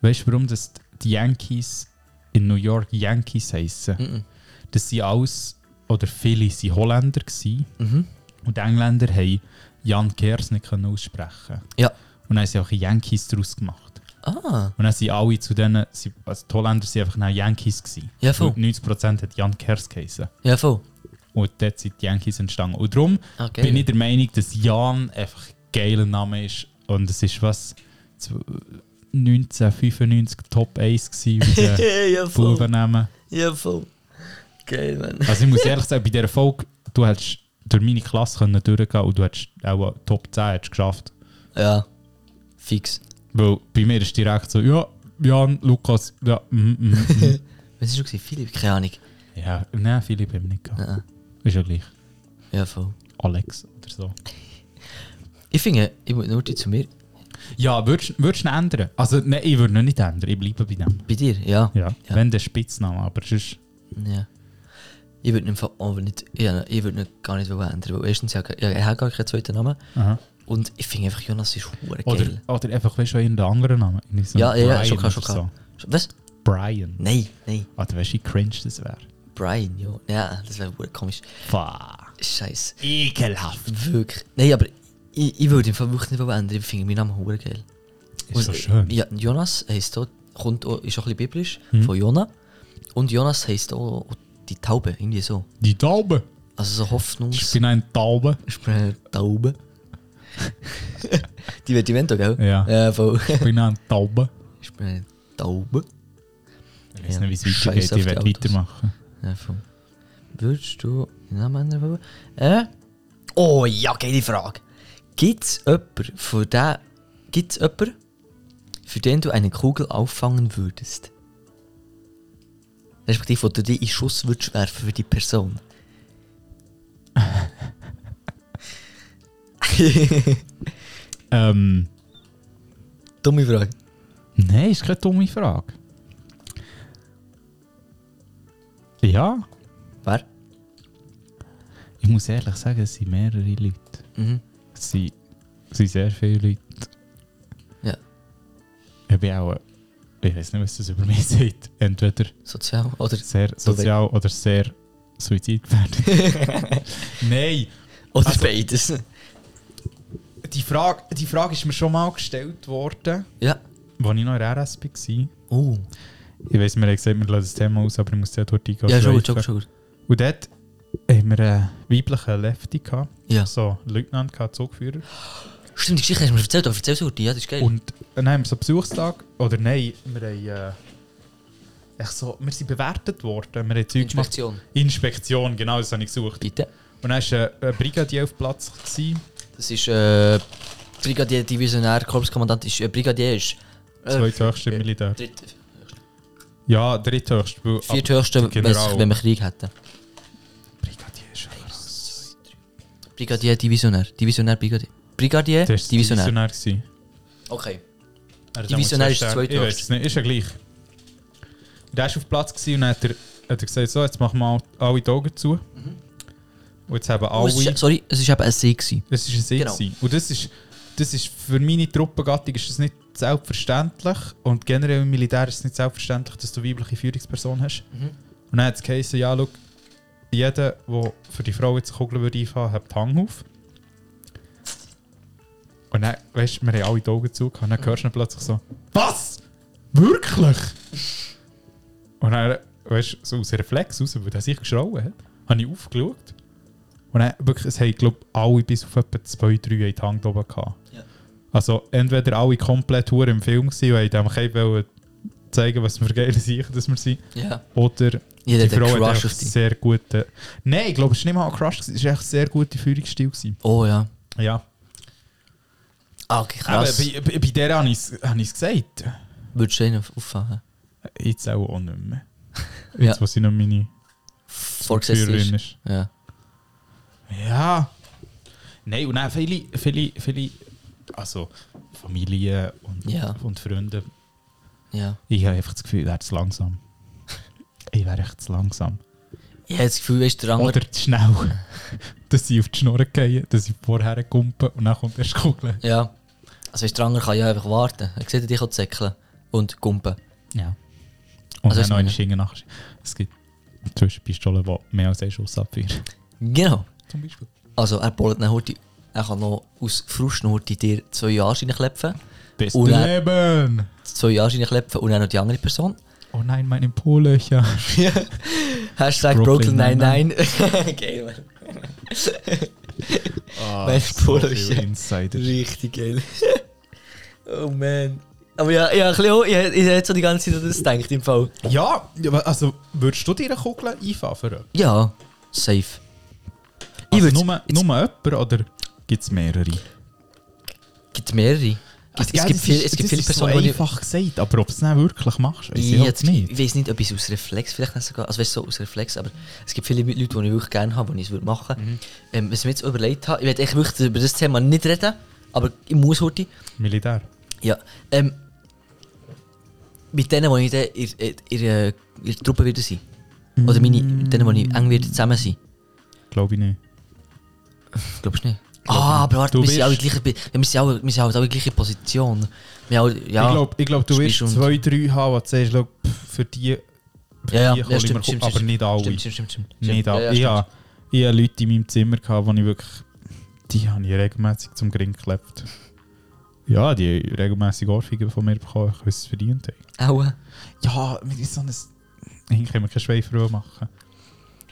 S2: Weißt du, warum das die Yankees in New York Yankees heißen?
S1: Mhm.
S2: Das sind alles, oder viele, sind Holländer gewesen.
S1: Mhm.
S2: Und die Engländer haben Jan Kers nicht können aussprechen.
S1: Ja.
S2: Und dann haben sie auch Yankees daraus gemacht.
S1: Ah,
S2: Und dann sind alle zu denen, sie- also die Holländer waren einfach dann Yankees. Gewesen.
S1: Ja, voll.
S2: Und 90% hat Jan Kers geheißen.
S1: ja, voll.
S2: Und dort sind die Yankees entstanden. Und darum
S1: Okay.
S2: bin ich der Meinung, dass Jan einfach ein geiler Name ist. Und es ist was, zw- 1995 Top 1 gewesen mit
S1: ja, voll.
S2: Bubennamen.
S1: Ja, voll. Geil, Mann.
S2: Also ich muss ehrlich sagen, bei dieser Folge, du hättest durch meine Klasse können durchgehen und du hättest auch Top 10 hättest geschafft.
S1: Ja. Fix.
S2: Weil bei mir ist direkt so, ja, Jan, Lukas, ja, mm, mm, mm.
S1: Hm. Was war schon? Philipp? Keine Ahnung.
S2: Ja, nein, Philipp haben wir nicht gehabt.
S1: Nein.
S2: Ist ja gleich.
S1: Ja, voll.
S2: Alex oder so.
S1: Ich finde, ich muss nur die zu mir.
S2: Ja, würdest würdest du ihn ändern? Also nein, ich würde ihn nicht ändern, ich bleibe bei dem.
S1: Bei dir? Ja.
S2: Ja,
S1: Ja.
S2: wenn der Spitzname, aber sonst...
S1: Ja. Ich würde nicht, oh, nicht, ja, ich würde nicht gar nicht wollen ändern, weil erstens, ja, ja, er hat gar keinen zweiten Namen
S2: Aha.
S1: und ich finde einfach, Jonas ist hure
S2: Oder,
S1: geil.
S2: oder einfach, weißt du, irgendeinen anderen Namen. Irgendwie so
S1: Ja, ja, ja, schon klar,
S2: Brian
S1: schon
S2: oder
S1: klar. Was?
S2: So. Brian.
S1: Nein, nein,
S2: Oder weißt Ah, du, wie cringe das wäre?
S1: Brian, ja. Ja, das wäre hure komisch.
S2: Fuck.
S1: Scheiße.
S2: Ekelhaft.
S1: Wirklich. Nein, aber ich, ich würde im Fall wirklich nicht wollen ändern, ich finde meinen Namen hure geil.
S2: Ist so schön. Hm.
S1: Ja, Jonas heisst auch, kommt auch, ist auch ein bisschen biblisch, von Jona. Und Jonas heisst auch die Taube, irgendwie so.
S2: Die Taube.
S1: Also so
S2: Ich
S1: Hoffnungs...
S2: bin ein Taube.
S1: Ich bin eine Taube. die wird die Vento, gell?
S2: Ja.
S1: Ja, voll.
S2: Ich bin ein Taube.
S1: Ich bin eine Taube.
S2: Ich weiß
S1: Ja.
S2: nicht, wie es
S1: Scheiß
S2: weitergeht.
S1: auf
S2: Ich werde
S1: die Autos.
S2: weitermachen.
S1: Ja, voll. Würdest du den Namen ändern wollen? Äh? Oh ja, geile Frage. Gibt es jemanden, für den... Gibt's jemanden, für den du eine Kugel auffangen würdest? Respektive, wo du die in Schuss würdest werfen für die Person.
S2: Ähm,
S1: Dumme Frage.
S2: nein, ist keine dumme Frage. Ja,
S1: Wer?
S2: ich muss ehrlich sagen, es sind mehrere Leute.
S1: Mhm.
S2: Es sind, es sind sehr viele Leute.
S1: Ja.
S2: Ich bin auch. Ich weiß nicht, was das über mich sagt. Entweder
S1: Sozial oder...
S2: sehr sozial oder sehr suizidgefährdet. Nein!
S1: Oder
S2: Also-
S1: beides.
S2: Die Frage, die Frage ist mir schon mal gestellt worden,
S1: Ja.
S2: als ich noch in der RS war. Ich
S1: Oh.
S2: weiß, wir haben gesagt, wir lassen das Thema aus, aber ich muss dort durchgehen.
S1: Ja, schon gut, schon
S2: schleifen.
S1: gut, schon gut.
S2: Und dort haben wir einen weiblichen Lefty gehabt.
S1: Ja.
S2: So, Leutnant gehabt, Zugführer.
S1: Stimmt, die Geschichte hast du mir erzählt, aber erzähl sie gut, ja, das ist geil.
S2: Und dann haben wir so Besuchstag, oder nein, wir haben. Äh, echt so, wir sind bewertet worden. Wir haben Zeug gemacht.
S1: Inspektion.
S2: Inspektion, genau, das habe ich gesucht.
S1: Bitte.
S2: Und dann war ein Brigadier auf Platz. Gewesen.
S1: Das ist, äh, Brigadier Divisionär, Korpskommandant ist, äh, Brigadier ist... Äh,
S2: Zweithöchste Militär.
S1: dritte,
S2: Ja, dritthöchst. weil-
S1: vierthöchste,
S2: General.
S1: wenn sich- wenn wir Krieg hätten.
S2: Brigadier ist schon krass.
S1: Brigadier Divisionär, Divisionär Brigadier. Brigadier
S2: Das war
S1: Divisionär.
S2: Divisionär. gewesen.
S1: Okay.
S2: Er hat
S1: Divisionär
S2: einmal
S1: ist
S2: zwei Sterne.
S1: zweithöchste.
S2: Ich weiß es nicht, ist ja gleich. Der war auf Platz gewesen und dann hat er, hat er gesagt, so, jetzt machen wir all- alle die Augen zu. Und jetzt haben
S1: Oh,
S2: alle...
S1: es ist, sorry, es war eben ein See. Gewesen.
S2: Das ist ein See.
S1: Genau.
S2: gewesen. Und das ist, das ist für meine Truppengattung ist das nicht selbstverständlich. Und generell im Militär ist es nicht selbstverständlich, dass du weibliche Führungsperson hast. Und dann hat es geheißen, ja, schau, jeder, der für die Frau jetzt eine Kugel würde einfahren, hat die Hang auf. Und dann, weißt du, wir haben alle die Augen zu und dann hörst du dann plötzlich so, was? Wirklich? Und dann, weißt du, so aus Reflex raus, weil er sich geschrauen hat, habe ich aufgeschaut. Und dann, wirklich, es haben, glaube alle bis auf etwa zwei, drei haben die Hand oben gehabt.
S1: Ja.
S2: Also entweder alle komplett hure im Film gewesen und haben einfach wollen zeigen, was wir geil sind, dass wir sind.
S1: Ja.
S2: Oder
S1: Jeder hat einen
S2: hat
S1: Crush
S2: einfach
S1: auf dich.
S2: sehr gute... Nein, ich glaube, es war nicht mal ein Crush, gewesen, es war echt ein sehr guter Führungsstil. Gewesen.
S1: Oh ja.
S2: Ja.
S1: Ah, okay,
S2: Aber
S1: krass.
S2: bei, bei, bei der habe ich es gesagt.
S1: Würdest du einen auf- auffangen?
S2: Jetzt auch, auch nicht mehr.
S1: Ja.
S2: Jetzt, wo sie noch meine
S1: vorgesetzt
S2: Führerin
S1: ist. Ja.
S2: Ja. Nein, und dann viele, viele, viele, also Familien und,
S1: Ja.
S2: und Freunde.
S1: ja.
S2: Ich habe einfach das Gefühl, ich wäre zu langsam. Ich wäre echt zu langsam.
S1: Ich habe das Gefühl, weißt du, der andere.
S2: Oder zu schnell. dass sie auf die Schnur gehen, dass sie vorher kumpen und dann kommt erst Kugeln.
S1: Ja. Also, weißt du, der andere kann ja einfach warten. Er sieht dich auch zäckeln und kumpen.
S2: Ja. Und
S1: Also
S2: also dann noch
S1: ist-
S2: eine Schinge nachher. Es gibt zwischen Pistolen, die mehr als einen Schuss abfeuern.
S1: Genau.
S2: Zum Beispiel.
S1: Also, er bollet dann Horti. Er kann noch aus Frust noch Horti dir zwei Jahre reinklepfen.
S2: Das
S1: Und dann-
S2: Leben!
S1: Zwei Jahre reinklepfen und dann noch die andere Person.
S2: Oh nein, meine Po-Löcher.
S1: Hashtag
S2: Brooklyn
S1: Brooklyn99. Geil, Mann.
S2: Ah,
S1: Meine Po-Löcher.
S2: Insider.
S1: Richtig geil. oh man. Aber ja, ja ein bisschen, auch- ich, ich hätte so die ganze Zeit an das gedacht im Fall.
S2: Ja, ja, aber also würdest du dir eine Kugel einfahren? Für jemanden?
S1: Ja, safe. Ich
S2: Also
S1: würd's-
S2: nur, nur jemanden oder gibt es mehrere?
S1: Es gibt mehrere. Es,
S2: Ja,
S1: es gibt,
S2: das
S1: viel,
S2: ist-
S1: es gibt
S2: das
S1: viele
S2: ist
S1: Personen,
S2: so
S1: die-
S2: einfach gesagt, aber ob du es dann wirklich machst, weiß ich
S1: ich,
S2: halt nicht.
S1: ich weiß nicht, ob ich es aus Reflex vielleicht nicht sogar, also weißt, so aus Reflex, aber es gibt viele Leute, die ich wirklich gerne habe, die ich es würde machen würde. Ähm, was ich mir jetzt überlegt habe, ich werde echt wirklich über das Thema nicht reden, aber ich muss heute.
S2: Militär.
S1: Ja, ähm, mit denen, die ich dann in, in, in, äh, in der Truppe wieder sein. Oder meine, mit denen, die ich eng wieder zusammen sein.
S2: Glaube ich nicht.
S1: Glaubst du nicht? Ah, aber warte,
S2: Du
S1: wir sind
S2: bist-
S1: alle gleiche, wir sind alle, wir sind alle in der gleichen Position. Wir haben alle, ja,
S2: Ich glaube, ich glaub, du wirst
S1: Spielstund.
S2: zwei, drei haben, die zuerst schau, pff, für die, für
S1: ja, ja,
S2: die
S1: ja,
S2: hole ich mir
S1: stimmt,
S2: Kugel,
S1: stimmt,
S2: aber
S1: stimmt,
S2: nicht alle.
S1: stimmt, stimmt, stimmt, stimmt.
S2: Nicht
S1: Ja,
S2: alle.
S1: ja,
S2: ich
S1: stimmt.
S2: habe ich hab Leute in meinem Zimmer, gehabt, die ich wirklich, die habe ich regelmäßig zum Grin geklebt. Ja, die haben regelmäßig Ohrfeigen von mir bekommen, weil sie es verdient haben.
S1: Aua.
S2: Ja, mit so einem. Ich kann mir keine Schweifruhe machen.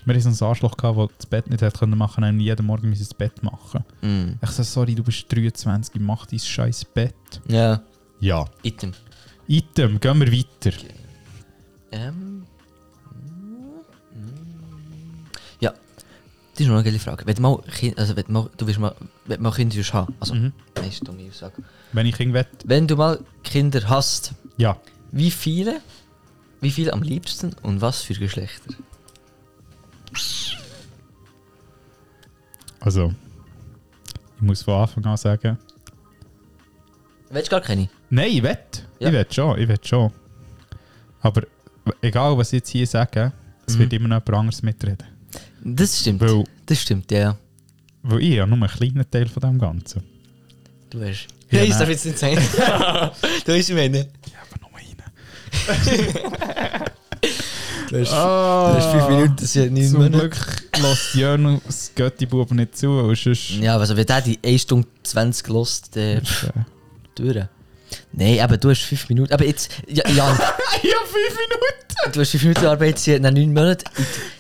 S2: Wir hatten so ein Arschloch, gehabt, der das Bett nicht hätte können machen können. jeden Morgen müssen das Bett machen.
S1: Mm.
S2: Ich sage, sorry, du bist 23, mach dein scheiß Bett.
S1: Ja,
S2: Ja.
S1: item.
S2: Item, gehen wir weiter.
S1: Ähm. hm, Ja, das ist noch eine geile Frage. Wenn du mal, Kind, also wenn du mal, du willst mal, wenn du mal Kinder willst haben, also,
S2: Mhm.
S1: das ist eine dumme Aussage.
S2: Wenn ich irgendwas.
S1: Wenn du mal Kinder hast,
S2: Ja.
S1: wie viele, wie viele am liebsten und was für Geschlechter?
S2: Also. Ich muss von Anfang an sagen.
S1: Willst du gar keine?
S2: Nein, ich will.
S1: Ja.
S2: Ich will schon, ich will schon. Aber egal, was ich jetzt hier sage, es wird immer noch jemand anderes mitreden.
S1: Das stimmt.
S2: Weil,
S1: Das stimmt, ja.
S2: weil ich ja nur einen kleinen Teil von dem Ganzen.
S1: Du hast.
S2: Ja,
S1: Ja, ich
S2: nein.
S1: darf jetzt nicht sagen. du hast meine.
S2: Aber nur einen.
S1: Du hast,
S2: Ah,
S1: du hast fünf Minuten, das sind neun
S2: Zum
S1: Minuten.
S2: Glück lässt Jörn das Götti-Bub nicht zu, weil sonst...
S1: Ja, also wenn der die 1 Stunde 20 lost, dann
S2: Ich habe
S1: durch. Nein, aber du hast 5 Minuten. Aber jetzt. Ja, ja
S2: fünf Minuten!
S1: du hast 5 Minuten Arbeit seit nach 9 Monaten.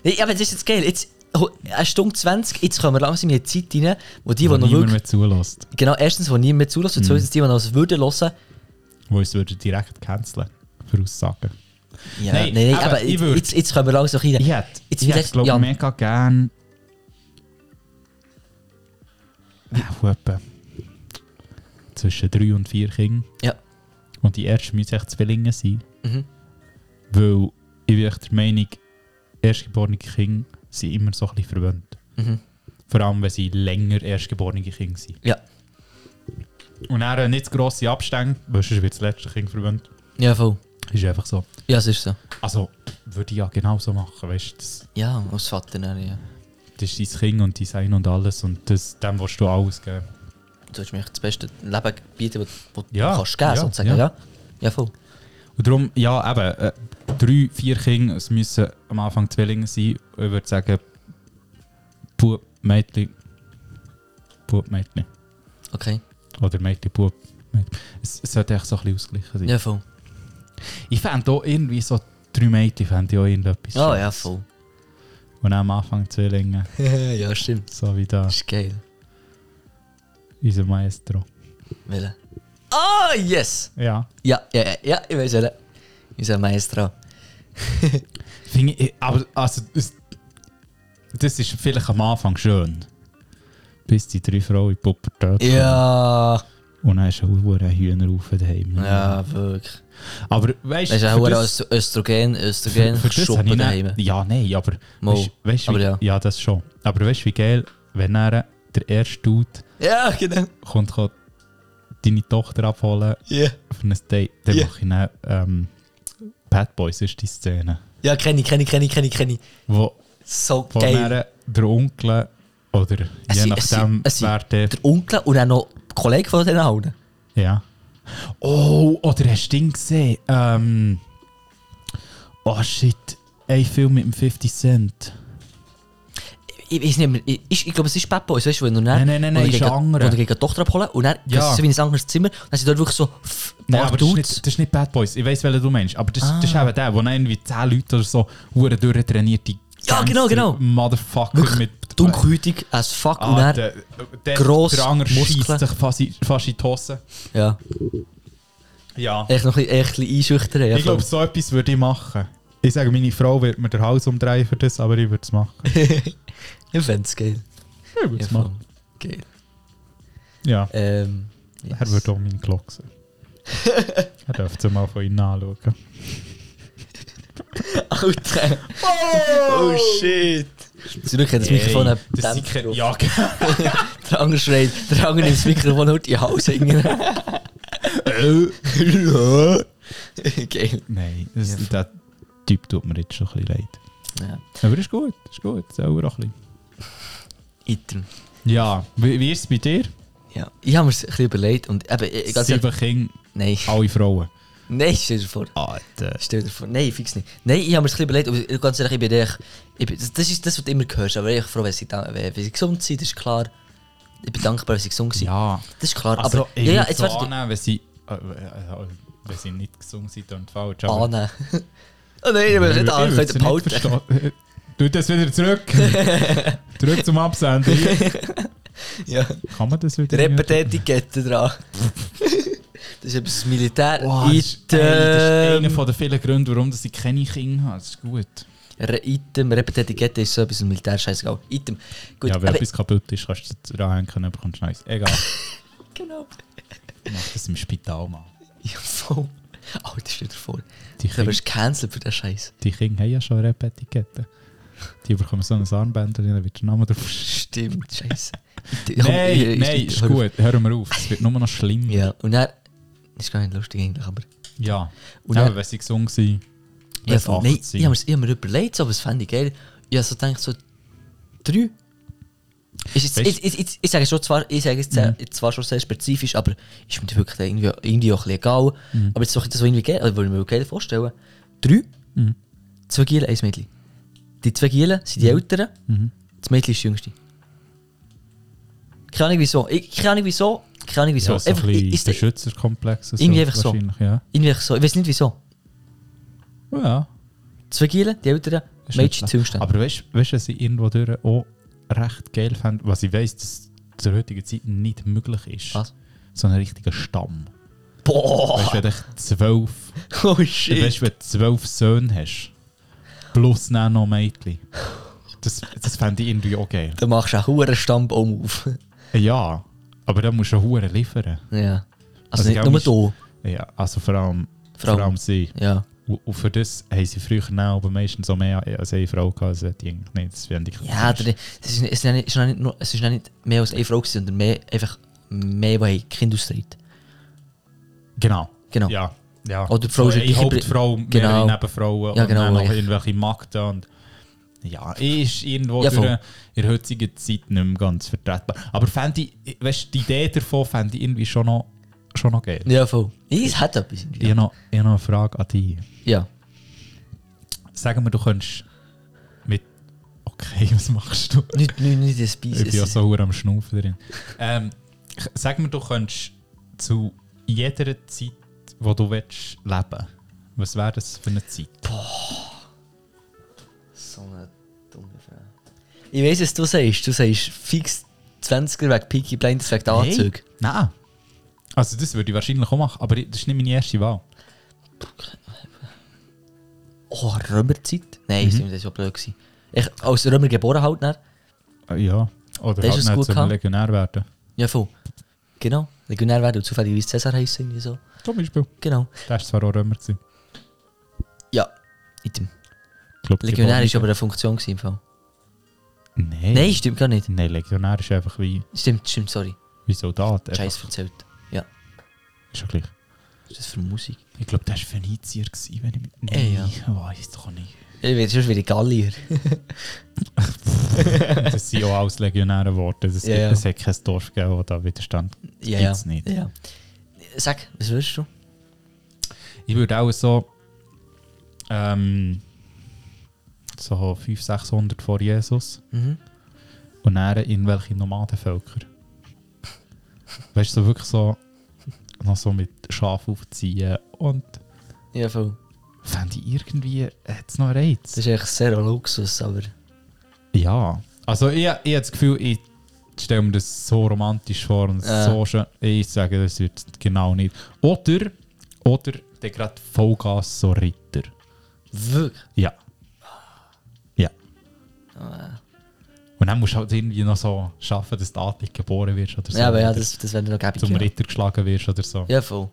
S1: Nein, aber das ist jetzt geil. Jetzt, ho- eine Stunde 20, jetzt kommen wir langsam in eine Zeit rein, wo die, die
S2: Wo
S1: noch
S2: niemand Mhm.
S1: wirklich.
S2: mehr zulässt.
S1: Genau, erstens, wo niemand mehr zulässt und zweitens, die, die noch es würden hören.
S2: Wo es würde direkt canceln. Für Aussagen.
S1: Ja,
S2: Nein,
S1: nein, nein,
S2: aber
S1: aber,
S2: ich würd-
S1: jetzt, jetzt kommen wir langsam rein.
S2: Ich hätte,
S1: Jetzt
S2: ich hätte
S1: vielleicht-
S2: glaube ich,
S1: Jan.
S2: mega gern... Ja, von Äh, etwa zwischen drei und vier Kindern.
S1: Ja.
S2: Und die ersten müssen echt Zwillinge sein.
S1: Mhm.
S2: Weil ich bin echt der Meinung, erstgeborene Kinder sind immer so ein bisschen verwöhnt.
S1: Mhm.
S2: Vor allem, wenn sie länger erstgeborene Kinder sind.
S1: Ja.
S2: Und dann äh, nicht zu grosse Abstände, weil sonst wird das letzte Kind verwöhnt.
S1: Ja, voll.
S2: Ist einfach so.
S1: Ja, es ist so.
S2: Also, würde ich ja genauso machen, weißt du? Das,
S1: Ja, als Vater, dann, ja.
S2: das ist dein Kind und Design und alles und das, dem willst du alles geben.
S1: Du hast mir das beste Leben bieten, das du
S2: Ja,
S1: kannst geben,
S2: ja,
S1: sozusagen.
S2: ja.
S1: Ja. ja, voll.
S2: Und darum, ja, eben, äh, drei, vier Kinder, es müssen am Anfang Zwillinge sein. Ich würde sagen, Bub, Mädchen, Bub, Mädchen.
S1: Okay.
S2: Oder Mädchen, Bub, Mädchen. Es, es sollte echt so ein bisschen ausgleichen sein.
S1: Ja, voll.
S2: Ich fände auch irgendwie so drei Mädchen, fände ich auch irgendetwas.
S1: Ah,
S2: Schönes.
S1: ja, voll.
S2: Und dann am Anfang Zwillinge,
S1: ja, stimmt.
S2: so wie da,
S1: Das ist geil.
S2: unser Maestro.
S1: Wille. Ah, yes!
S2: Ja.
S1: Ja, ja, ja, ja, ich weiß welle. Unser Maestro.
S2: Finde ich, aber also, das, das ist vielleicht am Anfang schön. Bis die drei Frauen in die Pubertät kommen.
S1: Ja.
S2: Und dann ist auch ein Hühnerhaufen daheim.
S1: Ja, wirklich.
S2: Aber weißt
S1: Das ist
S2: für
S1: auch
S2: das-
S1: ein Östrogen, Östrogen
S2: Für- für das habe
S1: geschoben
S2: ich nicht-
S1: daheim.
S2: Ja, nein, aber.
S1: Mal.
S2: Weißt, weißt, wie,
S1: Aber
S2: ja.
S1: ja.
S2: das schon. Aber weißt du, wie geil, wenn er der erste Dude
S1: Ja, genau.
S2: kommt, kann deine Tochter abholen
S1: Ja,
S2: für ein Date, dann
S1: Ja.
S2: mache ich dann, ähm, Bad Boys ist die Szene.
S1: ja kenne ich, kenne ich, kenne ich, kenne ich, kenne ich.
S2: Wo,
S1: So
S2: wo
S1: geil.
S2: dann der Onkel eh, oder
S1: Es
S2: je
S1: sind- es
S2: nachdem,
S1: sind- es sind-
S2: wer der.
S1: Der Onkel nou und auch noch Kollege von denen allen.
S2: Ja. Oh, oder hast du Ding gesehen? Ähm, oh shit, ein Film mit dem 50 Cent.
S1: Ich weiß nicht mehr, ich, ich, ich glaube, es ist Bad Boys, weißt du, wenn du
S2: Nein, nein, nein, nein, ist ein anderer.
S1: Oder gegen die Tochter abholen und dann
S2: Ja.
S1: ja. ist so wie in ein anderes Zimmer. Dann sind dort wirklich so pff,
S2: Nein,
S1: paar
S2: aber das ist, nicht,
S1: Dudes.
S2: das ist nicht Bad Boys. Ich weiß, welchen du meinst. Aber das, das ist
S1: Ah.
S2: eben der, wo dann irgendwie 10 Leute oder so hure durchtrainierte
S1: Ja, genau, genau.
S2: Motherfucker mit.
S1: Dunkelhütig as fuck und
S2: Ah,
S1: dann,
S2: der, der,
S1: gross,
S2: der andere
S1: Muskeln.
S2: schießt sich fast in, fast in die Hose.
S1: ja,
S2: Ja.
S1: echt noch ein bisschen, echt ein bisschen einschüchtern. ja,
S2: Ich glaube, so etwas würde ich machen. Ich sage, meine Frau wird mir den Hals umdrehen für das, aber ich würde es machen.
S1: voll. ich fände es geil.
S2: Ich würde
S1: Ja,
S2: es
S1: voll.
S2: machen.
S1: Geil.
S2: Ja.
S1: Ähm,
S2: Er
S1: yes.
S2: würde auch meine Glocke sehen. er dürfte sie mal von innen anschauen.
S1: Alter. Oh, shit. Zum Glück hat das Mikrofon
S2: Ey,
S1: einen
S2: das sind
S1: Dämpfer
S2: keine-
S1: drauf.
S2: Ja, genau.
S1: Der andere schreit, der andere nimmt das Mikrofon und holt die Hals hängen. Geil.
S2: Nein, das, der Typ tut mir jetzt schon ein bisschen leid.
S1: Ja.
S2: Aber ist gut, ist gut, selber auch ein bisschen.
S1: Item.
S2: Ja, wie, wie ist es bei dir?
S1: Ja. Ich habe mir ein bisschen überlegt und eben, ich, ganz ehrlich,
S2: Sieben Kinder,
S1: nein,
S2: alle Frauen.
S1: nein, stell dir vor.
S2: Alter.
S1: Stell dir vor, nein, fix nicht. Nein, ich habe mir ein bisschen überlegt, aber ganz ehrlich, ich bin echt, ich bin, das, das ist das, was du immer hörst, aber ich bin froh, wenn sie, da- wenn wenn sie gesund sind, das ist klar. Ich bin dankbar, wenn sie gesund sind.
S2: Ja,
S1: Das ist klar,
S2: also
S1: aber,
S2: ich
S1: ja, ja,
S2: würde
S1: jetzt
S2: so
S1: warte,
S2: annehmen, wenn sie, äh, äh, äh, wenn sie nicht gesund sind, dann falsch. aber-
S1: annehmen. Oh nein, ich will
S2: Ich
S1: nicht
S2: würd-
S1: an,
S2: ich würd
S1: könnt
S2: sie
S1: ihr behalten.
S2: nicht verstehen. Tu das wieder zurück. zurück zum Absender.
S1: Ja,
S2: Kann man das wieder?
S1: der hat die Etikette dran. das ist etwas Militär.
S2: Oh, das, ist, ey, das ist
S1: Item.
S2: einer der vielen Gründe, warum dass ich keine Kinder habe. Das ist gut.
S1: Re- Item, Repet Etikette ist so etwas Militär, scheißegal. Item. Ah, Gut,
S2: ja, wenn
S1: aber-
S2: etwas kaputt ist, kannst du dran hängen, bekommst du neues. Egal,
S1: Genau.
S2: mach das im Spital mal.
S1: Ja, Oh, voll. Alter, stell dir vor.
S2: Die
S1: Du
S2: Kinder,
S1: wirst cancelled für den Scheiß.
S2: die Kinder haben ja schon Rap-Etiketten. Die bekommen so ein Armband und dann wird der Name drauf.
S1: Stimmt, Scheiße. Item- komm, hier,
S2: Nein,
S1: ist
S2: nein,
S1: Item,
S2: ist
S1: hör auf.
S2: gut. Hören wir auf. Es wird nur noch schlimmer.
S1: Ja, und dann. Ist gar nicht lustig eigentlich, aber.
S2: Ja.
S1: Und
S2: Aber
S1: dann-
S2: wenn sie gesund sind, wenn
S1: Ja,
S2: sie
S1: voll. Nein,
S2: 18
S1: ich habe mir, ich hab mir überlegt, so, aber das fände ich geil. Ich habe so gedacht, so drei. Ist jetzt,
S2: Weißt-
S1: ich, ich, ich, ich sage schon zwar, ich sage jetzt sehr- zwar schon sehr spezifisch, aber ist mir das wirklich irgendwie, irgendwie auch ein bisschen egal. Aber jetzt mache ich das so irgendwie geil, also, würde ich mir geil vorstellen. Drei, zwei Gielen, eins Mädchen. Die zwei Gielen sind die Älteren, das Mädchen ist das Jüngste. Keine Ahnung wieso, ich, keine Ahnung wieso, keine Ahnung wieso.
S2: Ja, so ein
S1: Einfach, ich-
S2: bisschen
S1: ist-
S2: Beschützerkomplex. und
S1: Irgendwie einfach so.
S2: wahrscheinlich, Ja.
S1: irgendwie so, ich weiß nicht wieso.
S2: ja.
S1: Zwei Gielen, die Älteren,
S2: Ist nicht
S1: Mädchen, das
S2: schlecht.
S1: Jüngste.
S2: Aber weißt du, was ich irgendwo durch auch recht geil fand, was ich weiss, dass zur heutigen Zeit nicht möglich ist?
S1: Was? Ah.
S2: So ein richtiger Stamm.
S1: Boah!
S2: Weißt du, wenn du echt zwölf,
S1: Oh
S2: weißt,
S1: shit.
S2: du, wenn du zwölf Söhne hast, plus dann noch Mädchen. Das, das fände ich irgendwie auch geil.
S1: Dann machst du einen hohen Stammbaum auf.
S2: Ja, aber da musst du Huren liefern.
S1: ja. Also,
S2: Also,
S1: nicht
S2: glaub,
S1: nur
S2: ich-
S1: du.
S2: Ja, also vor allem,
S1: Frauen.
S2: vor allem sie.
S1: Ja.
S2: Und, und für das haben sie früher dann aber meistens so mehr als eine Frau gehabt. Also die, nee, das fände ich
S1: Ja, der, das ist, es, ist nicht, es, ist noch nicht nur, es ist noch nicht mehr nou als eine Frau, gewesen, sondern mehr, einfach mehr, die haben Kinder austreten.
S2: Genau.
S1: Genau.
S2: Ja. ja.
S1: Oder die Frau
S2: so,
S1: ist ja
S2: eine
S1: gleich-
S2: Hauptfrau, mehrere
S1: Genau.
S2: Nebenfrauen
S1: Ja,
S2: und
S1: genau,
S2: dann noch
S1: eigentlich.
S2: irgendwelche Magden. Und ja, ist irgendwo
S1: Ja,
S2: durch
S1: voll.
S2: in der heutigen Zeit nicht mehr ganz vertretbar. Aber fände ich, weißt, die Idee davon fände ich irgendwie schon noch, schon noch geil.
S1: Ja, voll. Es hat etwas.
S2: Ich,
S1: Ja.
S2: habe noch, ich habe noch eine Frage an dich.
S1: ja.
S2: Sagen wir, du könntest mit... Okay, was machst du?
S1: Nicht, nicht, nicht ein Speis.
S2: Ich bin ja
S1: es-
S2: so verdammt am Schnaufen drin. Ähm, k- sag mir, du könntest zu jeder Zeit, wo du willst, leben. Was wäre das für eine Zeit?
S1: So eine dumme Frage. Ich weiss, was du sagst. Du sagst fix 20er wegen Peaky Blinders wegen der Anzüge.
S2: Nein. Also das würde ich wahrscheinlich auch machen, aber das ist nicht meine erste Wahl.
S1: Oh, Römerzeit? Nein, stimmt, das war blöd. gewesen. Ich, als Römer geboren halt, dann.
S2: Ja. Oder
S1: Das ist gut
S2: halt nicht zum
S1: gehabt.
S2: Legionär werden.
S1: Ja, voll. Genau. Legionär werden und zufällig Cäsar heißt irgendwie so.
S2: Zum Beispiel.
S1: Genau.
S2: Der war zwar auch Römer. Gewesen.
S1: Ja, in dem.
S2: Glaub,
S1: Legionär
S2: geboren.
S1: war aber eine Funktion gewesen, im Fall.
S2: Nein.
S1: Nein, stimmt gar nicht.
S2: Nein, Legionär ist einfach wie,
S1: Stimmt, stimmt, sorry.
S2: wie Soldat. einfach.
S1: Scheiß erzählt. Ja, Dus
S2: Ist ja gleich.
S1: was ist das für Musik?
S2: Ich glaube, der war Phönizier, gewesen, wenn ich mich... Nein,
S1: Ey, ja.
S2: weiss doch nicht.
S1: Ich werde schon wieder Gallier.
S2: Das sind ja alles Legionäre geworden. Es
S1: Ja, ja.
S2: es hat kein Dorf gegeben, wo da Widerstand
S1: ja, ja.
S2: gibt's nicht.
S1: ja. Sag, was willst du?
S2: Ich würde auch so. Ähm, so 500, 600 vor Jesus.
S1: Mhm.
S2: Und dann irgendwelche Nomadenvölker. weißt du, so wirklich so. Noch so mit Schaf aufziehen. Und
S1: Ja, voll.
S2: fände ich irgendwie. Hat es noch einen Reiz?
S1: Das ist echt sehr ein Luxus, aber...
S2: Ja. Also, ich, ich habe das Gefühl, ich stelle mir das so romantisch vor und
S1: Ja.
S2: so schön. Ich sage, das wird genau nicht. Oder. Oder der gerade Vollgas so Ritter.
S1: Wirklich?
S2: Ja. Ja.
S1: Äh.
S2: Und dann musst du halt irgendwie noch so schaffen, dass du artig geboren wirst oder so.
S1: Ja, aber ja,
S2: Oder
S1: das, das wäre noch gäbig.
S2: zum
S1: ja.
S2: Ritter geschlagen wirst oder so.
S1: Ja, voll.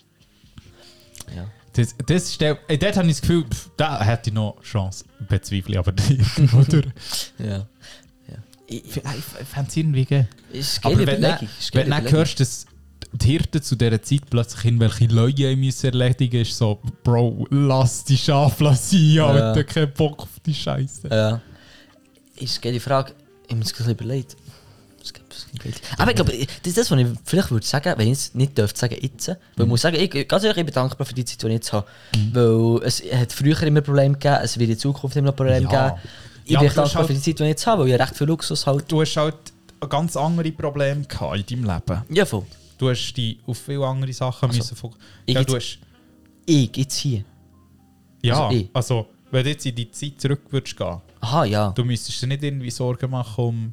S1: Ja.
S2: Das, das stell, äh, dort habe ich das Gefühl, pff, da hätte ich noch Chance. Bezweifle ich aber nicht. oder?
S1: Ja. ja. Ah,
S2: Ich, ich, ich fände es irgendwie geil.
S1: Ist
S2: Aber
S1: geile
S2: wenn du
S1: Überlegung. ist geile
S2: wenn du dann
S1: Überlegung.
S2: hörst, dass die Hirten zu dieser Zeit plötzlich irgendwelche Leute haben müssen erledigen müssen, ist so, Bro, lass die Schafe sein,
S1: Ja.
S2: Alter, keinen Bock auf die Scheiße.
S1: Ja. Ist eine geile Frage. Ich muss es überlegt. Es gibt- es gibt Leute. Aber ich glaube, ich- das ist das, was ich vielleicht würde sagen, wenn ich es nicht dürfte sagen, jetzt. Weil
S2: Mm.
S1: ich muss sagen, ich, ganz ehrlich, ich bin dankbar für die Zeit, die ich jetzt habe. Weil es hat früher immer Probleme gegeben, es wird in Zukunft immer noch Probleme
S2: Ja. dus
S1: geben. Ich bin
S2: Ja, aber
S1: echt
S2: du hast
S1: dankbar
S2: halt-
S1: für die Zeit, die ich jetzt habe, weil ich recht viel Luxus halt.
S2: du hast halt ganz andere Probleme gehabt in deinem Leben.
S1: Ja, voll.
S2: Du hast dich auf viele andere Sachen
S1: Also,
S2: müssen fokussieren.
S1: ich
S2: Ja,
S1: jetzt-
S2: du hast,
S1: Ich, jetzt hier.
S2: ja
S1: also ich.
S2: also, wenn du jetzt in die Zeit zurück würdest gehen,
S1: Aha, ja.
S2: du müsstest dir nicht irgendwie Sorgen machen um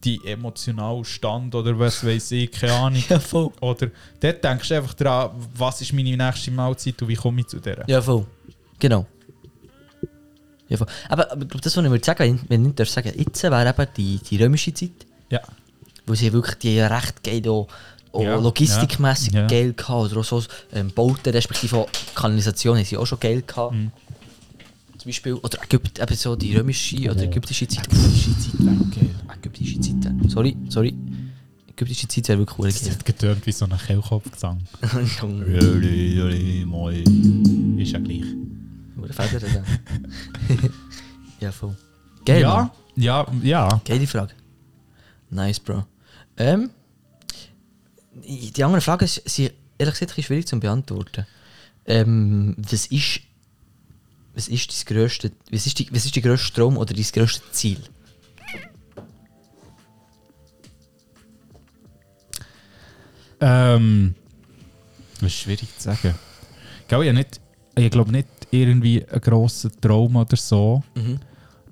S2: deinen emotionalen Stand oder was weiß ich, keine Ahnung.
S1: Ja, voll.
S2: Oder dort denkst du einfach daran, was ist meine nächste Mahlzeit und wie komme ich zu der.
S1: Ja, voll. Genau. Ja, voll. Aber, aber ich glaube, das, was ich würde sagen, wenn ich- wenn ich nicht darf sagen, jetzt wäre eben die, die römische Zeit.
S2: Ja.
S1: wo sie wirklich die recht geil auch, auch
S2: Ja,
S1: logistikmässig
S2: ja, ja.
S1: geil gehabt oder auch so ähm, Bauten respektive auch Kanalisationen haben sie auch schon geil gehabt.
S2: Mhm.
S1: Zum Beispiel, oder Ägypten, eben so die römische oder ägyptische Zeit. Ägyptische Zeit wäre geil. Ägyptische Zeit wäre- Sorry, sorry. Ägyptische Zeit wäre wirklich cool.
S2: Das hat getönt wie so ein Kehlkopfgesang.
S1: gewesen.
S2: ist ja gleich.
S1: Hure Federn, ja. ja, voll. Geil, Mann.
S2: Ja, ja, ja.
S1: Geile Frage. Nice, Bro. Ähm, die anderen Fragen s- sind ehrlich gesagt ein bisschen schwierig zu beantworten. Ähm, was ist, was ist dein grösste, was ist, die, was ist dein grösste Traum oder dein grösste Ziel?
S2: Ähm, das ist schwierig zu sagen. Gell, ich, hab nicht- ich glaube nicht irgendwie einen grossen Traum oder so.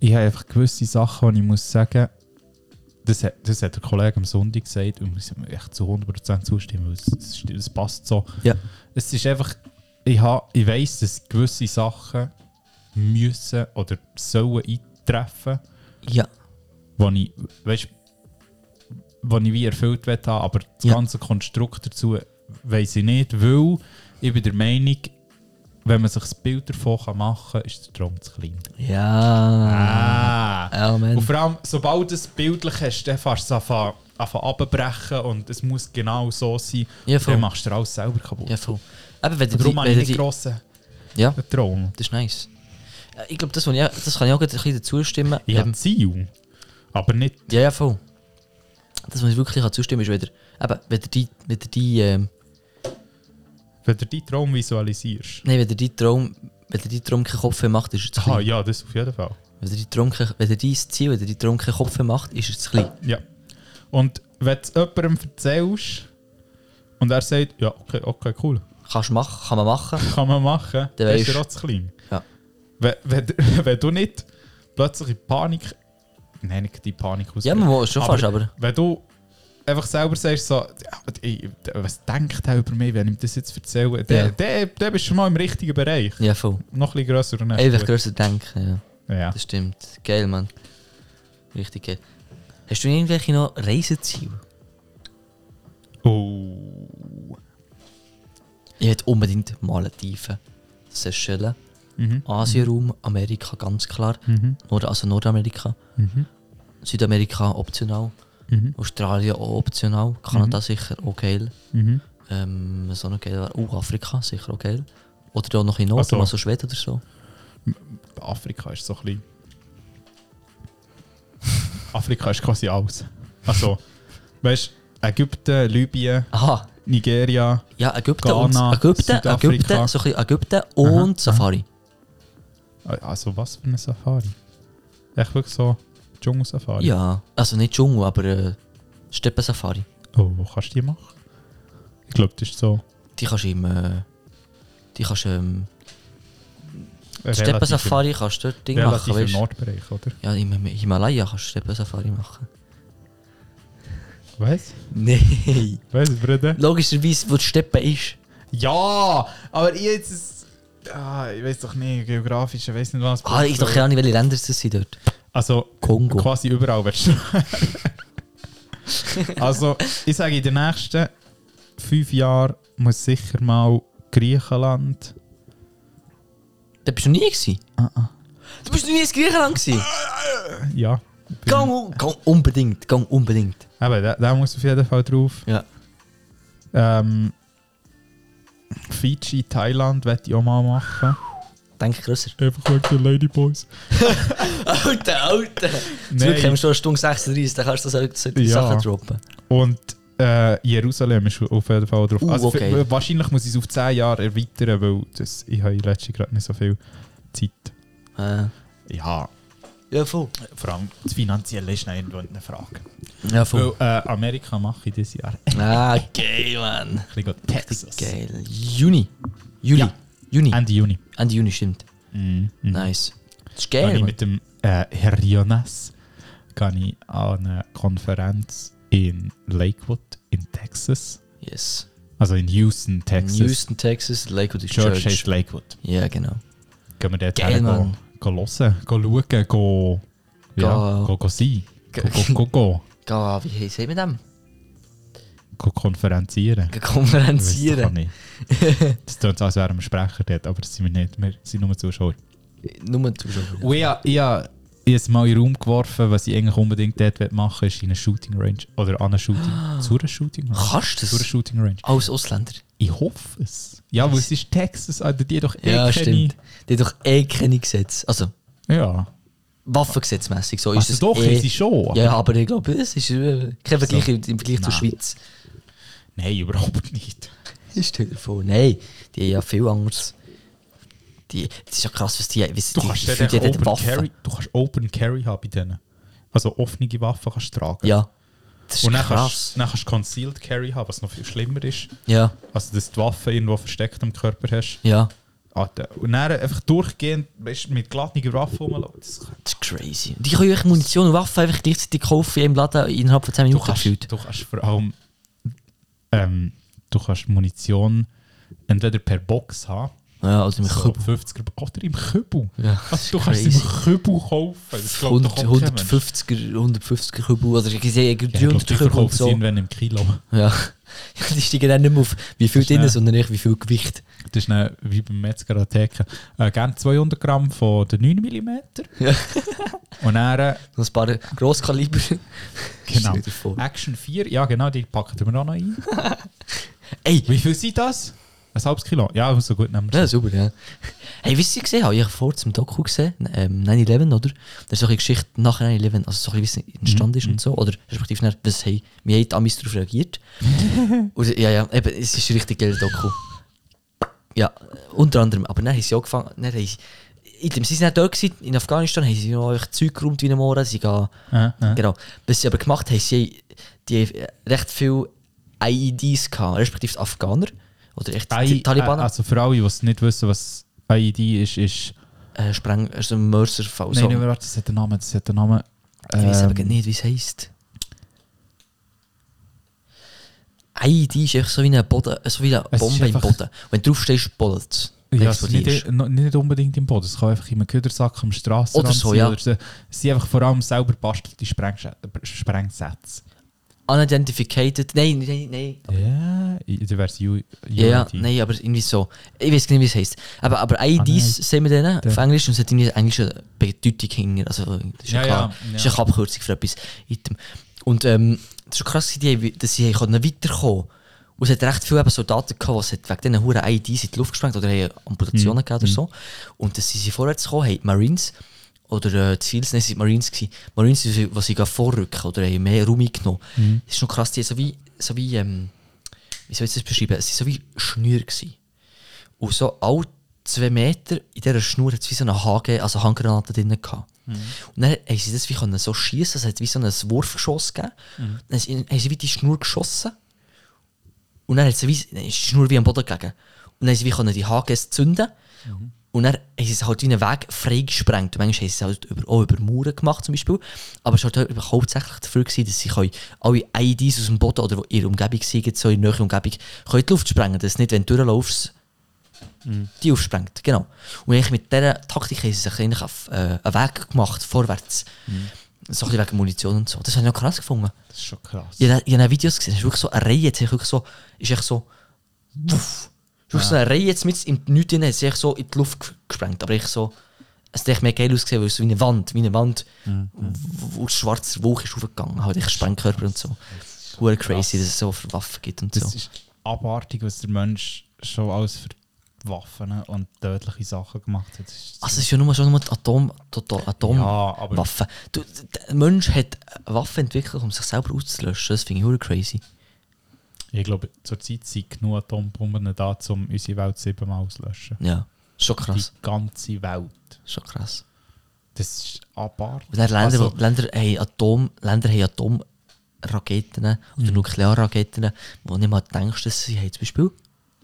S2: Ich habe einfach gewisse Sachen, die ich muss sagen, das hat, das hat der Kollege am Sonntag gesagt und ich muss ihm echt zu 100% zustimmen, weil es, es, es passt so.
S1: Ja.
S2: Es ist einfach, ich, ha, ich weiss, dass gewisse Sachen müssen oder sollen eintreffen,
S1: Ja.
S2: wo ich, weißt, wo ich wie erfüllt will, haben, aber das
S1: Ja.
S2: ganze Konstrukt dazu weiß ich nicht, weil ich bin der Meinung, wenn man sich das Bild davon kann machen kann, ist der Traum zu klein.
S1: Ja.
S2: Ah.
S1: Amen.
S2: Und vor allem, sobald du es bildlich hast, dann fährst du es anfangen anfangen abbrechen und es muss genau so sein.
S1: Ja, voll.
S2: dann machst du dir alles selber kaputt.
S1: Ja, voll. Eben, wenn du
S2: Darum habe
S1: wenn
S2: ich
S1: du
S2: nicht grossen
S1: Ja,
S2: Traum.
S1: das ist nice. Äh, Ich glaube, das, was ich, auch- das kann ich auch gerade ein bisschen zustimmen.
S2: Ich habe Ziel, aber nicht
S1: Ja, ja, voll. Das, was ich wirklich kann zustimmen kann, ist wieder, eben, wenn du die, wenn du die, ähm,
S2: Wenn du deinen Traum visualisierst.
S1: Nein, wenn ihr die Traum, wenn ihr die Traum keinen Kopf mehr macht, ist er zu
S2: Ah,
S1: klein.
S2: ja, das auf jeden Fall.
S1: Wenn ihr die Traum, kein- wenn ihr dein Ziel, wenn ihr die Traum keinen Kopf mehr macht, ist er zu klein.
S2: Ja. Und wenn du es jemandem erzählst und er sagt, ja, okay, okay, cool,
S1: Kannst du machen, kann man machen.
S2: kann man machen,
S1: Dann
S2: dann ist
S1: weisst-
S2: er auch zu klein.
S1: Ja.
S2: Wenn, wenn, wenn du nicht plötzlich in Panik. Nein, nicht die Panik aus.
S1: Ja, man muss schon fast, aber-
S2: Wenn du einfach selber sagst, so, «Ja, ich- was denkt er über mich, wenn ich ihm das jetzt erzähle, dann
S1: Ja.
S2: dann- dann bist du schon mal im richtigen Bereich.
S1: Ja, voll.
S2: Noch ein bisschen grösser. dann ist
S1: Einfach
S2: gut.
S1: grösser denken, ja.
S2: Ja.
S1: Das stimmt. Geil, Mann. Richtig geil. Hast du irgendwelche noch Reiseziele?
S2: Oh.
S1: Ich hätte unbedingt Malediven, Seychellen,
S2: Mhm.
S1: Asienraum, Amerika, ganz klar.
S2: Mhm.
S1: Oder also Nordamerika.
S2: Mhm.
S1: Südamerika optional.
S2: Mhm.
S1: Australien auch optional. Kanada sicher auch geil.
S2: Mhm.
S1: Ähm, so noch geil wäre. Uh, Afrika sicher auch geil. Oder auch noch in Norden,
S2: Also-
S1: also, also Schweden oder so.
S2: Afrika ist so ein bisschen. Afrika ist quasi alles. Also, weißt du, Ägypten, Libyen,
S1: Aha,
S2: Nigeria.
S1: ja, Ägypten
S2: Ghana,
S1: und Ägypten,
S2: Südafrika.
S1: Ägypten, so ein bisschen Ägypten und
S2: aha.
S1: Safari.
S2: Also, was für eine Safari? Echt wirklich so Dschungelsafari.
S1: Ja, also nicht Dschungel, aber äh, Steppensafari.
S2: Oh, wo kannst du die machen? Ich glaube, das ist so.
S1: Die kannst du im. Äh, die kannst du. Ähm, die
S2: relativ-
S1: Steppensafari kannst du dort Ding
S2: relativ
S1: machen,
S2: im
S1: weißt du?
S2: Nordbereich, oder?
S1: Ja, im im Himalaya kannst du Steppensafari machen.
S2: Weißt
S1: Nein!
S2: du? Weißt du, Bruder?
S1: Logischerweise, wo die Steppe ist.
S2: Ja, aber jetzt ist. Ah, ich weiß doch nicht, geografisch, ich weiß nicht was.
S1: Ah, ich doch keine Ahnung, welche Länder es sind dort.
S2: Also
S1: Kongo.
S2: quasi überall willst du. also ich sage, in den nächsten fünf Jahren muss sicher mal Griechenland.
S1: Da bist du noch nie gewesen.
S2: Ah, ah.
S1: Du bist noch nie in Griechenland gewesen.
S2: Ja.
S1: Gang, un- gang unbedingt, gang unbedingt.
S2: Aber da, da muss auf jeden Fall drauf.
S1: Ja.
S2: Ähm, Fiji, Thailand werde ich auch mal machen.
S1: Denk grösser.
S2: Einfach wegen den Ladyboys.
S1: Alter, Alter! Zurück haben wir
S2: Nein.
S1: schon eine Stunde 36, dann kannst du solche, solche
S2: Ja.
S1: Sachen droppen.
S2: Und äh, Jerusalem ist auf jeden Fall drauf.
S1: Uh,
S2: also,
S1: okay.
S2: für- wahrscheinlich muss ich es auf 10 Jahre erweitern, weil das, ich habe in letzter Zeit gerade nicht so viel Zeit.
S1: Äh,
S2: Ja,
S1: ja, voll.
S2: Vor allem das Finanzielle ist noch irgendwo eine Frage.
S1: Ja, voll.
S2: Weil, äh, Amerika mache ich dieses Jahr. Ein
S1: Ah, geil, Mann.
S2: bisschen geht Texas.
S1: Geil. Juni. Juli.
S2: Ja.
S1: Juni.
S2: Ende Juni.
S1: Ende Juni, stimmt.
S2: Mhm. Mhm.
S1: Nice. Das ist
S2: Gehe
S1: geil.
S2: ich
S1: Mann.
S2: mit dem äh, Herr Jonas gehe ich an eine Konferenz in Lakewood in Texas.
S1: Yes.
S2: Also in Houston, Texas.
S1: Houston, Texas, Lakewood ist
S2: Church,
S1: Church.
S2: heißt Lakewood.
S1: Ja, genau.
S2: Gehen wir dort
S1: Geil,
S2: hin,
S1: Mann.
S2: go, go hören, go schauen, go... Ja,
S1: Go-
S2: go, go sein. Go, go, go, go,
S1: Ga, wie heisst es mit dem?
S2: go konferenzieren.
S1: Ga
S2: Weiss doch auch
S1: Konferenzieren.
S2: nicht. Das tut so, als wären wir Sprecher dort, aber das sind wir nicht. Wir sind nur Zuschauer.
S1: Nur Zuschauer.
S2: Und ich habe ich habe jetzt mal in den Raum geworfen, was ich eigentlich unbedingt dort machen will, ist in eine Shooting Range. Oder an eine Shooting. Zu einer Shooting Range.
S1: Ah. Kannst du
S2: Zu einer
S1: das?
S2: Shooting Range.
S1: Als Ausländer.
S2: Ich hoffe es. Ja, weil es ist Texas, Alter, die haben doch eh
S1: Ja,
S2: keine-
S1: stimmt. Die hat doch eh keine Gesetze. Also,
S2: Ja.
S1: waffengesetzmässig. So ist
S2: Also
S1: es
S2: doch,
S1: eh.
S2: ist sie schon.
S1: Ja, aber ich glaube, es ist äh, kein Vergleich im im Vergleich zur
S2: Nein.
S1: Schweiz.
S2: Nein, überhaupt nicht.
S1: Ist dir vor? Nein, die haben ja viel anderes. Die, das ist ja krass, was die was
S2: Du
S1: die,
S2: kannst
S1: wie
S2: dort
S1: viel die
S2: echt
S1: dort
S2: Open Carry, du kannst Open Carry haben bei denen. Also offene Waffen kannst du tragen.
S1: Ja. Das ist
S2: Und dann
S1: krass.
S2: kannst, dann kannst du Concealed Carry haben, was noch viel schlimmer ist.
S1: Ja,
S2: Also, dass du die Waffe irgendwo versteckt am Körper hast.
S1: ja.
S2: Alter. Und dann einfach durchgehend weißt, du, mit glattiger Waffe rumlaufen. Das kann-
S1: Das ist crazy. Die können euch Munition und Waffen einfach gleichzeitig kaufen im Laden innerhalb von 10
S2: Du
S1: Minuten
S2: kannst,
S1: gefühlt.
S2: du kannst vor allem ähm, du kannst Munition entweder per Box haben,
S1: Ja, also mit so.
S2: so 50 oder im Kübel.
S1: Ja, das ist
S2: also, du kannst
S1: crazy.
S2: im Kübel kaufen. Das glaubt doch auch
S1: 100,
S2: kein
S1: 150er, 150er Kübel, oder ich sehe
S2: Mensch. Ja, ich glaub,
S1: 300
S2: die
S1: Kübel und
S2: verkaufen so.
S1: so.
S2: irgendwann im Kilo.
S1: Ja. Die steigen dann nicht mehr auf wie viel
S2: Das ist
S1: drin,
S2: eine-
S1: sondern echt wie viel Gewicht.
S2: Das ist dann wie beim Metzger an der Theke. Äh, gerne 200 Gramm von den 9 mm.
S1: Ja.
S2: Und dann, äh,
S1: Noch ein paar Grosskaliber.
S2: genau,
S1: Stell dir vor.
S2: Action 4, ja genau, die packen wir auch noch ein.
S1: Ey,
S2: Wie viel sind das? Ein halbes Kilo? Ja, muss so gut nehmen.
S1: Ja, super, ja. Hey, wisst ihr gesehen? habe? Ich habe vor zum Doku gesehen, ähm, 9-11, oder? Da ist so eine Geschichte nach 9-11, also so ein bisschen, wie es entstanden ist und so. Oder respektive, dann, was, hey, wie haben die Amis darauf reagiert? oder, ja, ja, eben, es ist ein richtig geiler Doku. Ja, äh, unter anderem. Aber dann haben sie angefangen, dann haben sie, in dem, sie sind nicht dort gewesen, in Afghanistan, haben sie noch einfach Zeug geräumt wie ein Mohren, sie gehen,
S2: Äh, äh.
S1: genau. Was sie aber gemacht haben, sie die haben äh, recht viel IEDs gehabt, respektive die Afghaner, oder echt die
S2: I,
S1: Taliban.
S2: äh, also für alle, die es nicht wissen, was IED ist, ist...
S1: äh, Spreng, also ein Mörserfall.
S2: Nein,
S1: so.
S2: nein, warte, das hat einen Namen, das hat einen Namen.
S1: ich weiß
S2: Ähm,
S1: aber nicht, wie es heisst. Ei, die E ist echt so wie eine, Boden, äh, so wie eine
S2: Es ist
S1: Bombe im
S2: einfach-
S1: Boden. Wenn du draufstehst, bollert
S2: Ja, es ist nicht, no- nicht unbedingt im Boden, es kann einfach in einem Ködersack am Strassenrand
S1: Oder so,
S2: sein,
S1: ja.
S2: Oder so. Es sind einfach vor allem selber bastelte Sprengschä- Sprengsätze.
S1: unidentificated. Nein, nein, nein.
S2: Ja, dann wäre es
S1: Ja, ja, nein, aber irgendwie so. Ich weiß nicht, wie es heisst. Aber, aber IDs
S2: Ah, nein.
S1: sehen wir denen auf
S2: Ja.
S1: Englisch und es hat irgendwie eine englische Bedeutung hinter. Also, das ist ja,
S2: Ja,
S1: klar.
S2: ja,
S1: Das
S2: ja.
S1: ist eine Abkürzung für etwas. Item. Und ähm, das ist schon krass, die haben- dass sie haben weiterkommen konnten. Und es hat recht viele eben Soldaten gehabt, die es hat wegen diesen Huren IDs in die Luft gesprengt oder haben
S2: Mhm.
S1: Amputationen gehabt oder so. Und dass sie, sie vorwärts gekommen haben, die Marines oder äh, Ziviles, nein, es sind Marines gewesen. Marines, die sie- die sie gehen vorrücken oder haben mehr Raum eingenommen.
S2: Mhm.
S1: Das ist schon krass, die haben so wie, so wie ähm, wie soll ich das beschreiben? Es waren so wie Schnür. Gewesen. Und so alle zwei Meter in dieser Schnur hat es wie so eine HG, also Handgranate drin gehabt. Und dann haben sie das wie können so schießen, es hat wie so ein Wurfgeschoss gegeben. Dann haben sie- haben sie wie die Schnur geschossen. Und dann, hat sie wie, dann ist die Schnur wie am Boden gelegen. Und dann haben sie wie können die HGs zünden. Und dann haben sie es halt wie einen Weg freigesprengt. Und manchmal haben sie es halt über, auch über Mauern gemacht zum Beispiel. Aber es war halt auch hauptsächlich dafür, gewesen, dass sie können alle IDs aus dem Boden oder die in ihrer Umgebung sind, so in der Umgebung, können in die Luft sprengen. Dass nicht, wenn du durchlaufst, die aufsprengt, genau. Und eigentlich mit dieser Taktik haben sie sich eigentlich auf, äh, einen Weg gemacht, vorwärts.
S2: Mhm.
S1: So ein bisschen wegen Munition und so. Das habe ich noch krass gefunden.
S2: Das ist schon krass.
S1: Ich habe ich habe Videos gesehen, es ist wirklich so eine Reihe, jetzt ist wirklich so, ist echt so, wuff. Es ist wirklich so eine Reihe jetzt mit im Nichts drin, es ist echt so in die Luft g- gesprengt, aber ich so, es hat echt mehr geil ausgesehen, weil es so wie eine Wand, wie eine Wand,
S2: Mhm,
S1: wo wo schwarzer Wolke ist aufgegangen, halt echt Sprengkörper und so. Hure crazy, dass es so für Waffen gibt und
S2: Das
S1: so.
S2: ist abartig, was der Mensch schon alles für Waffen und tödliche Sachen gemacht hat. Das ist-
S1: Also es ist ja nur schon nur die Atom, die- die Atom
S2: Ja, aber-
S1: Waffen. Du, der Mensch hat eine Waffe entwickelt, um sich selber auszulöschen. Das finde ich hure crazy.
S2: ich glaube, zurzeit sind genug Atombomben da, um unsere Welt siebenmal auszulöschen.
S1: Ja, schon krass.
S2: Die ganze Welt.
S1: Schon krass.
S2: Das ist abartig.
S1: Und dann Länder,
S2: Also-
S1: wo- Länder, haben Atom, Länder haben Atomraketen
S2: Mhm.
S1: oder Nuklearraketen, wo nicht mal denkst, dass sie haben. Zum Beispiel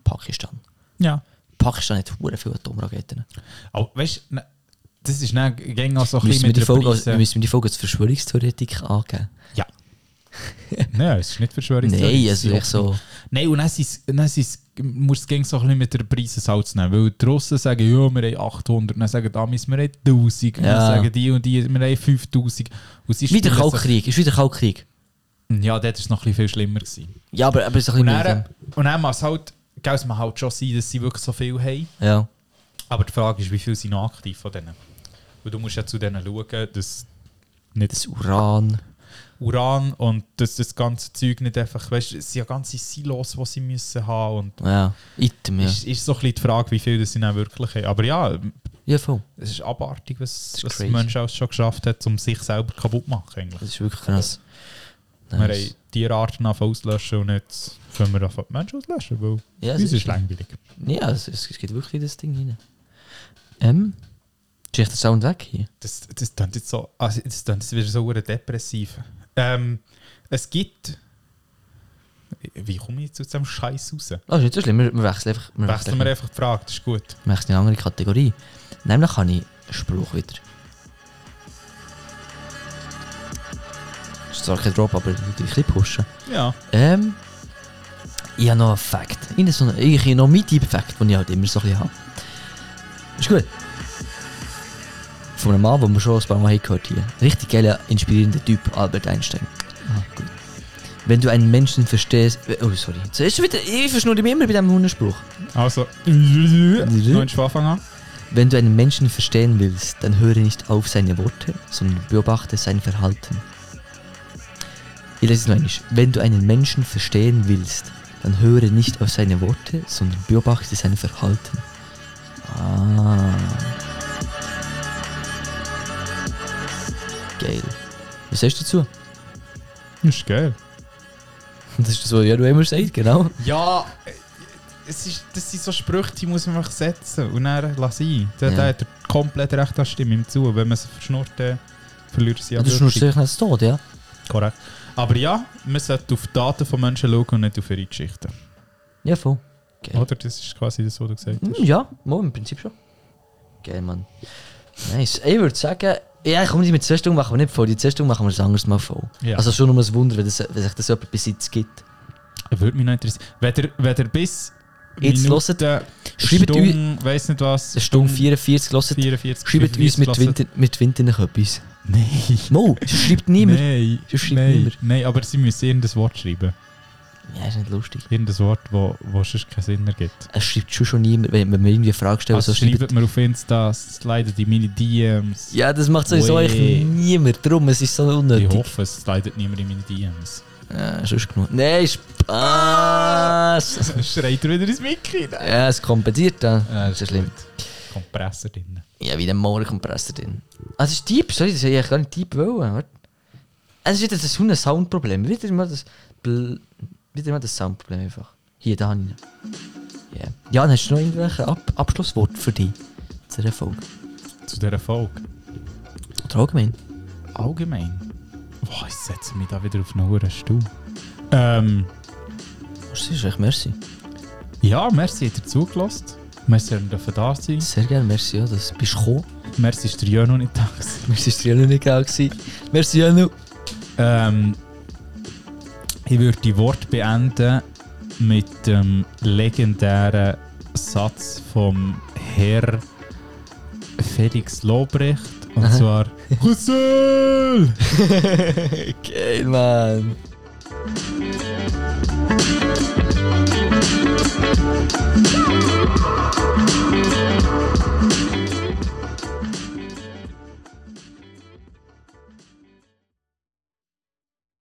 S1: Pakistan.
S2: Ja.
S1: Pakistan hat hure viele Atomraketen.
S2: Aber Oh, weißt du, ne, das ist dann gängig auch so ein
S1: Müssen
S2: bisschen
S1: wir,
S2: mit
S1: die
S2: der
S1: Folge, als-
S2: Prise.
S1: müssen wir die Folge als Verschwörungstheoretik angeben?
S2: Ja. Nein, es ist nicht Verschwörungstheorie.
S1: Nein,
S2: es
S1: also
S2: ist
S1: echt so.
S2: Nein, und dann, sind's- dann sind's- musst du es so ein bisschen mit der Preise Salz nehmen. Weil die Russen sagen, ja, wir haben 800, dann sagen die Amis, wir haben 1000,
S1: Ja.
S2: dann sagen die und die, wir haben 5000. Und sie
S1: Wieder
S2: spielen
S1: Kaltkrieg, ist wieder Kaltkrieg.
S2: So, ja, dort war es noch ein bisschen viel schlimmer. Gewesen.
S1: Ja, aber, aber es ist ein
S2: Und
S1: bisschen
S2: dann,
S1: mühsam.
S2: und dann muss halt, gell, es muss halt schon sein, dass sie wirklich so viel haben.
S1: Ja.
S2: Aber die Frage ist, wie viel sind noch aktiv von denen? Und du musst ja zu denen schauen, dass nicht
S1: Das Uran.
S2: Uran und dass das ganze Zeug nicht einfach, weißt du, es sind ja ganze Silos, die sie müssen haben und
S1: Ja, Item, ja.
S2: ist, ist so ein bisschen die Frage, wie viel das sie dann wirklich haben. Aber ja,
S1: Ja, voll.
S2: es ist abartig, was,
S1: ist
S2: was der
S1: crazy.
S2: Mensch alles schon geschafft hat, um sich selber kaputt zu machen. Eigentlich.
S1: Das ist wirklich krass.
S2: Wir
S1: Nice.
S2: haben Tierarten anfangen auszulöschen und jetzt können wir anfangen die Menschen auslöschen, weil
S1: Ja,
S2: ja,
S1: es
S2: uns
S1: ist
S2: ist langweilig.
S1: Ja, es, es es geht wirklich in das Ding rein. Ähm? Ist echt der Sound weg hier?
S2: Das, das klingt jetzt so, also das klingt jetzt wieder so verdammt depressiv. Ähm, es gibt... Wie komme ich jetzt aus diesem Scheiß raus?
S1: Ah, ist nicht so schlimm, wir, wir wechseln einfach. Wir
S2: Wechseln wir einfach die Frage, das ist gut.
S1: wir wechseln in eine andere Kategorie. Nämlich habe ich einen Spruch wieder. Ist zwar kein Drop, aber natürlich ein bisschen pushen.
S2: Ja.
S1: Ähm, ich habe noch einen Fact. Ich habe so einen- ich habe noch meinen Typ-Fact, den ich halt immer so ein bisschen habe. Ist gut. Von einem Mann, den wir schon ein paar Mal haben gehört haben. Richtig geiler, inspirierender Typ, Albert Einstein. Gut. Wenn du einen Menschen verstehst... Oh, sorry. Jetzt ist schon wieder, ich verschnurre mich immer bei diesem Hundespruch.
S2: Also, und von Anfang an.
S1: Wenn du einen Menschen verstehen willst, dann höre nicht auf seine Worte, sondern beobachte sein Verhalten. Ich lese es noch Englisch. Wenn du einen Menschen verstehen willst, dann höre nicht auf seine Worte, sondern beobachte sein Verhalten. Ah. Geil. Was sagst du dazu?
S2: Das ist geil.
S1: Das ist das, was ja, du immer sagst, genau.
S2: Ja, äh, es ist, das sind so Sprüche, die muss man einfach setzen und dann lass ihn. Der,
S1: Ja.
S2: der hat er komplett recht, da stimme ich ihm zu. Wenn man sie verschnurrt, dann verliert sie
S1: du schnurst dich nicht tot, ja?
S2: Korrekt. Aber ja, man sollte auf die Daten von Menschen schauen und nicht auf ihre Geschichten.
S1: Ja, voll. Geil.
S2: Oder? Das ist quasi das, was du gesagt
S1: Hm,
S2: hast.
S1: Ja, mal im Prinzip schon. Geil, Mann. Nice. Ich würde sagen, ja, komm, die mit zwei Stunden machen wir nicht voll. Die zwei Stunden machen wir das anderes Mal voll.
S2: Ja.
S1: Also schon um ein Wunder, wenn, das, wenn sich das jemand bis jetzt gibt.
S2: Würde mich noch interessieren. Wenn ihr, wenn ihr bis
S1: Jetzt hört- schreibt
S2: Stunde, weiss nicht was,
S1: Eine Stunde 44 hören.
S2: 44,
S1: Schreibt uns
S2: 45
S1: mit Wind, mit Wind in den Köppis.
S2: Nein.
S1: Mo, das schreibt niemand.
S2: Nein,
S1: Das schreibt
S2: nein,
S1: niemand.
S2: nein, aber sie müssen irgendein Wort schreiben.
S1: Ja, ist nicht lustig.
S2: Irgendein Wort, wo, wo sonst keinen Sinn ergibt.
S1: Es schreibt schon schon niemand, wenn wenn wir irgendwie eine Frage stellen,
S2: Also
S1: so schreibt.
S2: schreibt mir auf Insta, slidet in meine DMs.
S1: Ja, das macht sowieso
S2: Ui.
S1: eigentlich niemand. Drum, es ist so
S2: ich
S1: unnötig.
S2: hoffe, es slidet niemand in meine DMs.
S1: Ja, sonst genug. Nein, Spaß!
S2: Schreit er wieder ins Mickey.
S1: Ah, Ja, es kompensiert dann. das ist schlimm.
S2: Kompressor drin.
S1: Ja, wie der Mohrenkompressor drin. Ah, das ist Deep, sorry, das hätte ich eigentlich gar nicht Deep wollen. warte. Es ist wieder das so ein Soundproblem. Wieder mal das, Bl- wieder mal das Soundproblem einfach. Hier, da habe ich ihn. Yeah. Jan, hast du noch irgendwelche Ab Abschlussworte für dich? Zur Erfolg.
S2: Zu dieser Folge.
S1: Oder allgemein?
S2: Allgemein. Boah, ich setze mich da wieder auf einen hohen Stuhl. Ähm,
S1: Das ist echt merci.
S2: ja, merci, habt ihr zugelassen. Merci, dass wir da sein
S1: Sehr gerne, merci, ja, dass du bist gekommen.
S2: Merci, ist der Jörn noch nicht da gewesen.
S1: Merci, dass du ja noch nicht geil gewesen. Merci, Janu.
S2: Ähm, ich würde die Worte beenden mit dem legendären Satz vom Herr Felix Lobrecht. Und zwar: Husserl!
S1: Geil, Mann.
S5: Go!